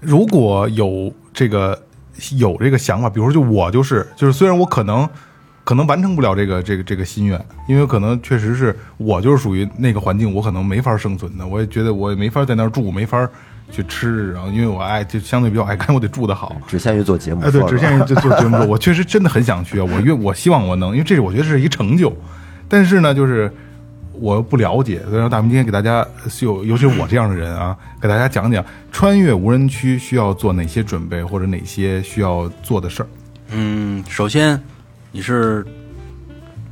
Speaker 1: 如果有这个有这个想法，比如说就我就是就是，虽然我可能可能完成不了这个这个这个心愿，因为可能确实是我就是属于那个环境，我可能没法生存的，我也觉得我也没法在那儿住，没法去吃，然后因为我爱就相对比较爱干，我得 住得好。
Speaker 5: 只限于做节目
Speaker 6: 啊
Speaker 1: 哎，对
Speaker 5: 说了，吧，
Speaker 1: 只限于就做节目，我确实真的很想去啊！我愿我希望我能，因为这是我觉得是一个成就。但是呢，就是我又不了解，所以说大明今天给大家，尤尤其是我这样的人啊，给大家讲讲穿越无人区需要做哪些准备，或者哪些需要做的事儿。
Speaker 6: 嗯，首先你是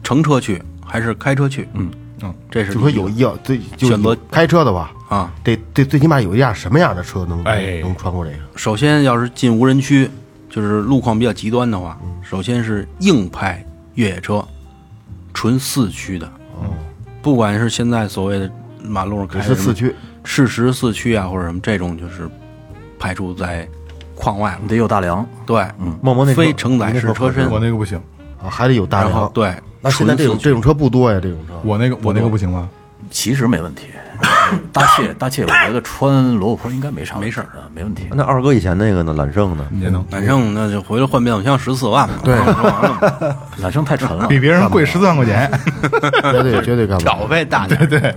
Speaker 6: 乘车去还是开车去？嗯
Speaker 1: 嗯，
Speaker 6: 这是
Speaker 2: 就说
Speaker 6: 第一
Speaker 2: 有
Speaker 6: 个
Speaker 2: 一要最就
Speaker 6: 选择
Speaker 2: 开车的吧，
Speaker 6: 啊。
Speaker 2: 得最最起码有一辆什么样的车能
Speaker 1: 哎
Speaker 2: 能穿过这个？
Speaker 6: 首先要是进无人区，就是路况比较极端的话，首先是硬派越野车，纯四驱的。哦，不管是现在所谓的马路上开
Speaker 2: 只
Speaker 6: 的
Speaker 2: 是
Speaker 6: 什么
Speaker 2: 四驱，
Speaker 6: 适时四驱啊，或者什么这种，就是排除在框外了。
Speaker 4: 你得有大梁，
Speaker 6: 对，
Speaker 5: 梦梦那
Speaker 6: 非
Speaker 5: 车
Speaker 6: 承载
Speaker 5: 嗯那
Speaker 6: 式车身
Speaker 1: 我，那个不行，
Speaker 2: 啊，还得有大
Speaker 6: 然后
Speaker 2: 梁。
Speaker 6: 对，
Speaker 2: 那现在这种
Speaker 6: 纯四驱
Speaker 2: 这种车不多呀，这种车
Speaker 1: 我那个我那个不行吧？
Speaker 4: 其实没问题。大切大切，我觉得穿罗布泊应该没啥没事儿啊，没问题。
Speaker 5: 那二哥以前那个呢？揽胜呢？
Speaker 1: 也能
Speaker 6: 反正那就回来换变速箱十四万 嘛，对，说完了嘛，
Speaker 4: 缆绳太沉了，
Speaker 1: 比别人贵十三块钱，
Speaker 2: 绝对绝对干不
Speaker 6: 挑
Speaker 2: 了。
Speaker 6: 呗，大点。对对，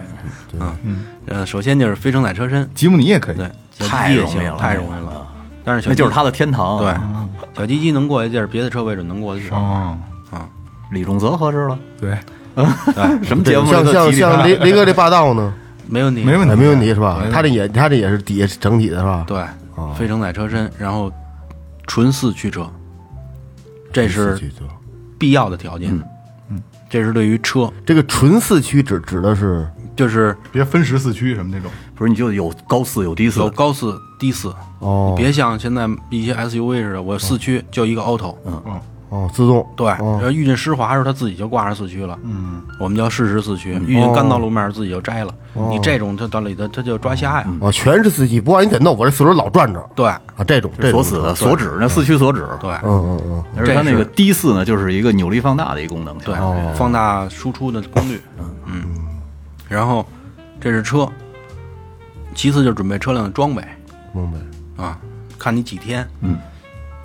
Speaker 6: 嗯，呃，首先就是非承载车身，
Speaker 1: 吉姆尼也可以
Speaker 6: 对，，
Speaker 4: 太容易了，
Speaker 6: 太容易了。
Speaker 4: 了，啊
Speaker 6: 但是小
Speaker 4: 那就是
Speaker 6: 鸡
Speaker 4: 他的天堂。
Speaker 6: 对，，小鸡鸡能过一地儿，别的车位置能过得去。
Speaker 4: 啊
Speaker 1: 哦，
Speaker 4: 李仲泽合适了，
Speaker 1: 对，
Speaker 4: 什么节目
Speaker 2: 像
Speaker 4: 里都
Speaker 2: 像
Speaker 4: 提李
Speaker 2: 像雷雷哥这霸道呢，
Speaker 6: 没问题，
Speaker 1: 没问
Speaker 2: 哎
Speaker 1: 题，
Speaker 2: 没问题是吧
Speaker 1: 没问？题
Speaker 2: 他这也他这也是底下是整体的是吧？
Speaker 6: 对，
Speaker 4: 啊
Speaker 6: 非承载车身，然后纯四驱车，这
Speaker 2: 四
Speaker 6: 是
Speaker 2: 驱车，
Speaker 6: 必要的条件。嗯，这是对于车，
Speaker 2: 这个纯四驱指指的是
Speaker 6: 就是
Speaker 1: 别分时四驱什么那种，
Speaker 4: 不是你就有高四有低四
Speaker 6: 有，高四、低四，
Speaker 2: 哦
Speaker 6: 别像现在一些 SUV 似的，我四驱就一个 auto，
Speaker 4: 嗯
Speaker 2: 哦自动
Speaker 6: 对，
Speaker 2: 哦
Speaker 6: 然后遇见湿滑的时候，它自己就挂上四驱了。嗯，我们叫适时四驱，遇见干道路面儿自己就摘了。你这种它到里头它就抓瞎呀。
Speaker 2: 哦全是四驱，不管你怎弄，我这四轮老转着
Speaker 6: 对
Speaker 2: 啊，这种
Speaker 4: 这
Speaker 2: 这
Speaker 4: 是
Speaker 2: 种
Speaker 4: 锁死的锁止那四驱锁止。
Speaker 6: 对，
Speaker 2: 嗯嗯嗯，
Speaker 4: 而它
Speaker 6: 这是
Speaker 4: 那个低四呢，就是一个扭力放大的一个功能。
Speaker 6: 对，放大输出的功率，嗯，然后这是车，其次就是准备车辆的装备
Speaker 2: 明白。
Speaker 6: 啊，看你几天，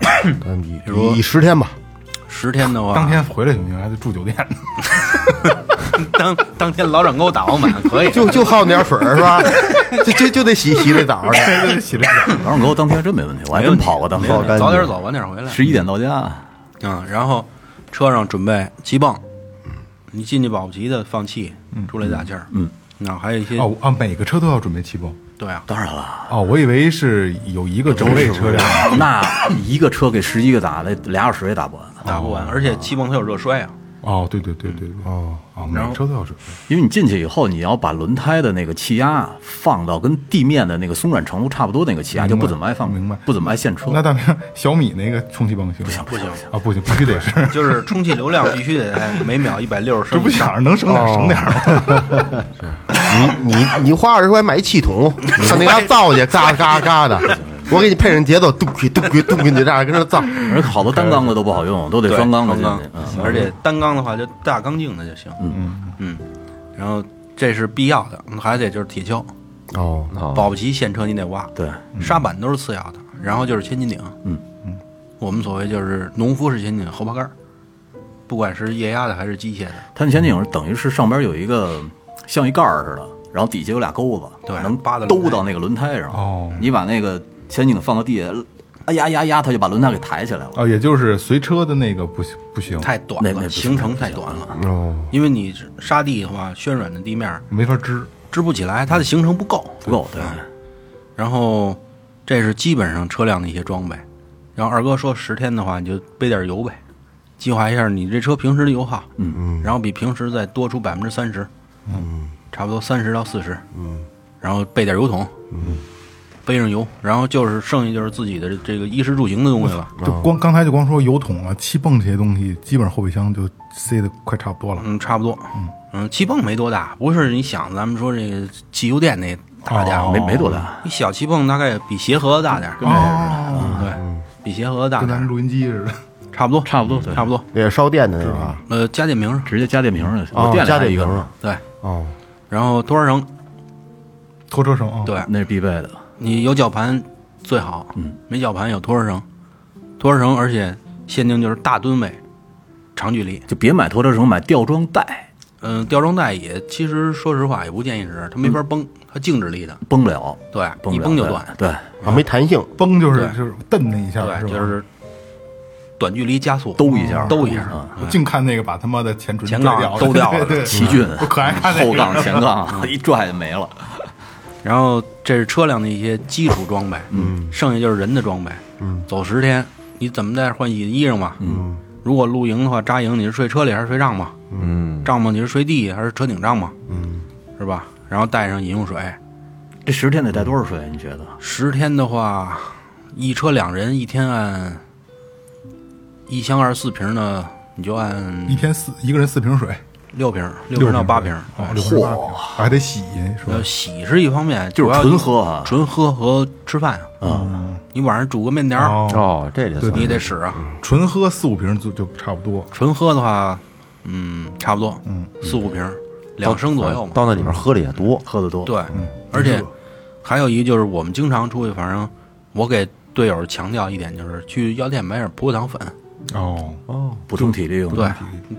Speaker 2: 咱们
Speaker 6: 比如
Speaker 2: 以以十天吧，
Speaker 6: 十天的话，
Speaker 1: 当天回来行不行？还得住酒店，
Speaker 6: 当当天老掌沟打完满可以，
Speaker 2: 就就耗那点水儿是吧？就就就得洗洗这澡儿去。啊
Speaker 1: 洗脸
Speaker 4: 老上沟当天真没问题，我还
Speaker 6: 没
Speaker 4: 真
Speaker 6: 问题
Speaker 4: 跑过当
Speaker 6: 没
Speaker 4: 天
Speaker 6: 问，题
Speaker 5: 干净
Speaker 6: 早点走晚点回来，
Speaker 4: 十一点到家。
Speaker 6: 啊，然后车上准备气泵，你进去保不齐的放气，出来打气儿，嗯，那还有一些
Speaker 1: 哦啊，每个车都要准备气泵。
Speaker 6: 对啊，
Speaker 4: 当然了，
Speaker 1: 哦，我以为是有一个轴类车辆，
Speaker 4: 那一个车给十一个打，那俩小时也打不完。
Speaker 6: 打不完，而且气泵它有热衰啊，
Speaker 1: 哦，对对对对对，哦啊，每个车都要准备。
Speaker 4: 因为你进去以后，你要把轮胎的那个气压放到跟地面的那个松软程度差不多那个气压，就不怎么爱放，
Speaker 1: 明白
Speaker 4: 不怎么爱限车。
Speaker 6: 嗯
Speaker 1: 那大明，小米那个充气泵行不行？不行啊，不行，必须得是，
Speaker 6: 就是充气流量必须得在每秒一百六十
Speaker 1: 这
Speaker 6: 升
Speaker 1: 不
Speaker 6: 以上
Speaker 1: 想着能省点省点儿吗？
Speaker 2: 你你你花二十块买一气筒，上那嘎造去，嘎嘎嘎的。我给你配上节奏，嘟咕嘟咕嘟咕，你这样跟那造。
Speaker 4: 而且好多单缸的都不好用，都得
Speaker 6: 对
Speaker 4: 双缸的进
Speaker 6: 缸
Speaker 4: 去。嗯，
Speaker 6: 而且单缸的话就大缸径的就行。嗯嗯，然后这是必要的，还得就是铁锹，
Speaker 2: 哦，
Speaker 5: 啊
Speaker 6: 保不齐现车你得挖。
Speaker 4: 啊对，
Speaker 6: 沙板都是次要的，然后就是千斤顶。嗯嗯，我们所谓就是农夫是千斤顶，后爬杆儿，不管是液压的还是机械的，
Speaker 4: 碳前顶等于是上边有一个像一盖儿似的，然后底下有俩钩子，
Speaker 6: 对
Speaker 4: 能
Speaker 6: 扒在轮
Speaker 4: 兜
Speaker 6: 胎
Speaker 4: 到那个轮胎上。
Speaker 1: 哦
Speaker 4: 你把那个前顶放到地下，哎呀呀呀，它就把轮胎给抬起来了。
Speaker 1: 啊，也就是随车的那个不行不行，
Speaker 6: 太短
Speaker 4: 哦那那
Speaker 6: 了，
Speaker 4: 不行
Speaker 6: 行程太短了。
Speaker 1: 哦，
Speaker 6: 因为你沙地的话，暄软的地面
Speaker 1: 没法支。
Speaker 6: 支不起来，它的行程不够。
Speaker 4: 不够，对，
Speaker 6: 然后这是基本上车辆的一些装备。然后二哥说十天的话，你就备点油呗，计划一下你这车平时的油耗，嗯嗯，然后比平时再多出百分之三十，嗯，差不多三十到四十，嗯，然后备点油桶，嗯，背上油，然后就是剩下就是自己的这个衣食住行的东西了。
Speaker 1: 就光刚才就光说油桶啊、气泵这些东西，基本上后备箱就塞的快差不多了。
Speaker 6: 嗯，差不多。嗯气泵没多大，不是你想咱们说这个汽油店那大嗯家伙，
Speaker 4: 没没多大，
Speaker 6: 一小气泵大概比鞋盒子大点儿，
Speaker 1: 哦，
Speaker 6: 对，比鞋盒子大
Speaker 1: 跟
Speaker 6: 点
Speaker 1: 咱
Speaker 6: 儿，
Speaker 1: 录音机似的。
Speaker 6: 差不多，差不多，差不多。
Speaker 2: 也是烧电的那个啊。
Speaker 6: 呃，加电瓶上，
Speaker 4: 直接加电瓶上就行。
Speaker 2: 哦
Speaker 4: 我店里
Speaker 2: 加
Speaker 4: 还有
Speaker 2: 电
Speaker 4: 一
Speaker 2: 瓶
Speaker 4: 个
Speaker 2: 儿
Speaker 4: 呢，
Speaker 2: 啊
Speaker 6: 对，
Speaker 2: 哦，
Speaker 6: 然后拖车绳，
Speaker 1: 拖车绳啊，
Speaker 6: 对
Speaker 4: 那是必备的。
Speaker 6: 你有绞盘最好，嗯，没绞盘有拖车绳，拖车绳，而且限定就是大吨位，长距离。
Speaker 4: 就别买拖车绳，买吊装带，
Speaker 6: 嗯、吊装带也其实说实话也不建议使，它没法绷，它静止力的，
Speaker 4: 崩不了，
Speaker 6: 对，
Speaker 4: 嗯崩
Speaker 6: 一
Speaker 4: 不了
Speaker 6: 绷就断，
Speaker 4: 对，对
Speaker 2: 啊，没弹性，
Speaker 1: 崩就是
Speaker 6: 对
Speaker 1: 就是蹬那一下，
Speaker 6: 对，
Speaker 1: 吧？
Speaker 6: 就是短距离加速，
Speaker 4: 兜一下，
Speaker 6: 兜一下，
Speaker 4: 啊，
Speaker 1: 我净看那个把他妈的前唇
Speaker 6: 前
Speaker 1: 拽
Speaker 6: 杠
Speaker 1: 掉
Speaker 6: 都掉 了
Speaker 1: 对对
Speaker 4: 奇骏
Speaker 1: 我可爱 看那个
Speaker 4: 后杠、前杠一拽就没了。
Speaker 6: 然后这是车辆的一些基础装备，嗯，剩下就是人的装备，嗯，走十天，你怎么再换洗衣裳嘛，嗯，如果露营的话，扎营你是睡车里还是睡帐篷？嗯，帐篷你是睡地还是车顶帐篷？嗯，是吧？然后带上饮用水，
Speaker 4: 这十天得带多少水？啊你觉得？
Speaker 6: 十天的话，一车两人，一天按一箱二十四瓶呢，你就按
Speaker 1: 一天四一个人四瓶水，
Speaker 6: 六瓶，六瓶到八瓶，
Speaker 1: 哦，六瓶八瓶，还得洗是吧
Speaker 6: 呃，？洗是一方面，
Speaker 4: 就是
Speaker 6: 主要
Speaker 4: 纯喝啊
Speaker 6: 纯喝和吃饭啊，你晚上煮个面条儿，
Speaker 1: 哦，
Speaker 7: 哦，这就算
Speaker 6: 你也得使啊。
Speaker 1: 纯喝四五瓶就就差不多。
Speaker 6: 纯喝的话，嗯，差不多，嗯，嗯四五瓶儿，两升左右嘛。
Speaker 7: 到那里面喝的也
Speaker 2: 嗯
Speaker 7: 多，
Speaker 4: 喝的多，
Speaker 6: 对，而且还有一个就是我们经常出去，反正我给队友强调一点，就是去药店买点葡萄糖粉，
Speaker 1: 哦，
Speaker 4: 补充体力用。
Speaker 6: 对，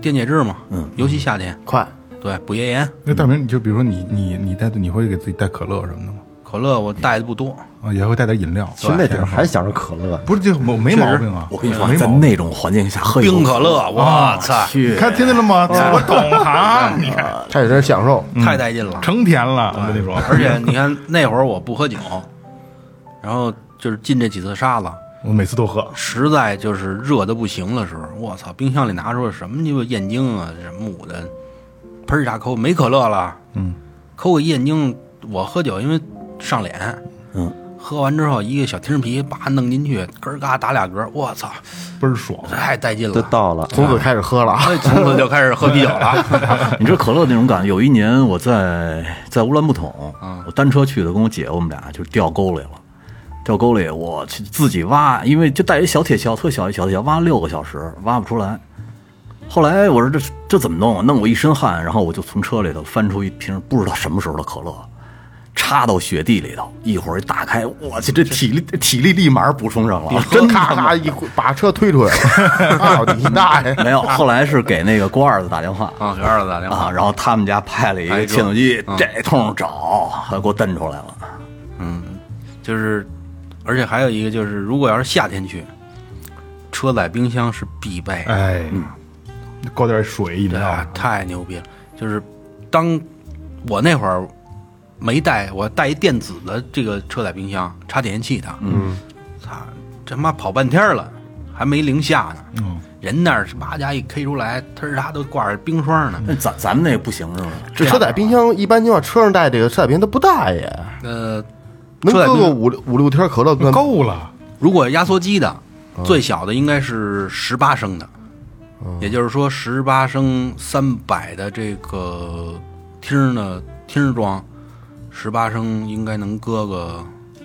Speaker 6: 电解质嘛，嗯，尤其夏天，
Speaker 2: 快，
Speaker 6: 对，补液盐。
Speaker 1: 那大明，你就比如说你你你带你会给自己带可乐什么的吗？
Speaker 6: 可乐我带的不多，
Speaker 1: 啊，也会带点饮料。
Speaker 7: 去那
Speaker 2: 嗯
Speaker 7: 点儿还想着可乐，
Speaker 1: 不是这没没毛病啊？
Speaker 4: 我跟你说
Speaker 1: 没，
Speaker 4: 在
Speaker 1: 毛病。
Speaker 4: 那种环境下喝一口
Speaker 6: 冰可啊乐，我操，
Speaker 1: 你看听见了吗？我懂 行，你看
Speaker 2: 差点享受。
Speaker 6: 太带劲了。
Speaker 1: 成天了，啊我跟你说。
Speaker 6: 而且你看那会儿我不喝酒，然后就是进这几次沙子，
Speaker 1: 我每次都喝，
Speaker 6: 实在就是热的不行的时候，我操，冰箱里拿出什么鸡巴燕京啊，什么五的，喷一下抠，没可乐了，
Speaker 1: 嗯，
Speaker 6: 抠个燕京，我喝酒因为上脸，
Speaker 4: 嗯，
Speaker 6: 喝完之后一个小听皮叭弄进去，咯儿嘎打俩嗝，我操，
Speaker 1: 倍儿爽。
Speaker 6: 太带劲
Speaker 7: 都
Speaker 6: 了，
Speaker 7: 到了，
Speaker 2: 从
Speaker 5: 嗯
Speaker 2: 此开始喝了啊，
Speaker 6: 所以从此就开始喝啤酒了，
Speaker 4: 你知道可乐那种感觉。有一年我在在乌兰布统，我单车去的，跟我姐我们俩就掉沟里了。掉沟里，我去自己挖，因为就带一小铁锹，特小一小铁锹，挖六个小时挖不出来。后来我说这这怎么弄啊？弄我一身汗，然后我就从车里头翻出一瓶不知道什么时候的可乐，插到雪地里头，一会儿一打开，我去这体力体力立马补充上了，
Speaker 2: 真啊咔咔一把车推出来了，啊操你大爷！
Speaker 4: 没有，后来是给那个郭二子打电话
Speaker 6: 啊，给二子打电
Speaker 4: 啊，
Speaker 6: 话，
Speaker 4: 然后他们家派了一个窃录机，
Speaker 6: 嗯
Speaker 4: 这通找，还给我蹬出来了。
Speaker 6: 就是，而且还有一个就是，如果要是夏天去，车载冰箱是必备的。
Speaker 1: 哎，搞点水饮
Speaker 6: 嗯对啊
Speaker 1: 料，，
Speaker 6: 太牛逼了！就是当我那会儿没带，我带一电子的这个车载冰箱，插点烟器的。嗯，操，这妈跑半天了，还没零下呢。
Speaker 1: 嗯，
Speaker 6: 人那儿叭家一 K 出来，呲儿他都挂着冰霜呢。
Speaker 4: 那咱咱们那不行是吧？
Speaker 2: 这车载冰箱一般情况车上带这个车载冰箱它不带耶，
Speaker 6: 呃，
Speaker 2: 能
Speaker 6: 车载
Speaker 2: 搁
Speaker 6: 冰
Speaker 2: 个
Speaker 6: 箱
Speaker 2: 五六五六天可乐跟
Speaker 1: 够了，
Speaker 6: 如果压缩机的，
Speaker 2: 啊
Speaker 6: 最小的应该是十八升的，也就是说十八升三百的这个听儿呢听儿装，十八升应该能搁个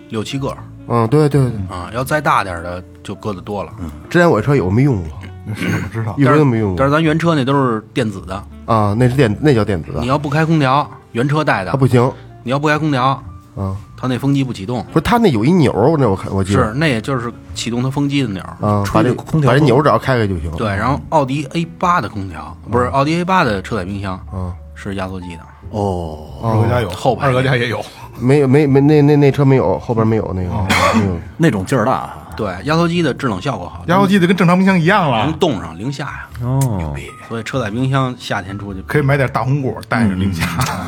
Speaker 6: 六七个
Speaker 2: 嗯，对对对，
Speaker 6: 啊，要再大点儿的就搁的多了。
Speaker 2: 之前我这车有没用过，
Speaker 1: 我知道。
Speaker 2: 一直都没用
Speaker 6: 但
Speaker 2: 过
Speaker 6: 是咱原车那都是电子的，
Speaker 2: 啊，那是电那叫电子的啊
Speaker 6: 你，要不开空调，原车带的
Speaker 2: 它，不行
Speaker 6: 你要不开空调，
Speaker 2: 啊，
Speaker 6: 它那风机不启动。
Speaker 2: 不是它那有一钮儿，我那我看我记得
Speaker 6: 是，那也就是启动它风机的钮儿。
Speaker 2: 啊，
Speaker 4: 吹
Speaker 2: 把
Speaker 4: 着
Speaker 2: 这
Speaker 4: 空调
Speaker 2: 把这
Speaker 4: 不
Speaker 2: 钮儿只要开开就行，
Speaker 6: 对，然后奥迪 A 八的空调不是奥迪 A 八的车载冰箱，嗯，是压缩机的。
Speaker 4: 哦，
Speaker 1: 二哥家有，
Speaker 6: 后排
Speaker 1: 二哥家也有，
Speaker 2: 没有没没那那那车没有，后边没有那个没有，
Speaker 4: 那种劲儿大啊。
Speaker 6: 对，压缩机的制冷效果好，
Speaker 1: 压缩机的跟正常冰箱一样了
Speaker 6: 能，冻上零下呀，
Speaker 7: 哦，
Speaker 6: 所以车载冰箱夏天出去
Speaker 1: 可以买点大红果带着零下。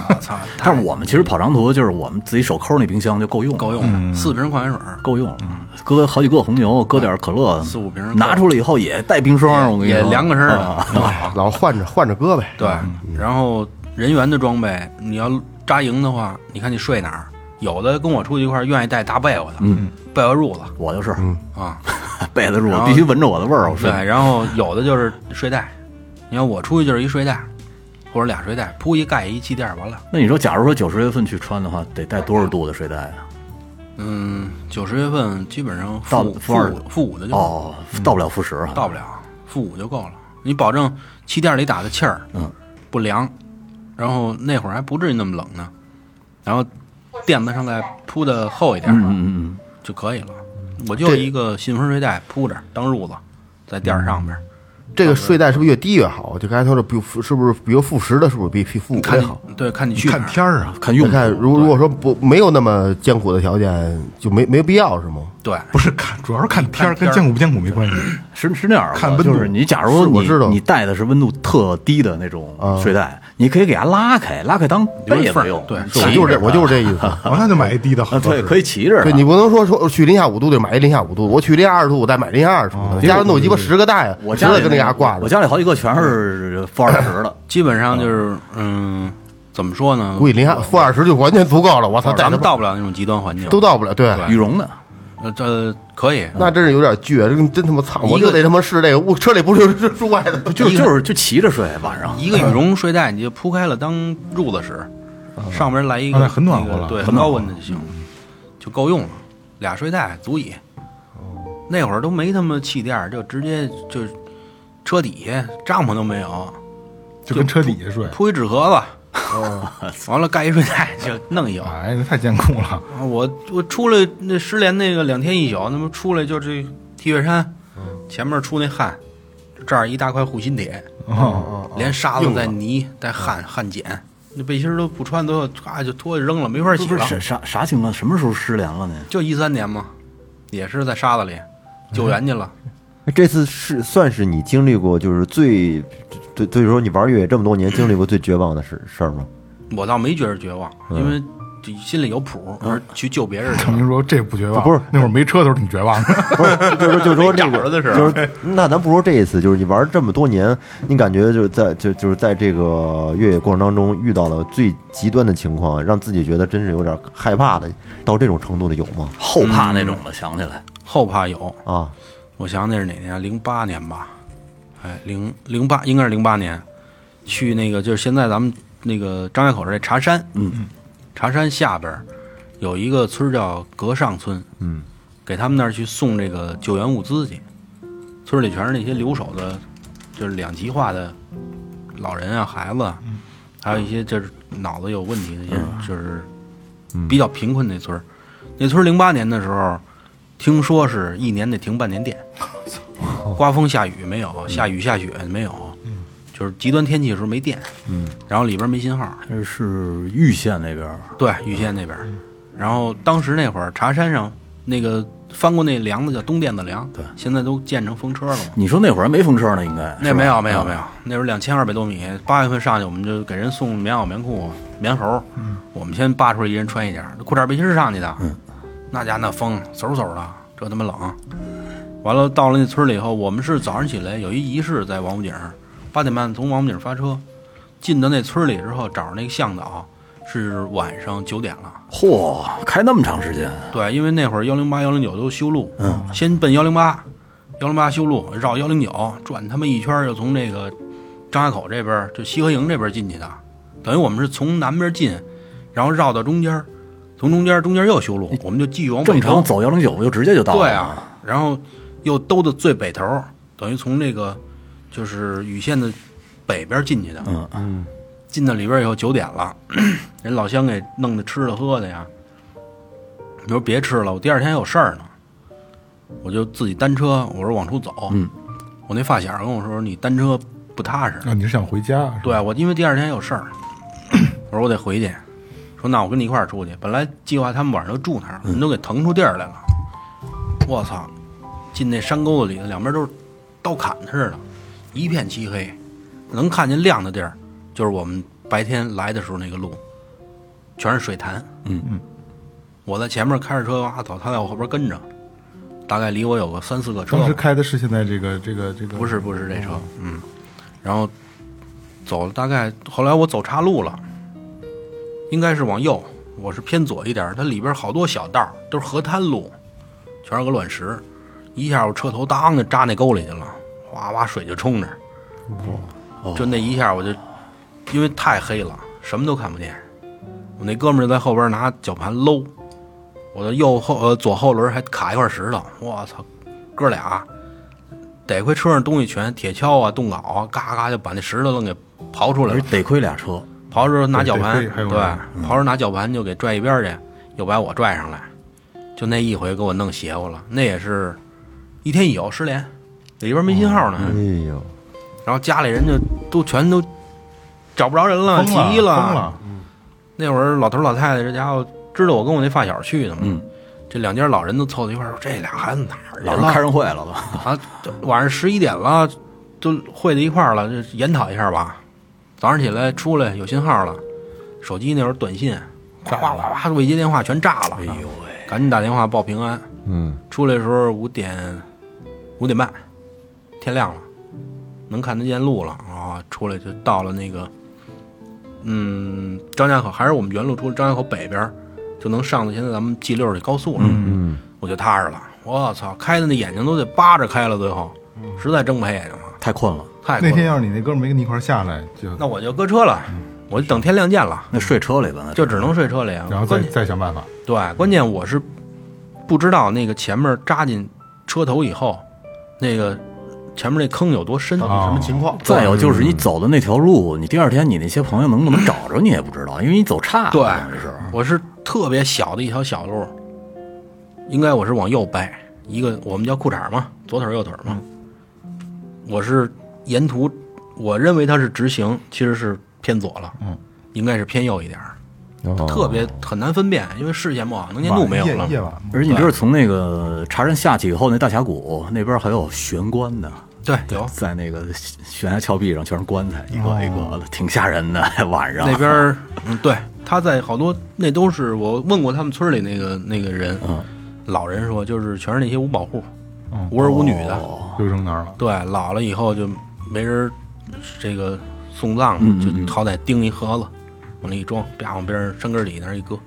Speaker 6: 我操，太
Speaker 4: 但是我们其实跑长途，就是我们自己手抠那冰箱就够用，
Speaker 6: 够用了，四瓶矿泉水，
Speaker 4: 够用了，搁好几个红牛，搁点可乐，
Speaker 6: 嗯四五瓶够
Speaker 4: 拿出来以后也带冰霜，我跟你说
Speaker 6: 也凉个身儿
Speaker 4: 啊
Speaker 6: 的。
Speaker 2: 老换着换着搁呗，
Speaker 6: 对，然后人员的装备，你要扎营的话，你看你睡哪儿？有的跟我出去一块儿愿意带大被窝的，嗯，被窝褥子
Speaker 4: 我就是
Speaker 6: 啊，
Speaker 4: 被子住，
Speaker 6: 然
Speaker 4: 我
Speaker 6: 后
Speaker 4: 必须闻着我的味儿，我睡
Speaker 6: 对，。然后有的就是睡袋，你看我出去就是一睡袋，或者俩睡袋，铺一盖一气垫儿，完了。
Speaker 4: 那你说，假如说九十月份去穿的话，得带多少度的睡袋啊？
Speaker 6: 嗯，九十月份基本上负
Speaker 4: 到
Speaker 6: 五
Speaker 4: 负
Speaker 6: 负
Speaker 4: 二
Speaker 6: 五负五的就够了
Speaker 4: 哦，到不了负十啊。
Speaker 6: 到不了，负五就够了。你保证气垫里打的气儿，
Speaker 4: 嗯，
Speaker 6: 不凉，然后那会儿还不至于那么冷呢，然后垫子上再铺的厚一点儿
Speaker 4: 嗯嗯
Speaker 6: 就可以了。我就一个信封睡袋铺着当褥子，在垫儿上边儿，
Speaker 2: 这个睡袋是不是越低越好？就刚才他说比负是不是比如负十的，是不是比比负五
Speaker 6: 看
Speaker 2: 的
Speaker 6: 你
Speaker 2: 好？
Speaker 6: 对，看你去哪
Speaker 1: 看
Speaker 6: 儿
Speaker 1: 天儿啊，
Speaker 4: 嗯，看用
Speaker 2: 你看，
Speaker 4: 途。
Speaker 2: 如如果说不没有那么艰苦的条件，就没没必要是吗？
Speaker 6: 对，
Speaker 1: 不是看，主要是看天儿，跟
Speaker 6: 看天儿
Speaker 1: 艰苦不艰苦没关系。
Speaker 4: 是是那样的，
Speaker 1: 看温度
Speaker 4: 就是你假如
Speaker 2: 是我
Speaker 4: 你
Speaker 2: 知道
Speaker 4: 你带的是温度特低的那种睡袋，你可以给它拉开，拉开当被
Speaker 6: 缝
Speaker 4: 子
Speaker 6: 儿
Speaker 4: 用。
Speaker 6: 对
Speaker 4: 骑着
Speaker 2: 我就是这
Speaker 4: 它
Speaker 2: 我就是这意思。
Speaker 1: 哦，那就买一低的好
Speaker 4: 啊，
Speaker 1: 合
Speaker 4: 对，
Speaker 1: 适。
Speaker 4: 可以骑着它。
Speaker 2: 对你不能说说去零下五度就买一零下五度，我去零下二十度我再买零下二十度的，家人都鸡巴十个袋啊，
Speaker 4: 哦我
Speaker 2: 实
Speaker 4: 家
Speaker 2: 在
Speaker 4: 里
Speaker 2: 跟那牙挂
Speaker 4: 我
Speaker 2: 着，
Speaker 4: 家里好几个全是负二十的。
Speaker 6: 基本上就是嗯，怎么说呢
Speaker 2: 估？计零下负二十就完全足够了。我操，带
Speaker 6: 咱
Speaker 2: 他
Speaker 6: 们
Speaker 2: 妈
Speaker 6: 到不了那种极端环境，
Speaker 2: 都到不了，对，
Speaker 4: 羽绒的，
Speaker 6: 呃这可以，
Speaker 2: 那真是有点倔，真真他妈操，我
Speaker 6: 一个
Speaker 2: 就得他妈试这个，我车里不就是住外的，
Speaker 4: 就就是就骑着睡晚上，
Speaker 6: 一个羽绒睡袋你就铺开了当褥子使，上边来一
Speaker 1: 啊
Speaker 6: 个
Speaker 1: 那很暖和嗯了
Speaker 6: 那个对，
Speaker 1: 很
Speaker 6: 很高温的就行，就够用了，俩睡袋足以。
Speaker 1: 哦
Speaker 6: 那会儿都没他妈气垫儿，就直接就车底下帐篷都没
Speaker 1: 哦
Speaker 6: 有，
Speaker 1: 就跟车底下睡。
Speaker 6: 铺一纸盒子，
Speaker 1: 哦
Speaker 6: 完了盖一睡袋就弄一宿。
Speaker 1: 哎，那太艰苦了。
Speaker 6: 啊我我出来那失联那个两天一宿，那么出来就这剃月山，
Speaker 1: 哦
Speaker 6: 前面出那汗，这儿一大块护心铁，
Speaker 1: 嗯哦
Speaker 4: 啊
Speaker 6: 连沙子带泥
Speaker 4: 嗯
Speaker 6: 带汗汗碱，那背心儿都不穿都要啊就脱就扔了，没法洗
Speaker 4: 不是
Speaker 6: 了。
Speaker 4: 啥啥啥情况？什么时候失联了呢？
Speaker 6: 就一三年嘛，也是在沙子里
Speaker 4: 嗯
Speaker 6: 救援去了。
Speaker 5: 哎这次是算是你经历过就是最，对，所以说你玩越野这么多年经历过最绝望的事事儿 吗？
Speaker 6: 我倒没觉着绝望，
Speaker 4: 嗯
Speaker 6: 因为就心里有谱，而去救别人去
Speaker 1: 小
Speaker 6: 了。
Speaker 1: 明说这不绝望，
Speaker 5: 不是
Speaker 1: 那会儿没车的时候挺绝望的。
Speaker 5: 不是，就是说就是说这
Speaker 6: 没
Speaker 5: 个
Speaker 6: 找着的时候
Speaker 5: 就是那咱不说这一次，就是你玩这么多年，你感觉就是在就就是在这个越野过程当中遇到了最极端的情况，让自己觉得真是有点害怕的，到这种程度的有吗？
Speaker 4: 后怕那种的，想起来
Speaker 6: 后怕有，
Speaker 5: 啊，
Speaker 6: 我想那是哪年啊？零八年吧，哎，零零八应该是零八年，去那个就是现在咱们那个张家口这茶山，嗯，茶山下边儿有一个村儿叫格上村，嗯，给他们那儿去送这个救援物资去，村里全是那些留守的，就是两极化的老人啊、孩子啊，还有一些就是脑子有问题的一些，就是比较贫困那村儿。那村零八年的时候，听说是一年得停半年电，刮风下雨没有，下雨下雪没有，就是极端天气的时候没电，嗯，然后里边没信号，
Speaker 4: 这是玉县那边儿，
Speaker 6: 对，嗯玉县那边，然后当时那会儿茶山上那个翻过那梁子叫东甸子梁，对，现在都建成风车了嘛。
Speaker 4: 你说那会儿还没风车呢，应该
Speaker 6: 那没有没
Speaker 4: 嗯
Speaker 6: 有没有，那时候两千二百多米，八月份上去我们就给人送棉袄、棉裤、棉猴，我们先扒出来一人穿一件儿，那裤衩背心儿上去的，那家那风嗖嗖的，这他妈冷，完了到了那村儿里以后，我们是早上起来有一仪式在王府井儿，八点半从王府井儿发车，进到那村儿里之后找着那个向导，是晚上九点了。
Speaker 4: 嚯，开那么长时间，
Speaker 6: 对，因为那会儿幺零八、幺零九都修路，嗯，先奔幺零八，幺零八修路，绕幺零九转他妈一圈儿，又从这个张家口这边儿，就西河营这边儿进去的，等于我们是从南边进，然后绕到中间儿，从中间儿中间儿又修路，我们就继续往北
Speaker 4: 正
Speaker 6: 走
Speaker 4: 常。走幺零九就直接就到了。
Speaker 6: 对啊，然后又兜到最北头儿，等于从这个就是禹县的北边进去的。嗯嗯，进到里边以后九点了， 人老乡给弄的吃的喝的呀。你说别吃了，我第二天还有事儿呢，我就自己单车，我说往出走。嗯，我那发小跟我说你单车不踏实，
Speaker 1: 啊，你是想回家？是吧，
Speaker 6: 对我因为第二天有事儿，我说我得回去，说那我跟你一块儿出去。本来计划他们晚上都住那儿，我们都给腾出地儿来了。我操，进那山沟子里头，两边都是刀砍的似的，一片漆黑，能看见亮的地儿就是我们白天来的时候那个路，全是水潭。嗯嗯，我在前面开着车往下走，他在我后边跟着，大概离我有个三四个车吧。
Speaker 1: 当时开的是现在这个这个这个，哦
Speaker 6: 不是不是这车，嗯，然后走了大概，后来我走岔路了，应该是往右，我是偏左一点儿，它里边好多小道儿都是河滩路，全是鹅卵石，一下我车头当就扎那沟里去了，哗哗水就冲着，就那一下我就因为太黑了，什么都看不见，我那哥们儿就在后边拿绞盘搂，我的右后呃左后轮还卡一块石头，我操，哥俩。得亏车上东西全，铁锹啊、动镐啊，嘎嘎就把那石头愣给刨出来
Speaker 4: 而
Speaker 6: 了。
Speaker 4: 得亏俩车，
Speaker 6: 刨时候拿绞盘
Speaker 1: 哎对，还有嗯
Speaker 6: 对
Speaker 1: 人，
Speaker 6: 刨时候拿绞盘就给拽一边儿去，又把我拽上来，就那一回给我弄邪乎了。那也是一天一宿失联，里边没信号
Speaker 1: 哦
Speaker 6: 呢，
Speaker 1: 嗯
Speaker 5: 哎呦，
Speaker 6: 然后家里人就都全都找不着人了，
Speaker 1: 疯了
Speaker 6: 急
Speaker 1: 疯了，
Speaker 6: 那会儿老头儿老太太这家伙知道我跟我那发小去的嘛，这两家老人都凑到一块儿说：“这俩孩子哪儿去
Speaker 4: 老是
Speaker 6: 了
Speaker 4: 开上会了都。
Speaker 6: 啊，这晚上十一点了，都会到一块儿了，就研讨一下吧。早上起来出来有信号了，手机那会儿短信，哗哗哗哗未接电话全炸了，哎呦喂！赶紧打电话报平安。
Speaker 5: 嗯，
Speaker 6: 出来的时候五点五点半，天亮了，能看得见路了啊！出来就到了那个，嗯，张家口，还是我们原路出张家口北边儿，就能上到现在咱们 G 六这高速了。嗯，我就踏实了。我操，开的那眼睛都得扒着开了，最后实在睁不开眼睛了，
Speaker 4: 太困了，
Speaker 6: 太
Speaker 1: 那
Speaker 6: 困
Speaker 1: 天
Speaker 6: 了
Speaker 1: 要是你那哥们儿没跟你一块儿下来，就
Speaker 6: 那我就搁车了，我就等天亮见了，
Speaker 4: 那睡车里吧，那
Speaker 6: 就只能睡车里啊。
Speaker 1: 然后再
Speaker 6: 关键
Speaker 1: 再想办法。
Speaker 6: 对，关键我是不知道那个前面扎进车头以后，那个前面那坑有多深。
Speaker 1: 啊
Speaker 6: 啊
Speaker 2: 什
Speaker 1: 哦
Speaker 2: 么情况？
Speaker 4: 再有就是你走的那条路，你第二天你那些朋友能不能找着你也不知道，因为你走岔了。
Speaker 6: 对
Speaker 4: 这是
Speaker 6: 我是特别小的一条小路，应该我是往右掰，一个我们叫裤衩嘛，左腿儿右腿儿嘛。
Speaker 1: 嗯
Speaker 6: 我是沿途，我认为它是直行，其实是偏左了，嗯，应该是偏右一点儿，
Speaker 5: 哦
Speaker 6: 特别很难分辨，因为视线不好，能见度没有
Speaker 1: 夜
Speaker 6: 了。
Speaker 1: 夜哦晚
Speaker 4: 而且你知道从那个茶山下去以后，那大峡谷那边还有悬棺呢，
Speaker 6: 对，有
Speaker 4: 在那个悬崖峭壁上全是棺材，一个一个的，挺吓人的。 晚上
Speaker 6: 那边儿，嗯，对，他在好多那都是我问过他们村里那个那个人，老人说就是全是那些无保户，无儿无女的，
Speaker 1: 就扔那儿了。
Speaker 6: 对，老了以后就没人这个送葬嘛，就好歹钉一盒子，往那一装，啪往边上山根底那儿一搁。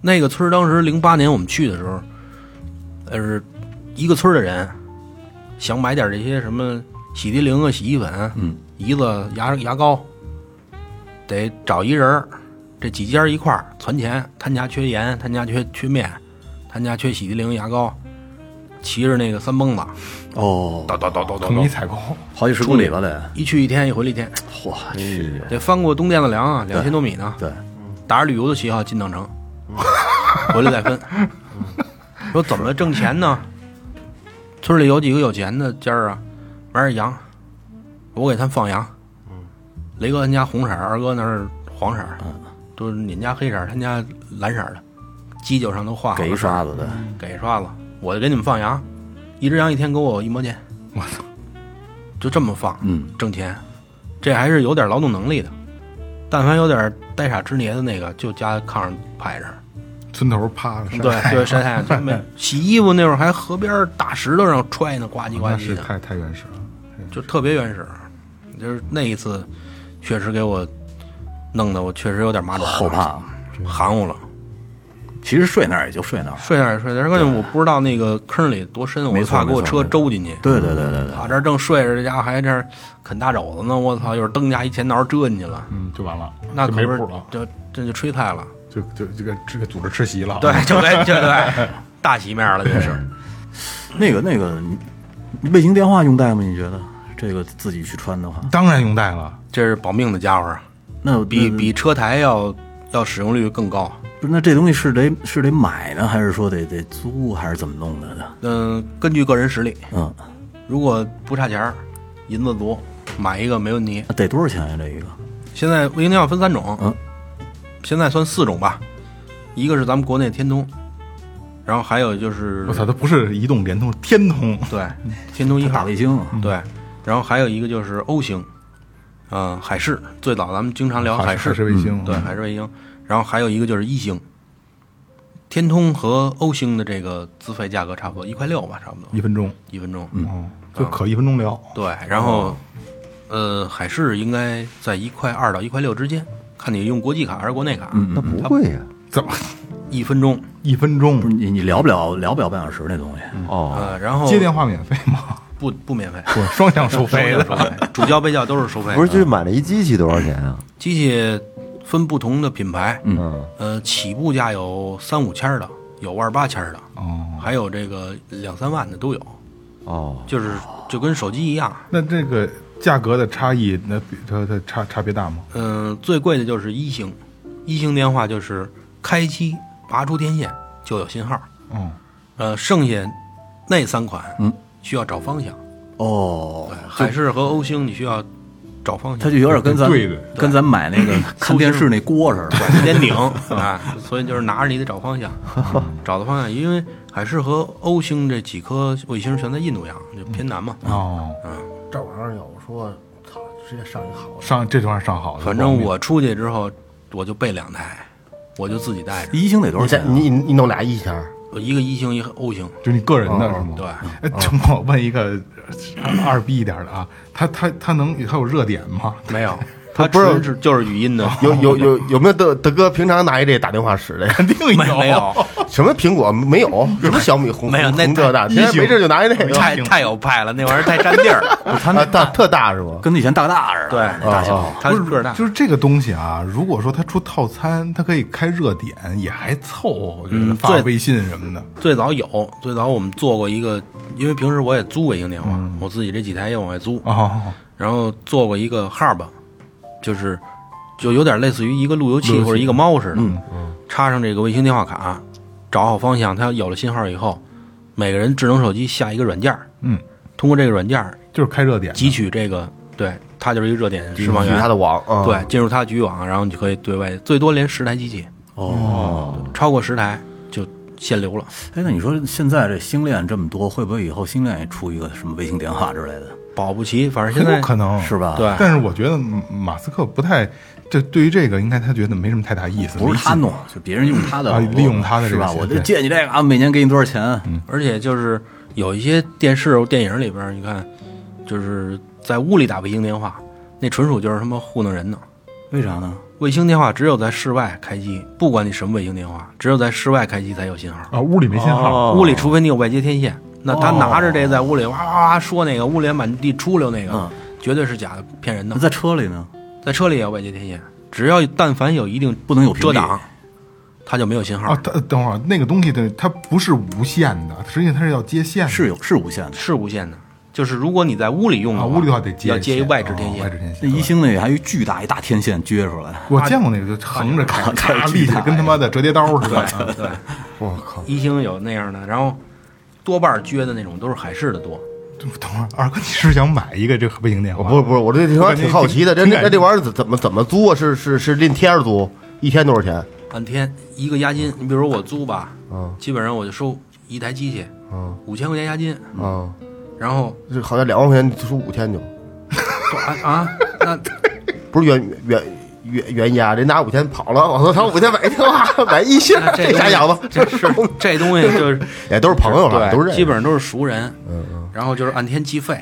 Speaker 6: 那个村儿当时零八年我们去的时候，呃，是一个村儿的人想买点这些什么洗涤灵啊、洗衣粉、嗯、胰子、牙牙膏，得找一人儿，这几家一块儿攒钱。他家缺盐，他家缺缺面，他家缺洗涤灵、牙膏，骑着那个三蹦子，
Speaker 4: 哦，
Speaker 6: 叨叨叨叨叨
Speaker 1: 统
Speaker 6: 叨
Speaker 1: 一，采购，
Speaker 4: 好几十公里吧得。哎
Speaker 6: 一去一天，一回了一天，
Speaker 4: 我去，
Speaker 6: 得翻过东甸子梁啊，两千多米呢。
Speaker 4: 对，
Speaker 6: 打着旅游的旗号进 趟城，回来再分。说怎么挣钱呢？村里有几个有钱的家儿啊，买点羊，我给他们放羊。雷哥他家红色儿，二哥那儿黄色
Speaker 4: 嗯
Speaker 6: 儿，都是你们家黑色儿，他们家蓝色儿的，犄角上都画好
Speaker 4: 给一
Speaker 6: 了
Speaker 4: 刷子的，
Speaker 6: 给一刷子，我就给你们放羊，一只羊一天给我一毛钱，我操，就这么放，
Speaker 4: 嗯，
Speaker 6: 挣钱，这还是有点劳动能力的。但凡有点呆傻吃爷的那个，就家炕上派着，
Speaker 1: 村头啪晒
Speaker 6: 对
Speaker 1: 太 阳
Speaker 6: 对，晒太阳真没。洗衣服那会儿还河边儿大石头上揣呢，呱唧呱
Speaker 1: 那
Speaker 6: 唧
Speaker 1: 是
Speaker 6: 的，
Speaker 1: 太太原始了。
Speaker 6: 就特别原始。就是那一次，确实给我弄得我确实有点麻爪，
Speaker 4: 后怕。
Speaker 6: 含糊了。
Speaker 4: 其实睡那儿也就睡那儿，
Speaker 6: 睡那儿也睡那儿，关键我不知道那个坑里多深，我
Speaker 4: 没错
Speaker 6: 怕给我
Speaker 4: 没
Speaker 6: 车
Speaker 4: 错
Speaker 6: 周进去。
Speaker 4: 对对对对对，
Speaker 6: 啊，这儿正睡着，这家伙还这儿啃大肘子呢，我操！一会儿蹬家一钱挠折进去了，
Speaker 1: 嗯，就完了，
Speaker 6: 那
Speaker 1: 就
Speaker 6: 可
Speaker 1: 没
Speaker 6: 不是
Speaker 1: 谱了，
Speaker 6: 就这就吹菜了。
Speaker 1: 就就这个这个组织吃席了。
Speaker 6: 对，，就该就对，大洗面了，这是。
Speaker 1: 嗯
Speaker 4: 那个那个，你卫星电话用带吗？你觉得这个自己去穿的话，
Speaker 1: 当然用带了，
Speaker 6: 这是保命的家伙啊，
Speaker 4: 那
Speaker 6: 比
Speaker 4: 那
Speaker 1: 嗯
Speaker 6: 比车台要要使用率更高。
Speaker 4: 不是那这东西是得是得买呢，还是说得得租，还是怎么弄的呢？
Speaker 6: 嗯，根据个人实力，
Speaker 4: 嗯，
Speaker 6: 如果不差钱儿，银子足，买一个没问题。
Speaker 4: 那得多少钱啊呀、这一个
Speaker 6: 现在卫星电话分三种，
Speaker 4: 嗯，
Speaker 6: 现在算四种吧，一个是咱们国内天通，然后还有就是
Speaker 1: 我操，它不是移动、联通，是天通。
Speaker 6: 对天通一
Speaker 4: 打
Speaker 6: 号嗯
Speaker 4: 卫星啊，
Speaker 6: 对，
Speaker 1: 嗯
Speaker 6: 然后还有一个就是 O 型，嗯、海事最早咱们经 常聊
Speaker 1: 海
Speaker 6: 事，嗯
Speaker 1: 事卫星，嗯
Speaker 6: 对，海事卫星，然后还有一个就是一星，天通和 O 星的这个资费价格差不多一块六吧，差不多
Speaker 1: 一分钟，
Speaker 6: 一分钟，
Speaker 1: 嗯，就可一分钟聊。
Speaker 6: 对，然后呃，海事应该在一块二到一块六之间，看你用国际卡还是国内卡，
Speaker 5: 那不贵呀、
Speaker 1: 怎么
Speaker 6: 一分钟，
Speaker 1: 一分钟
Speaker 4: 不是你你聊不了聊不了半小时那东西，
Speaker 5: 哦，
Speaker 6: 呃，然后
Speaker 1: 接电话免费吗？
Speaker 6: 不不免费，
Speaker 1: 不， 双向收费
Speaker 6: 收
Speaker 1: 的。
Speaker 6: 费，主教被教都是收费的，
Speaker 5: 不是，就是买了一机器多少钱啊？
Speaker 6: 机器分不同的品牌，嗯。
Speaker 5: 嗯，
Speaker 6: 呃，起步价有三五千儿的，有万八千儿的，
Speaker 1: 哦，
Speaker 6: 还有这个两三万的都有，
Speaker 5: 哦，
Speaker 6: 就是就跟手机一样。
Speaker 1: 那这个价格的差异，那比它它差差别大吗？
Speaker 6: 嗯、最贵的就是一星，一星电话就是开机拔出天线就有信号，
Speaker 1: 嗯，
Speaker 6: 呃，剩下那三款，嗯，需要找方向，
Speaker 4: 哦，
Speaker 6: 海事和欧星你需要找方
Speaker 4: 它
Speaker 6: 向
Speaker 4: 就。有点跟咱
Speaker 1: 对对
Speaker 4: 跟咱买那个看电视那锅似的，
Speaker 6: 拐尖顶啊，所以就是拿着你得找 方向，找到方向，因为海事和欧星这几颗卫星全在印度洋，就
Speaker 2: 嗯
Speaker 6: 偏南嘛。
Speaker 1: 哦，
Speaker 2: 这玩意儿有说，操，直接上一好的。
Speaker 1: 上这段上好的，
Speaker 6: 反正我出去之后，我就备两台，我就自己带着，
Speaker 4: 一星得多少
Speaker 2: 你这
Speaker 4: 钱、啊？
Speaker 2: 你你弄俩一千儿，
Speaker 6: 我一个一星，一个 O 型。
Speaker 1: 就你个人的是吗？
Speaker 6: 对，
Speaker 1: 哎，这么我问一个呃二逼一点的啊，他他他能他有热点吗？
Speaker 6: 没有，它
Speaker 2: 不是
Speaker 6: 纯是就是语音的，
Speaker 2: 有有有有没有德德哥平常拿一这打电话使的呀？
Speaker 1: 肯定有，
Speaker 6: 没没有，
Speaker 2: 什么苹果没有？什么小米红
Speaker 6: 没有那
Speaker 2: 红这大，
Speaker 1: 一
Speaker 2: 天天
Speaker 1: 型
Speaker 2: 没事就拿一这个，
Speaker 6: 太太有派了，那玩意儿太占地儿。
Speaker 2: 他那大特大是吗？
Speaker 4: 跟以前大哥大似的，
Speaker 6: 对，哦
Speaker 4: 大小。
Speaker 6: 它个儿大，
Speaker 1: 就是这个东西啊，如果说它出套餐，它可以开热点，也还凑合。我觉得
Speaker 6: 嗯
Speaker 1: 发
Speaker 6: 对
Speaker 1: 微信什么的，
Speaker 6: 最早有，最早我们做过一个，因为平时我也租卫星电话，
Speaker 2: 嗯
Speaker 6: 我自己这几台也往外租，
Speaker 1: 哦，
Speaker 6: 然后做过一个 hub，就是就有点类似于一个路由
Speaker 1: 路
Speaker 6: 器
Speaker 1: 由器
Speaker 6: 或者一个猫似的，
Speaker 2: 嗯
Speaker 6: 插上这个卫星电话卡，找好方向，它有了信号以后，每个人智能手机下一个软件儿，
Speaker 1: 嗯，
Speaker 6: 通过这个软件儿
Speaker 1: 就是开热点的，
Speaker 6: 汲取这个，对，它就是一个热点释放
Speaker 2: 举他
Speaker 6: 源，
Speaker 2: 的网啊，
Speaker 6: 对，进入它的局域网，然后你就可以对外最多连十台机器，哦，超过十台就限流了。
Speaker 4: 哎，那你说现在这星链这么多，会不会以后星链也出一个什么卫星电话之类的，
Speaker 6: 保不齐，反正
Speaker 1: 很
Speaker 6: 现在
Speaker 1: 有可能
Speaker 4: 是吧？，
Speaker 6: 对，
Speaker 1: 但是我觉得嗯马斯克不太，这对于这个应该他觉得没什么太大意思，
Speaker 4: 不是他
Speaker 1: 没戏
Speaker 4: 弄，就别人用他的
Speaker 1: 啊
Speaker 4: 网络，
Speaker 1: 利用他的这
Speaker 4: 是
Speaker 1: 个
Speaker 4: 吧？
Speaker 1: 钱
Speaker 4: 我就
Speaker 1: 对嗯
Speaker 4: 借你这个啊，每年给你多少钱？
Speaker 6: 而且就是有一些电视、电影里边儿，你看，就是在屋里打卫星电话，那纯属就是他妈糊弄人呢。
Speaker 4: 为啥呢？
Speaker 6: 卫星电话只有在室外开机，不管你什么卫星电话，只有在室外开机才有信号。
Speaker 1: 啊，屋里没信号，
Speaker 6: 屋里除非你有外接天线，那
Speaker 1: 哦
Speaker 6: 他拿着这在屋里哇哇哇说那个，屋里满地出溜那个，
Speaker 4: 嗯
Speaker 6: 绝对是假的，骗人的
Speaker 4: 那。在车里呢？
Speaker 6: 在车里也有外接天线，只要但凡有一定
Speaker 4: 不能有屏蔽
Speaker 6: 遮挡，它就没有信号。
Speaker 1: 啊，等等会儿那个东西的它不是无线的，实际上它是要接线的，
Speaker 4: 是有是无线的。
Speaker 6: 是无线的，就是如果你在屋里用的
Speaker 1: 啊，
Speaker 6: 话，
Speaker 1: 屋里的话得接
Speaker 6: 要
Speaker 1: 接
Speaker 6: 接一外置天
Speaker 1: 哦
Speaker 6: 线。
Speaker 1: 外置天
Speaker 4: 那
Speaker 1: 线。
Speaker 4: 一星那还有一巨大一大天线撅出来，
Speaker 1: 我见过那个就横
Speaker 6: 啊
Speaker 1: 着开，
Speaker 4: 开
Speaker 1: 咔
Speaker 4: 巨
Speaker 1: 立起
Speaker 4: 大
Speaker 1: 来跟他妈的折叠刀似的啊。
Speaker 6: 对，
Speaker 2: 我靠，
Speaker 6: 一星有那样的，然后多半撅的那种都是海事的多。
Speaker 1: 等会儿，二哥，你是不是想买一个这个卫星电话？
Speaker 2: 不是不是，我对这玩意儿挺好奇的，这
Speaker 1: 挺
Speaker 2: 那那这玩意儿怎么怎么租啊？是是是论天儿租，一天多少钱？
Speaker 6: 按天一个押金，你比如我租吧，
Speaker 2: 嗯
Speaker 6: 基本上我就收一台机器
Speaker 2: 嗯
Speaker 6: 五千块钱押金，
Speaker 2: 嗯，
Speaker 6: 然后
Speaker 2: 这好像两万块钱租五天就，
Speaker 6: 啊啊，那
Speaker 2: 不是原原原原价，人拿五千跑了，我操，他五千买一电话， 买一线，
Speaker 6: 那这
Speaker 2: 瞎养子，
Speaker 6: 这是这东西就是
Speaker 2: 也都是朋友了，
Speaker 6: 对，
Speaker 2: 都是
Speaker 6: 基本上都是熟人。嗯，然后就是按天计费，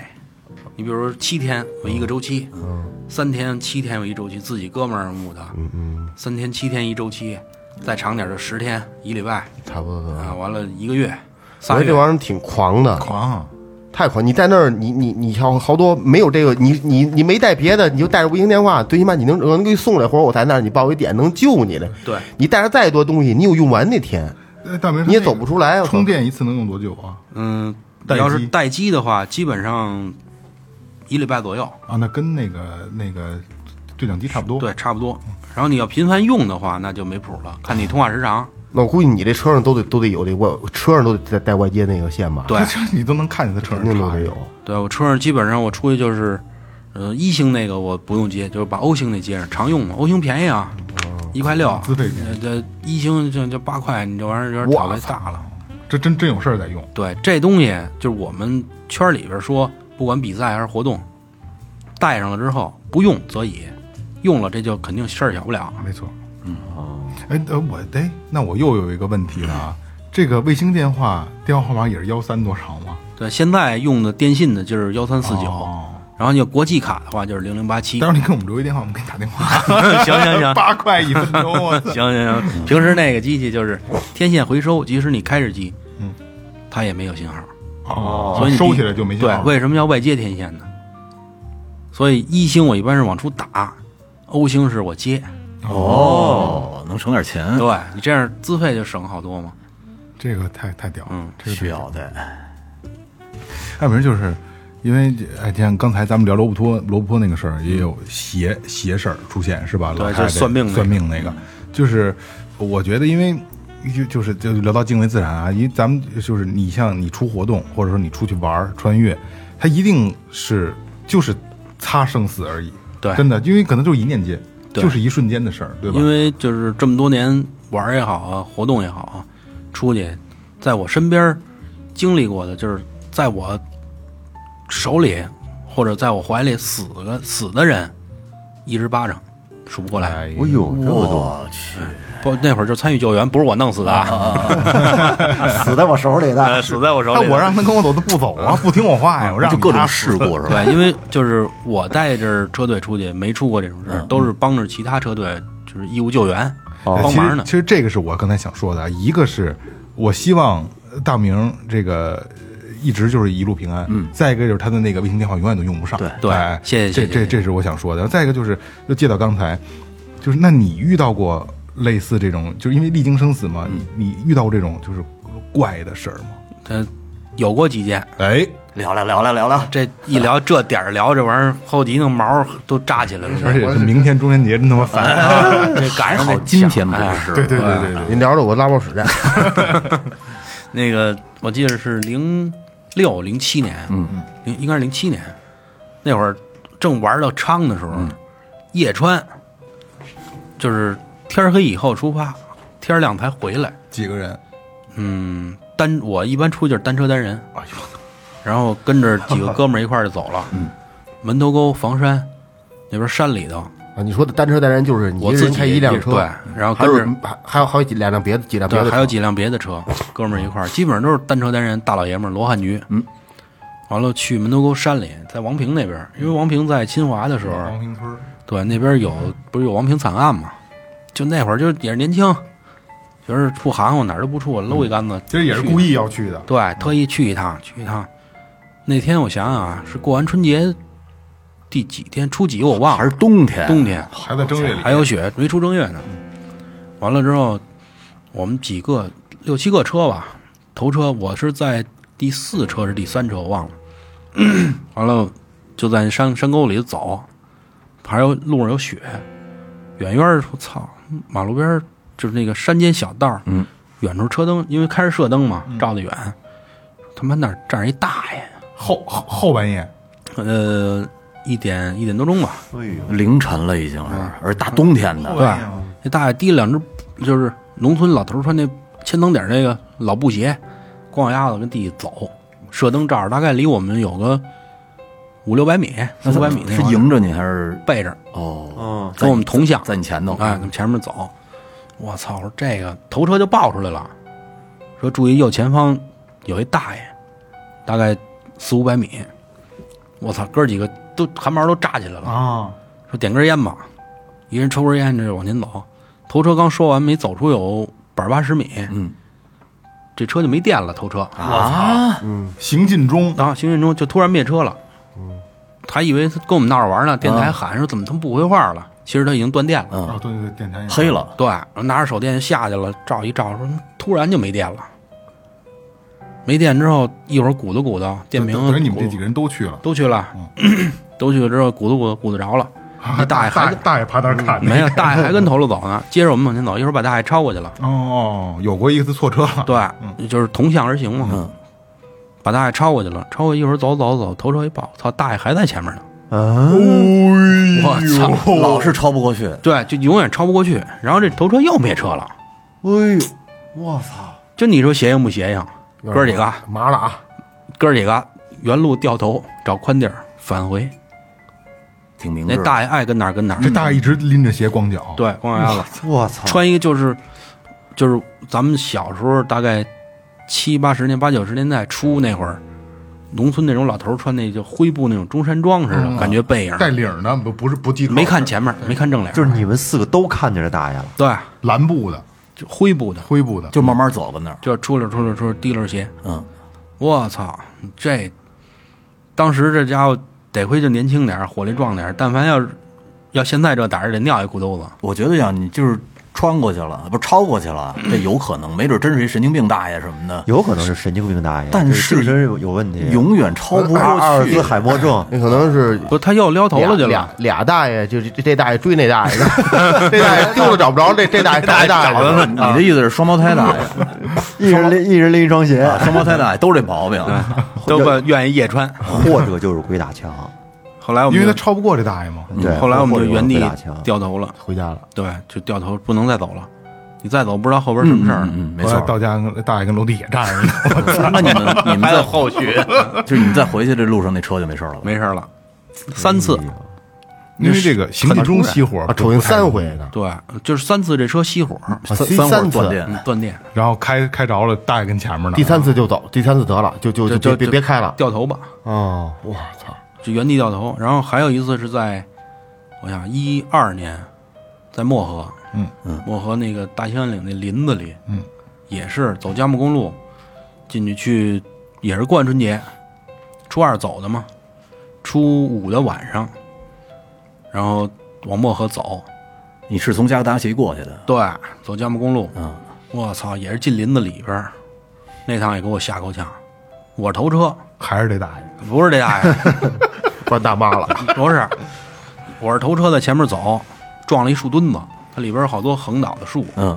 Speaker 6: 你比如说七天我一个周期，
Speaker 2: 嗯
Speaker 6: 三天七天我一周期，自己哥们儿母的，嗯嗯，三天七天一周期，再长点儿就十天一礼拜
Speaker 2: 差不多都。
Speaker 6: 啊，完了一个月，
Speaker 2: 嗯我觉
Speaker 6: 仨
Speaker 2: 得
Speaker 6: 月
Speaker 2: 这玩意儿挺狂的，
Speaker 1: 狂，啊
Speaker 2: 太狂！你在那儿，你你你好好多没有这个，你你你没带别的，你就带着无线电话，最起码你能呃我能给你送来，或者我在那儿你报一点能救你的。
Speaker 6: 对，
Speaker 2: 你带着再多东西，你有用完那天，
Speaker 1: 呃大明
Speaker 2: 你也走不出来。我操
Speaker 1: 充电一次能用多久啊？
Speaker 6: 嗯，
Speaker 1: 待机
Speaker 6: 要是待机的话，基本上一礼拜左右，
Speaker 1: 啊，那跟那个那个对讲机差不多。
Speaker 6: 对，差不多。然后你要频繁用的话，那就没谱了，看你通话时长。
Speaker 2: 那我估计你这车上都得都得有这外，车上都得带带外接那个线吧？
Speaker 6: 对
Speaker 1: 他这你都能看见他车
Speaker 2: 肯
Speaker 1: 上
Speaker 2: 定都
Speaker 1: 插
Speaker 2: 得
Speaker 1: 着
Speaker 2: 有。。
Speaker 6: 对我车上基本上我出去就是，呃，一星那个我不用接，就是把 O 星那接上，常用嘛。O 星便宜啊，一块六，
Speaker 1: 哦资费便宜
Speaker 6: 呃，这一星就就八块，你这玩意儿有点
Speaker 1: 哇
Speaker 6: 炒太大了。
Speaker 1: 这真真有事儿在用。
Speaker 6: 对，这东西就是我们圈里边说，不管比赛还是活动，带上了之后不用则已，用了这就肯定事儿小不了。
Speaker 1: 啊没错，嗯哦，哎，呃我哎，那我又有一个问题了啊，这个卫星电话电话号码也是幺三多少吗？
Speaker 6: 对，现在用的电信的就是幺三四九，
Speaker 1: 哦，
Speaker 6: 然后你有国际卡的话就是零零八七
Speaker 1: 待。会儿你给我们留一电话，我们给你打电话。
Speaker 6: 行行 行
Speaker 1: 八块一分钟，我操
Speaker 6: 行行行，平时那个机器就是天线回收，即使你开着机，
Speaker 1: 嗯，
Speaker 6: 它也没有信号。
Speaker 1: 哦
Speaker 6: 所以你
Speaker 1: 收起来就没信
Speaker 6: 对
Speaker 1: 号，了。
Speaker 6: 为什么要外接天线呢？所以一星我一般是往出打，O 星是我接。
Speaker 4: 哦，能省点
Speaker 1: 嗯
Speaker 4: 钱，
Speaker 6: 对你这样资费就省好多嘛。
Speaker 1: 这个太太屌了，
Speaker 6: 嗯
Speaker 1: 这个
Speaker 4: 需要的。
Speaker 1: 还有人就是因为哎，像刚才咱们聊罗布托罗布托那个事儿，也有邪邪事儿出现是吧？
Speaker 6: 对
Speaker 1: 老太太
Speaker 6: 就是算命那个
Speaker 1: 算命那个，就是呃我觉得因为。就就是就聊到敬畏自然啊，因为咱们就是你像你出活动，或者说你出去玩儿穿越，它一定是就是擦生死而已，
Speaker 6: 对
Speaker 1: 真的，因为可能就是一念间，
Speaker 6: 对
Speaker 1: 就是一瞬间的事儿，对吧？
Speaker 6: 因为就是这么多年玩儿也好啊，活动也好啊，出去，在我身边儿经历过的，就是在我手里或者在我怀里死个死的人，一只巴掌数不过来。
Speaker 1: 哎
Speaker 5: 哎呦，这么多，
Speaker 4: 我去，
Speaker 6: 不，那会儿就参与救援，不是我弄死 的啊，
Speaker 7: 死在我手里的，
Speaker 6: 哎死在我手
Speaker 1: 那我让他跟我走，他不走 啊，不听我话呀，我让
Speaker 4: 就
Speaker 1: 你
Speaker 4: 各种
Speaker 1: 拉
Speaker 4: 事故是吧？
Speaker 6: 对，因为就是我带着车队出去，没出过这种事儿，都是帮着其他车队，就是义务救援、
Speaker 1: 哎
Speaker 6: 帮忙呢
Speaker 1: 其实。其实这个是我刚才想说的啊，一个是我希望呃大明这个呃一直就是一路平安，嗯，再一个就是他的那个卫星电话永远都用不上，
Speaker 6: 对
Speaker 1: 哎
Speaker 6: 谢谢谢谢
Speaker 1: 这这这是我想说的。再一个就是，就借到刚才，就是那你遇到过类似这种，就是因为历经生死嘛，
Speaker 6: 嗯
Speaker 1: 你你遇到过这种就是怪的事儿吗？
Speaker 6: 他有过几件，
Speaker 1: 哎，
Speaker 4: 聊聊聊聊聊聊，
Speaker 6: 这一聊这点儿聊这玩意儿，后脊那毛儿都扎起来
Speaker 1: 而
Speaker 6: 了。
Speaker 1: 且是哎明天中元节，真他妈烦。啊
Speaker 6: 这赶
Speaker 4: 还
Speaker 6: 上好
Speaker 4: 好今
Speaker 6: 巧
Speaker 4: 天不
Speaker 6: 哎
Speaker 4: 是，
Speaker 1: 对对对对对，
Speaker 2: 您聊着我拉泡屎去，
Speaker 6: 那个我记得是零六零七年，嗯，零应该是零七年，那会儿正玩到昌的时候，夜穿，就是天黑以后出发，天亮才回来。
Speaker 1: 几个人，
Speaker 6: 嗯，单我一般出去就是单车单人，
Speaker 2: 哎
Speaker 6: 然后跟着几个哥们儿一块儿 就走了，嗯，门头沟房山那边山里头，
Speaker 2: 啊，你说的单车单人就是你
Speaker 6: 我
Speaker 2: 一
Speaker 6: 自
Speaker 2: 人
Speaker 6: 己
Speaker 2: 开一辆
Speaker 6: 也
Speaker 2: 车，
Speaker 6: 对然后
Speaker 2: 还
Speaker 6: 跟
Speaker 2: 有
Speaker 6: 着
Speaker 2: 还还有还有几两辆别的几辆别
Speaker 6: 对，
Speaker 2: 的，
Speaker 6: 还有几辆别的车，哥们儿一块儿，基本上都是单车单人大老爷们儿罗汉局。嗯，完了去门头沟山里，在王平那边儿，因为王平在侵华的时候，
Speaker 2: 嗯
Speaker 1: 王平村儿，
Speaker 6: 对那边有不是有王平惨案嘛？就那会儿就也是年轻，觉得不含糊哪儿都不怵，搂一杆
Speaker 2: 嗯
Speaker 6: 子。
Speaker 1: 其实也是故意要去的，
Speaker 6: 对，特意去一趟，去一趟。那天我想想啊，是过完春节第几天，初几我忘
Speaker 4: 还
Speaker 6: 了，
Speaker 4: 是冬天，
Speaker 6: 冬天。
Speaker 1: 还在正月里，
Speaker 6: 还有雪，没出正月呢。完了之后，我们几个六七个车吧，头车我是在第四车是第三车，我忘了。 完了就在山山沟里走，还有路上有雪，远远儿我操，马路边儿就是那个山间小道，嗯，远处车灯因为开着射灯嘛，照得远，他妈那儿站着一大爷，
Speaker 1: 后后后半夜，
Speaker 6: 呃，一点一点多钟吧，
Speaker 4: 凌晨了已经是，
Speaker 1: 嗯
Speaker 4: 而大冬天的，
Speaker 6: 对，那大爷提了两只，就是农村老头儿穿那千层底儿那个老布鞋，光脚丫子跟地里走，射灯照着，大概离我们有个五六百米、四五百米那
Speaker 4: 是
Speaker 6: 会儿
Speaker 4: 迎着你还是
Speaker 6: 背着，
Speaker 4: 哦？
Speaker 5: 嗯，
Speaker 6: 跟我们同向，
Speaker 4: 在你前头
Speaker 6: 哎，我们前面走。我操！我说这个头车就爆出来了，说注意右前方有一大爷，大概四五百米。我操，哥几个都汗毛都炸起来了，
Speaker 1: 啊，
Speaker 6: 说点根烟吧，一人抽根烟，这就往前走。头车刚说完，没走出有百八十米，
Speaker 4: 嗯，
Speaker 6: 这车就没电了，头车
Speaker 4: 啊！
Speaker 1: 行进中
Speaker 6: 然后行进中就突然灭车了。
Speaker 4: 嗯
Speaker 6: 还以为他跟我们闹着玩呢，电
Speaker 4: 啊
Speaker 6: 台喊说怎么他们不回话了？其实他已经断电了。
Speaker 1: 啊，对对对，电台也
Speaker 4: 黑了，
Speaker 6: 对，然后拿着手电下去了，照一照，说突然就没电了。没电之后，一会儿鼓捣鼓捣，电瓶
Speaker 1: 等于你们
Speaker 6: 鼓
Speaker 1: 这几个人都去了，
Speaker 6: 都去了， 都去了之后鼓捣鼓捣鼓捣着了，那大爷
Speaker 1: 啊大
Speaker 6: 还嗯
Speaker 1: 爷大爷趴那儿看着，
Speaker 6: 没有大 爷还跟头路走呢，接着我们往前走，一会儿把大爷超过去了。
Speaker 1: 哦哦，有过一次错车了，嗯
Speaker 6: 对，就是同向而行嘛。把大爷超过去了，超过一会儿走走走，头车一爆，操，大爷还在前面呢。我操！
Speaker 1: 哦
Speaker 4: 老是超不过去，
Speaker 6: 对，就永远超不过去。然后这头车又灭车了，
Speaker 5: 哎呦，我操！
Speaker 6: 就你说邪性不邪性？哥几个，
Speaker 2: 麻了啊！
Speaker 6: 哥几个原路掉头找宽地儿返回。
Speaker 4: 挺明智
Speaker 6: 那
Speaker 4: 的。
Speaker 6: 大爷爱跟哪儿跟哪儿
Speaker 1: 这，大爷一直拎着鞋光脚，
Speaker 6: 对，光脚丫子，
Speaker 5: 我操！
Speaker 6: 穿一个就是就是咱们小时候大概七八十年八九十年代初那会儿。农村那种老头儿穿那就灰布那种中山装似的，感觉背影
Speaker 1: 带领儿呢，不不是不系扣，
Speaker 6: 没看前面，没看正脸，
Speaker 5: 就是你们四个都看见这大爷了，
Speaker 6: 对，
Speaker 1: 蓝布的
Speaker 6: 就灰布的，
Speaker 1: 灰布的，
Speaker 4: 就慢慢走跟那儿，
Speaker 6: 就出溜出溜出溜提溜鞋，
Speaker 4: 嗯，
Speaker 6: 我操，这当时这家伙得亏就年轻点儿，火力壮点儿，但凡要是要现在这胆儿得尿一裤兜子，
Speaker 4: 我觉得呀，你就是穿过去了，不是超过去了，这有可能，没准真是一神经病大爷什么的，
Speaker 5: 有可能是神经病大爷，
Speaker 4: 但
Speaker 5: 就是精神有有问题，
Speaker 4: 永远超不
Speaker 5: 阿阿
Speaker 4: 过
Speaker 5: 尔
Speaker 4: 去
Speaker 5: 兹。海默症。
Speaker 2: 那可能是
Speaker 6: 不，他又撩头了
Speaker 2: 俩
Speaker 6: 去了
Speaker 2: 俩，俩大爷，就这这大爷追那大爷，这大爷丢了找不着，这这大爷找那大爷
Speaker 4: 你的意思是双胞胎大爷，啊
Speaker 5: 一人拎一人拎一双鞋，
Speaker 6: 啊
Speaker 4: 双胞胎大爷都这毛病，
Speaker 6: 都不愿意夜穿。
Speaker 5: 或者就是鬼打墙。
Speaker 6: 后来我
Speaker 1: 因为
Speaker 6: 们
Speaker 1: 他
Speaker 6: 就
Speaker 1: 超不过这大爷嘛，
Speaker 5: 对，
Speaker 6: 嗯后来我们就原
Speaker 5: 或者
Speaker 6: 地
Speaker 5: 就是鬼打墙。
Speaker 6: 掉头了，
Speaker 2: 回家了。
Speaker 6: 对，就掉头不能再走了，你再走不知道后边什么事儿呢。
Speaker 4: 嗯，没
Speaker 1: 后
Speaker 4: 错
Speaker 1: 来。到家大爷跟楼底下站着呢，
Speaker 6: 嗯
Speaker 1: 我操
Speaker 4: 那你 们你们
Speaker 6: 还有
Speaker 4: 再
Speaker 6: 后续，
Speaker 4: 就是你们再回去这路上那车就没事儿了吧，
Speaker 6: 没事儿了，三
Speaker 5: 哎
Speaker 6: 次，
Speaker 5: 嗯
Speaker 1: 因为这个行进中熄火
Speaker 4: 哦
Speaker 2: 啊，，瞅见三回呢，
Speaker 6: 对，就是三次这车熄火，嗯
Speaker 4: 三
Speaker 2: 第
Speaker 4: 三
Speaker 2: 三
Speaker 4: 火
Speaker 2: 次
Speaker 4: 断电，
Speaker 6: 断电，
Speaker 1: 然后开开着了，大爷跟前面呢，
Speaker 2: 第三次就走，第三次得了，就就
Speaker 6: 就
Speaker 2: 就
Speaker 6: 就
Speaker 2: 别别别开了。
Speaker 6: 掉头吧。
Speaker 2: 哦，我操！
Speaker 6: 就原地掉头。然后还有一次是在，我想一二年，在漠河，
Speaker 1: 嗯
Speaker 6: 嗯，漠河那个大兴安岭那林子里，
Speaker 1: 嗯，
Speaker 6: 也是走佳木公路进去去，也是过完春节，初二走的嘛，初五的晚上，然后往漠河走，
Speaker 4: 你是从加格达奇过去的，
Speaker 6: 对，走佳木公路，
Speaker 4: 嗯，
Speaker 6: 我操，也是进林子里边儿，那趟也给我吓够呛，我是头车，
Speaker 1: 还是这大爷，
Speaker 6: 不是这大爷。
Speaker 2: 关大妈了，
Speaker 6: 不是，我是头车在前面走，撞了一树墩子，它里边有好多横倒的树，
Speaker 4: 嗯，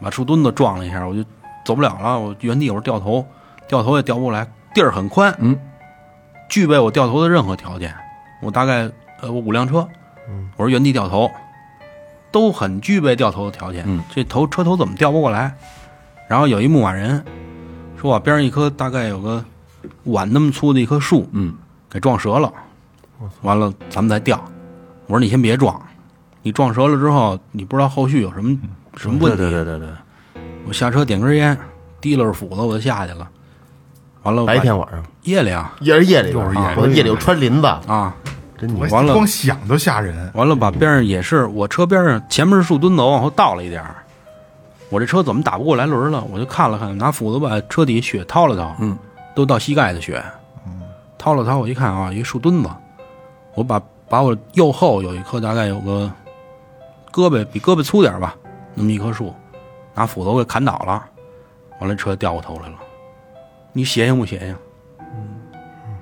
Speaker 6: 把树墩子撞了一下，我就走不了了，我原地我是掉头，掉头也掉不过来，地儿很宽，
Speaker 4: 嗯，
Speaker 6: 具备我掉头的任何条件，我大概呃我五辆车，
Speaker 4: 嗯
Speaker 6: 我是原地掉头，都很具备掉头的条件，
Speaker 4: 嗯，
Speaker 6: 这头车头怎么掉不过来？然后有一牧马人说我边上一棵大概有个碗那么粗的一棵树，
Speaker 4: 嗯，
Speaker 6: 给撞折了，完了咱们再掉。我说你先别撞，你撞折了之后，你不知道后续有什么什么问
Speaker 4: 对嗯
Speaker 6: 题。
Speaker 4: 对对对对，
Speaker 6: 我下车点根烟，提溜着斧子我就下去了。完了，
Speaker 2: 白天晚上
Speaker 6: 夜里啊
Speaker 2: 也是夜里
Speaker 1: 又
Speaker 2: 边，
Speaker 1: 是夜里
Speaker 2: 我夜里又穿林子，
Speaker 6: 啊，
Speaker 2: 真牛
Speaker 1: 我
Speaker 6: 完了
Speaker 1: 光想都吓人，
Speaker 6: 完了把边上也是我车边上前面是树墩子，我往后倒了一点儿。我这车怎么打不过来轮了？我就看了看，拿斧子把车底血掏了掏，
Speaker 4: 嗯，
Speaker 6: 都到膝盖的血，掏了掏，我一看啊，一树墩子，我把把我右后有一棵大概有个胳膊比胳膊粗点儿吧，那么一棵树，拿斧子我给砍倒了，完了车掉过头来了，你邪性不邪性？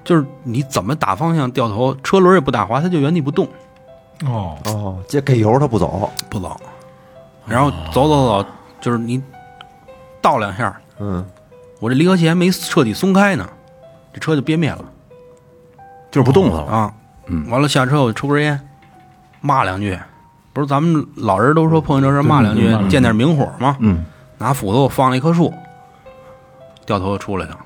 Speaker 6: 就是你怎么打方向掉头，车轮也不打滑，它就原地不动。
Speaker 1: 哦，
Speaker 5: 哦，这给油他不走，
Speaker 6: 不走，然后走走走，就是你倒两下，
Speaker 5: 嗯，
Speaker 6: 我这离合器还没彻底松开呢，这车就憋灭了
Speaker 4: 就是不动弹了，
Speaker 6: 啊。嗯，完了下车我抽根烟，骂两句，不是咱们老人都说碰见这事儿骂两句，见点明火嘛。
Speaker 4: 嗯，
Speaker 6: 拿斧头我放了一棵树，掉头就出来了，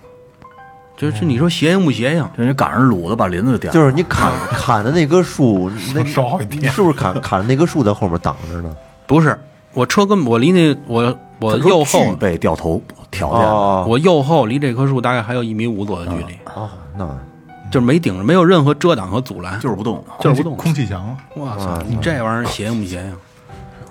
Speaker 6: 就是你说邪性不邪性？
Speaker 4: 人家赶上卤子把林子点了，
Speaker 5: 就是你砍砍的那棵 树，那
Speaker 1: 稍好一点
Speaker 5: 你是不是砍砍的那棵树在后面挡着呢？
Speaker 6: 不是，我车根本我离那我我
Speaker 4: 他说
Speaker 6: 右后
Speaker 4: 具备掉头条件，
Speaker 5: 哦，
Speaker 6: 我右后离这棵树大概还有一米五左右的距离，
Speaker 5: 哦，那
Speaker 6: 就是没顶着，没有任何遮挡和阻拦。
Speaker 4: 就是不动。
Speaker 1: 就是不动，空气墙了。
Speaker 6: 我操，你这玩意儿邪性不邪性？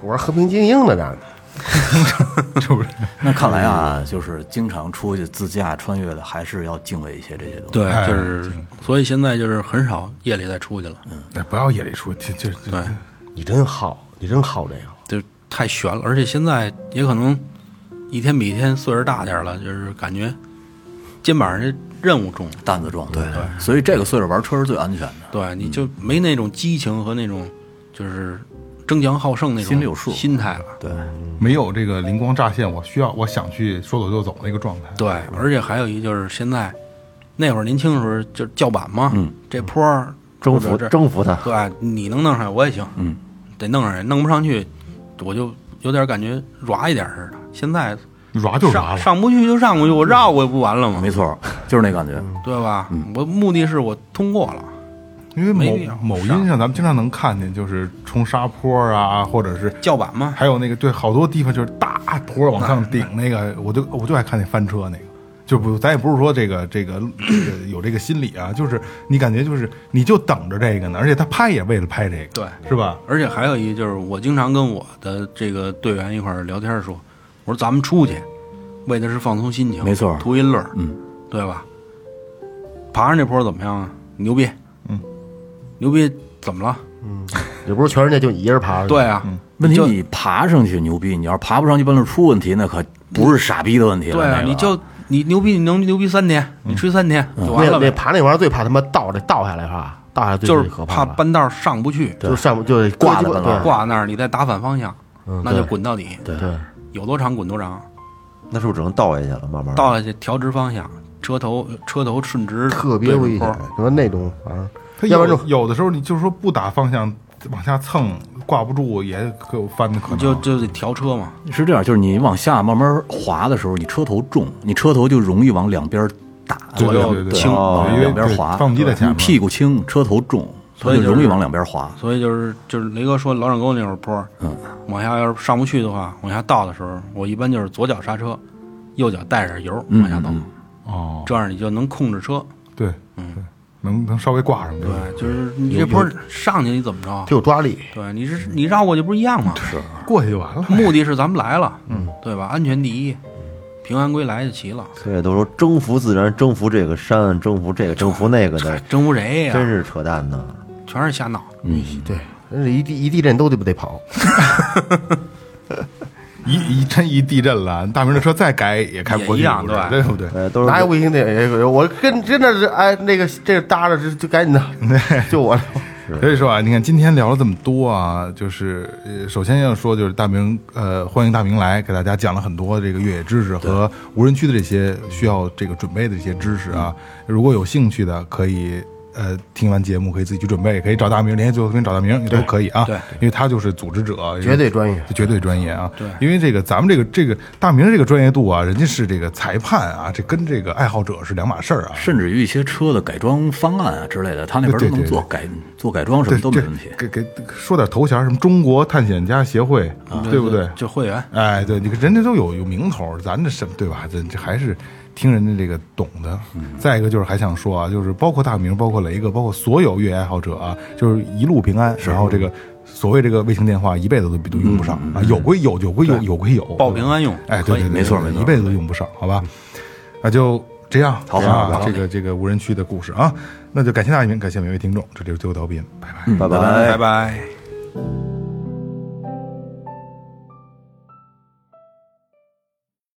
Speaker 2: 我是和平精英的干的，
Speaker 4: 那看来啊，就是经常出去自驾穿越的，还是要敬畏一些这些东西。
Speaker 6: 对，就是哎所以现在就是很少夜里再出去了，
Speaker 1: 哎，不要夜里出，这这这
Speaker 6: 对，
Speaker 2: 你真好，你真好这个。
Speaker 6: 就太悬了。而且现在也可能一天比一天岁数大点儿了，就是感觉肩膀上这任务重，
Speaker 4: 担子重，对，所以这个岁数玩车是最安全的。
Speaker 6: 对，你就没那种激情和那种就是争强好胜那种
Speaker 4: 心里有数
Speaker 6: 心态了。
Speaker 4: 对，
Speaker 1: 没有这个灵光乍现，我需要我想去说走就走那个状态。
Speaker 6: 对，而且还有一就是现在那会儿年轻的时候就是叫板嘛，这坡儿
Speaker 5: 征
Speaker 6: 或
Speaker 5: 服
Speaker 6: 者这
Speaker 5: 征服它，
Speaker 6: 对，哎你能弄上来我也行，
Speaker 4: 嗯，
Speaker 6: 得弄上来，弄不上去我就有点感觉软一点似的。现在
Speaker 1: 软就软
Speaker 6: 上
Speaker 1: 了，
Speaker 6: 上不去就上不去，我绕过不完了吗
Speaker 4: 没？嗯错，就是那感觉。
Speaker 6: 对吧？我目的是我通过了，
Speaker 1: 因为
Speaker 6: 没必要
Speaker 1: 某某音上咱们经常能看见，就是冲沙坡啊，或者是
Speaker 6: 叫板嘛。
Speaker 1: 还有那个对，好多地方就是大坡往上顶那个，我就我就爱看那翻车那个。就不，咱也不是说这个这个这个有这个心理啊，就是你感觉就是你就等着这个呢，而且他拍也为了拍这个，
Speaker 6: 对，
Speaker 1: 是吧？
Speaker 6: 而且还有一就是，我经常跟我的这个队员一块儿聊天儿说，我说咱们出去，为的是放松心情，
Speaker 4: 没错
Speaker 6: 图一乐，
Speaker 4: 嗯，
Speaker 6: 对吧？爬上这坡怎么样啊？牛逼，
Speaker 1: 嗯，
Speaker 6: 牛逼，怎么了？
Speaker 2: 也不是全世界就你一人
Speaker 4: 嗯
Speaker 2: 爬上去，
Speaker 6: 对啊，
Speaker 4: 问题
Speaker 6: 就
Speaker 4: 你爬上去牛逼，你要是爬不上去，半路出问题，那可不是傻逼的问题了。
Speaker 6: 对啊，
Speaker 4: 那个
Speaker 6: 你就你牛逼，你能牛逼三天，你吹三天就完
Speaker 2: 那
Speaker 6: 了
Speaker 2: 那
Speaker 6: 呗，
Speaker 2: 爬那玩意儿最怕他妈倒，这倒下来怕，倒下来最
Speaker 6: 就是
Speaker 2: 可怕
Speaker 6: 怕
Speaker 2: 了，
Speaker 6: 半道儿上不去，
Speaker 2: 就是上不就是
Speaker 4: 挂在
Speaker 2: 对
Speaker 4: 那儿
Speaker 6: 挂那儿，你再打反方向，那就滚到底，
Speaker 2: 对对，
Speaker 6: 有多长滚多长，
Speaker 5: 那是不是只能倒下去了？慢慢
Speaker 6: 倒下去调直方向，车头车头顺直，
Speaker 2: 特别
Speaker 6: 对着
Speaker 2: 危
Speaker 6: 坡
Speaker 2: 险，什么那种啊反正
Speaker 1: 他
Speaker 2: 要不然
Speaker 1: 有
Speaker 2: 就
Speaker 1: 有的时候你就是说不打方向往下蹭，挂不住也可有翻的可能。
Speaker 6: 就就得调车嘛，
Speaker 4: 是这样，就是你往下慢慢滑的时候，你车头重，你车头就容易往两边打，
Speaker 1: 对
Speaker 6: 左
Speaker 1: 对
Speaker 6: 右
Speaker 1: 对对，
Speaker 6: 倾
Speaker 1: 哦
Speaker 4: 往
Speaker 1: 因为
Speaker 4: 两边
Speaker 1: 对
Speaker 4: 滑。
Speaker 1: 发动机在前
Speaker 4: 你
Speaker 1: 面，
Speaker 4: 屁股轻，车头重，它
Speaker 6: 所以
Speaker 4: 就
Speaker 6: 就是
Speaker 4: 容易往两边滑。
Speaker 6: 所以就是就是雷哥说老掌沟那会儿坡，嗯，往下要是上不去的话，往下倒的时候，我一般就是左脚刹车，右脚带着油
Speaker 4: 嗯
Speaker 6: 往下倒，
Speaker 4: 嗯
Speaker 1: 哦，
Speaker 6: 这样你就能控制车。
Speaker 1: 对，
Speaker 6: 嗯
Speaker 1: 对，能能稍微挂上对
Speaker 6: 对，就是你这坡上去你怎么着啊
Speaker 2: 它？有抓力，
Speaker 6: 对，你是你绕过去不是一样吗？是，
Speaker 1: 过去就完了。
Speaker 6: 目的是咱们来了，嗯，对吧？安全第一，平安归来就齐了。
Speaker 5: 所以都说征服自然，征服这个山，征服这个，征服那个的，
Speaker 6: 征服谁呀、
Speaker 5: 真是扯淡呢。
Speaker 6: 全是瞎闹。
Speaker 2: 对，真是一地一地震都得不得跑，
Speaker 1: 一一真一地震了，大明这车再改也开不过去，
Speaker 6: 也一样
Speaker 1: 对吧
Speaker 6: 对
Speaker 1: 对不对？
Speaker 5: 呃，都是
Speaker 2: 哪有卫星电影？我跟真的是哎那个这搭着这就赶 紧的，就我
Speaker 1: 所以说啊，你看今天聊了这么多啊，就是呃，首先要说就是大明，呃，欢迎大明来给大家讲了很多这个越野知识和无人区的这些需要这个准备的这些知识啊。如果有兴趣的，可以呃听完节目可以自己去准备，也可以找大明联系最后跟找大明也都可以啊，
Speaker 6: 对
Speaker 1: 因为他就是组织者，
Speaker 2: 绝对专业。
Speaker 1: 绝对专业啊！对，因为这个咱们这个这个大明这个专业度啊，人家是这个裁判啊，这跟这个爱好者是两码事儿啊。
Speaker 4: 甚至于一些车的改装方案啊之类的，他那边都
Speaker 1: 对对
Speaker 4: 能
Speaker 1: 对
Speaker 4: 做改做改装，什
Speaker 1: 对，
Speaker 4: 么都没问题。
Speaker 1: 这给给说点头衔儿，什么中国探险家协会，
Speaker 4: 啊
Speaker 1: 对不对？
Speaker 6: 就会员，
Speaker 1: 哎，对，你看人家都有有名头儿，咱这什么对吧？这这还是听人家这个懂的。
Speaker 4: 嗯
Speaker 1: 再一个就是还想说啊，就是包括大明，包括雷哥，包括所有越野爱好者啊，就是一路平安。然后这个所谓这个卫星电话，一辈子都都用不上
Speaker 4: 嗯
Speaker 1: 啊，有归有，有归有，有归有，
Speaker 6: 报平安用
Speaker 1: 哎，
Speaker 6: 可
Speaker 1: 对
Speaker 6: 以
Speaker 1: 对对，
Speaker 4: 没错
Speaker 1: 对
Speaker 4: 没错
Speaker 1: 一辈子都用不上，好吧？那就这样，
Speaker 4: 好好
Speaker 1: 啊
Speaker 4: 好，
Speaker 1: 这个这个无人区的故事啊，那就感谢大明，感谢每位听众，这里是最后调频，拜拜。
Speaker 4: 嗯
Speaker 5: 拜
Speaker 4: 拜
Speaker 5: 拜
Speaker 6: 拜拜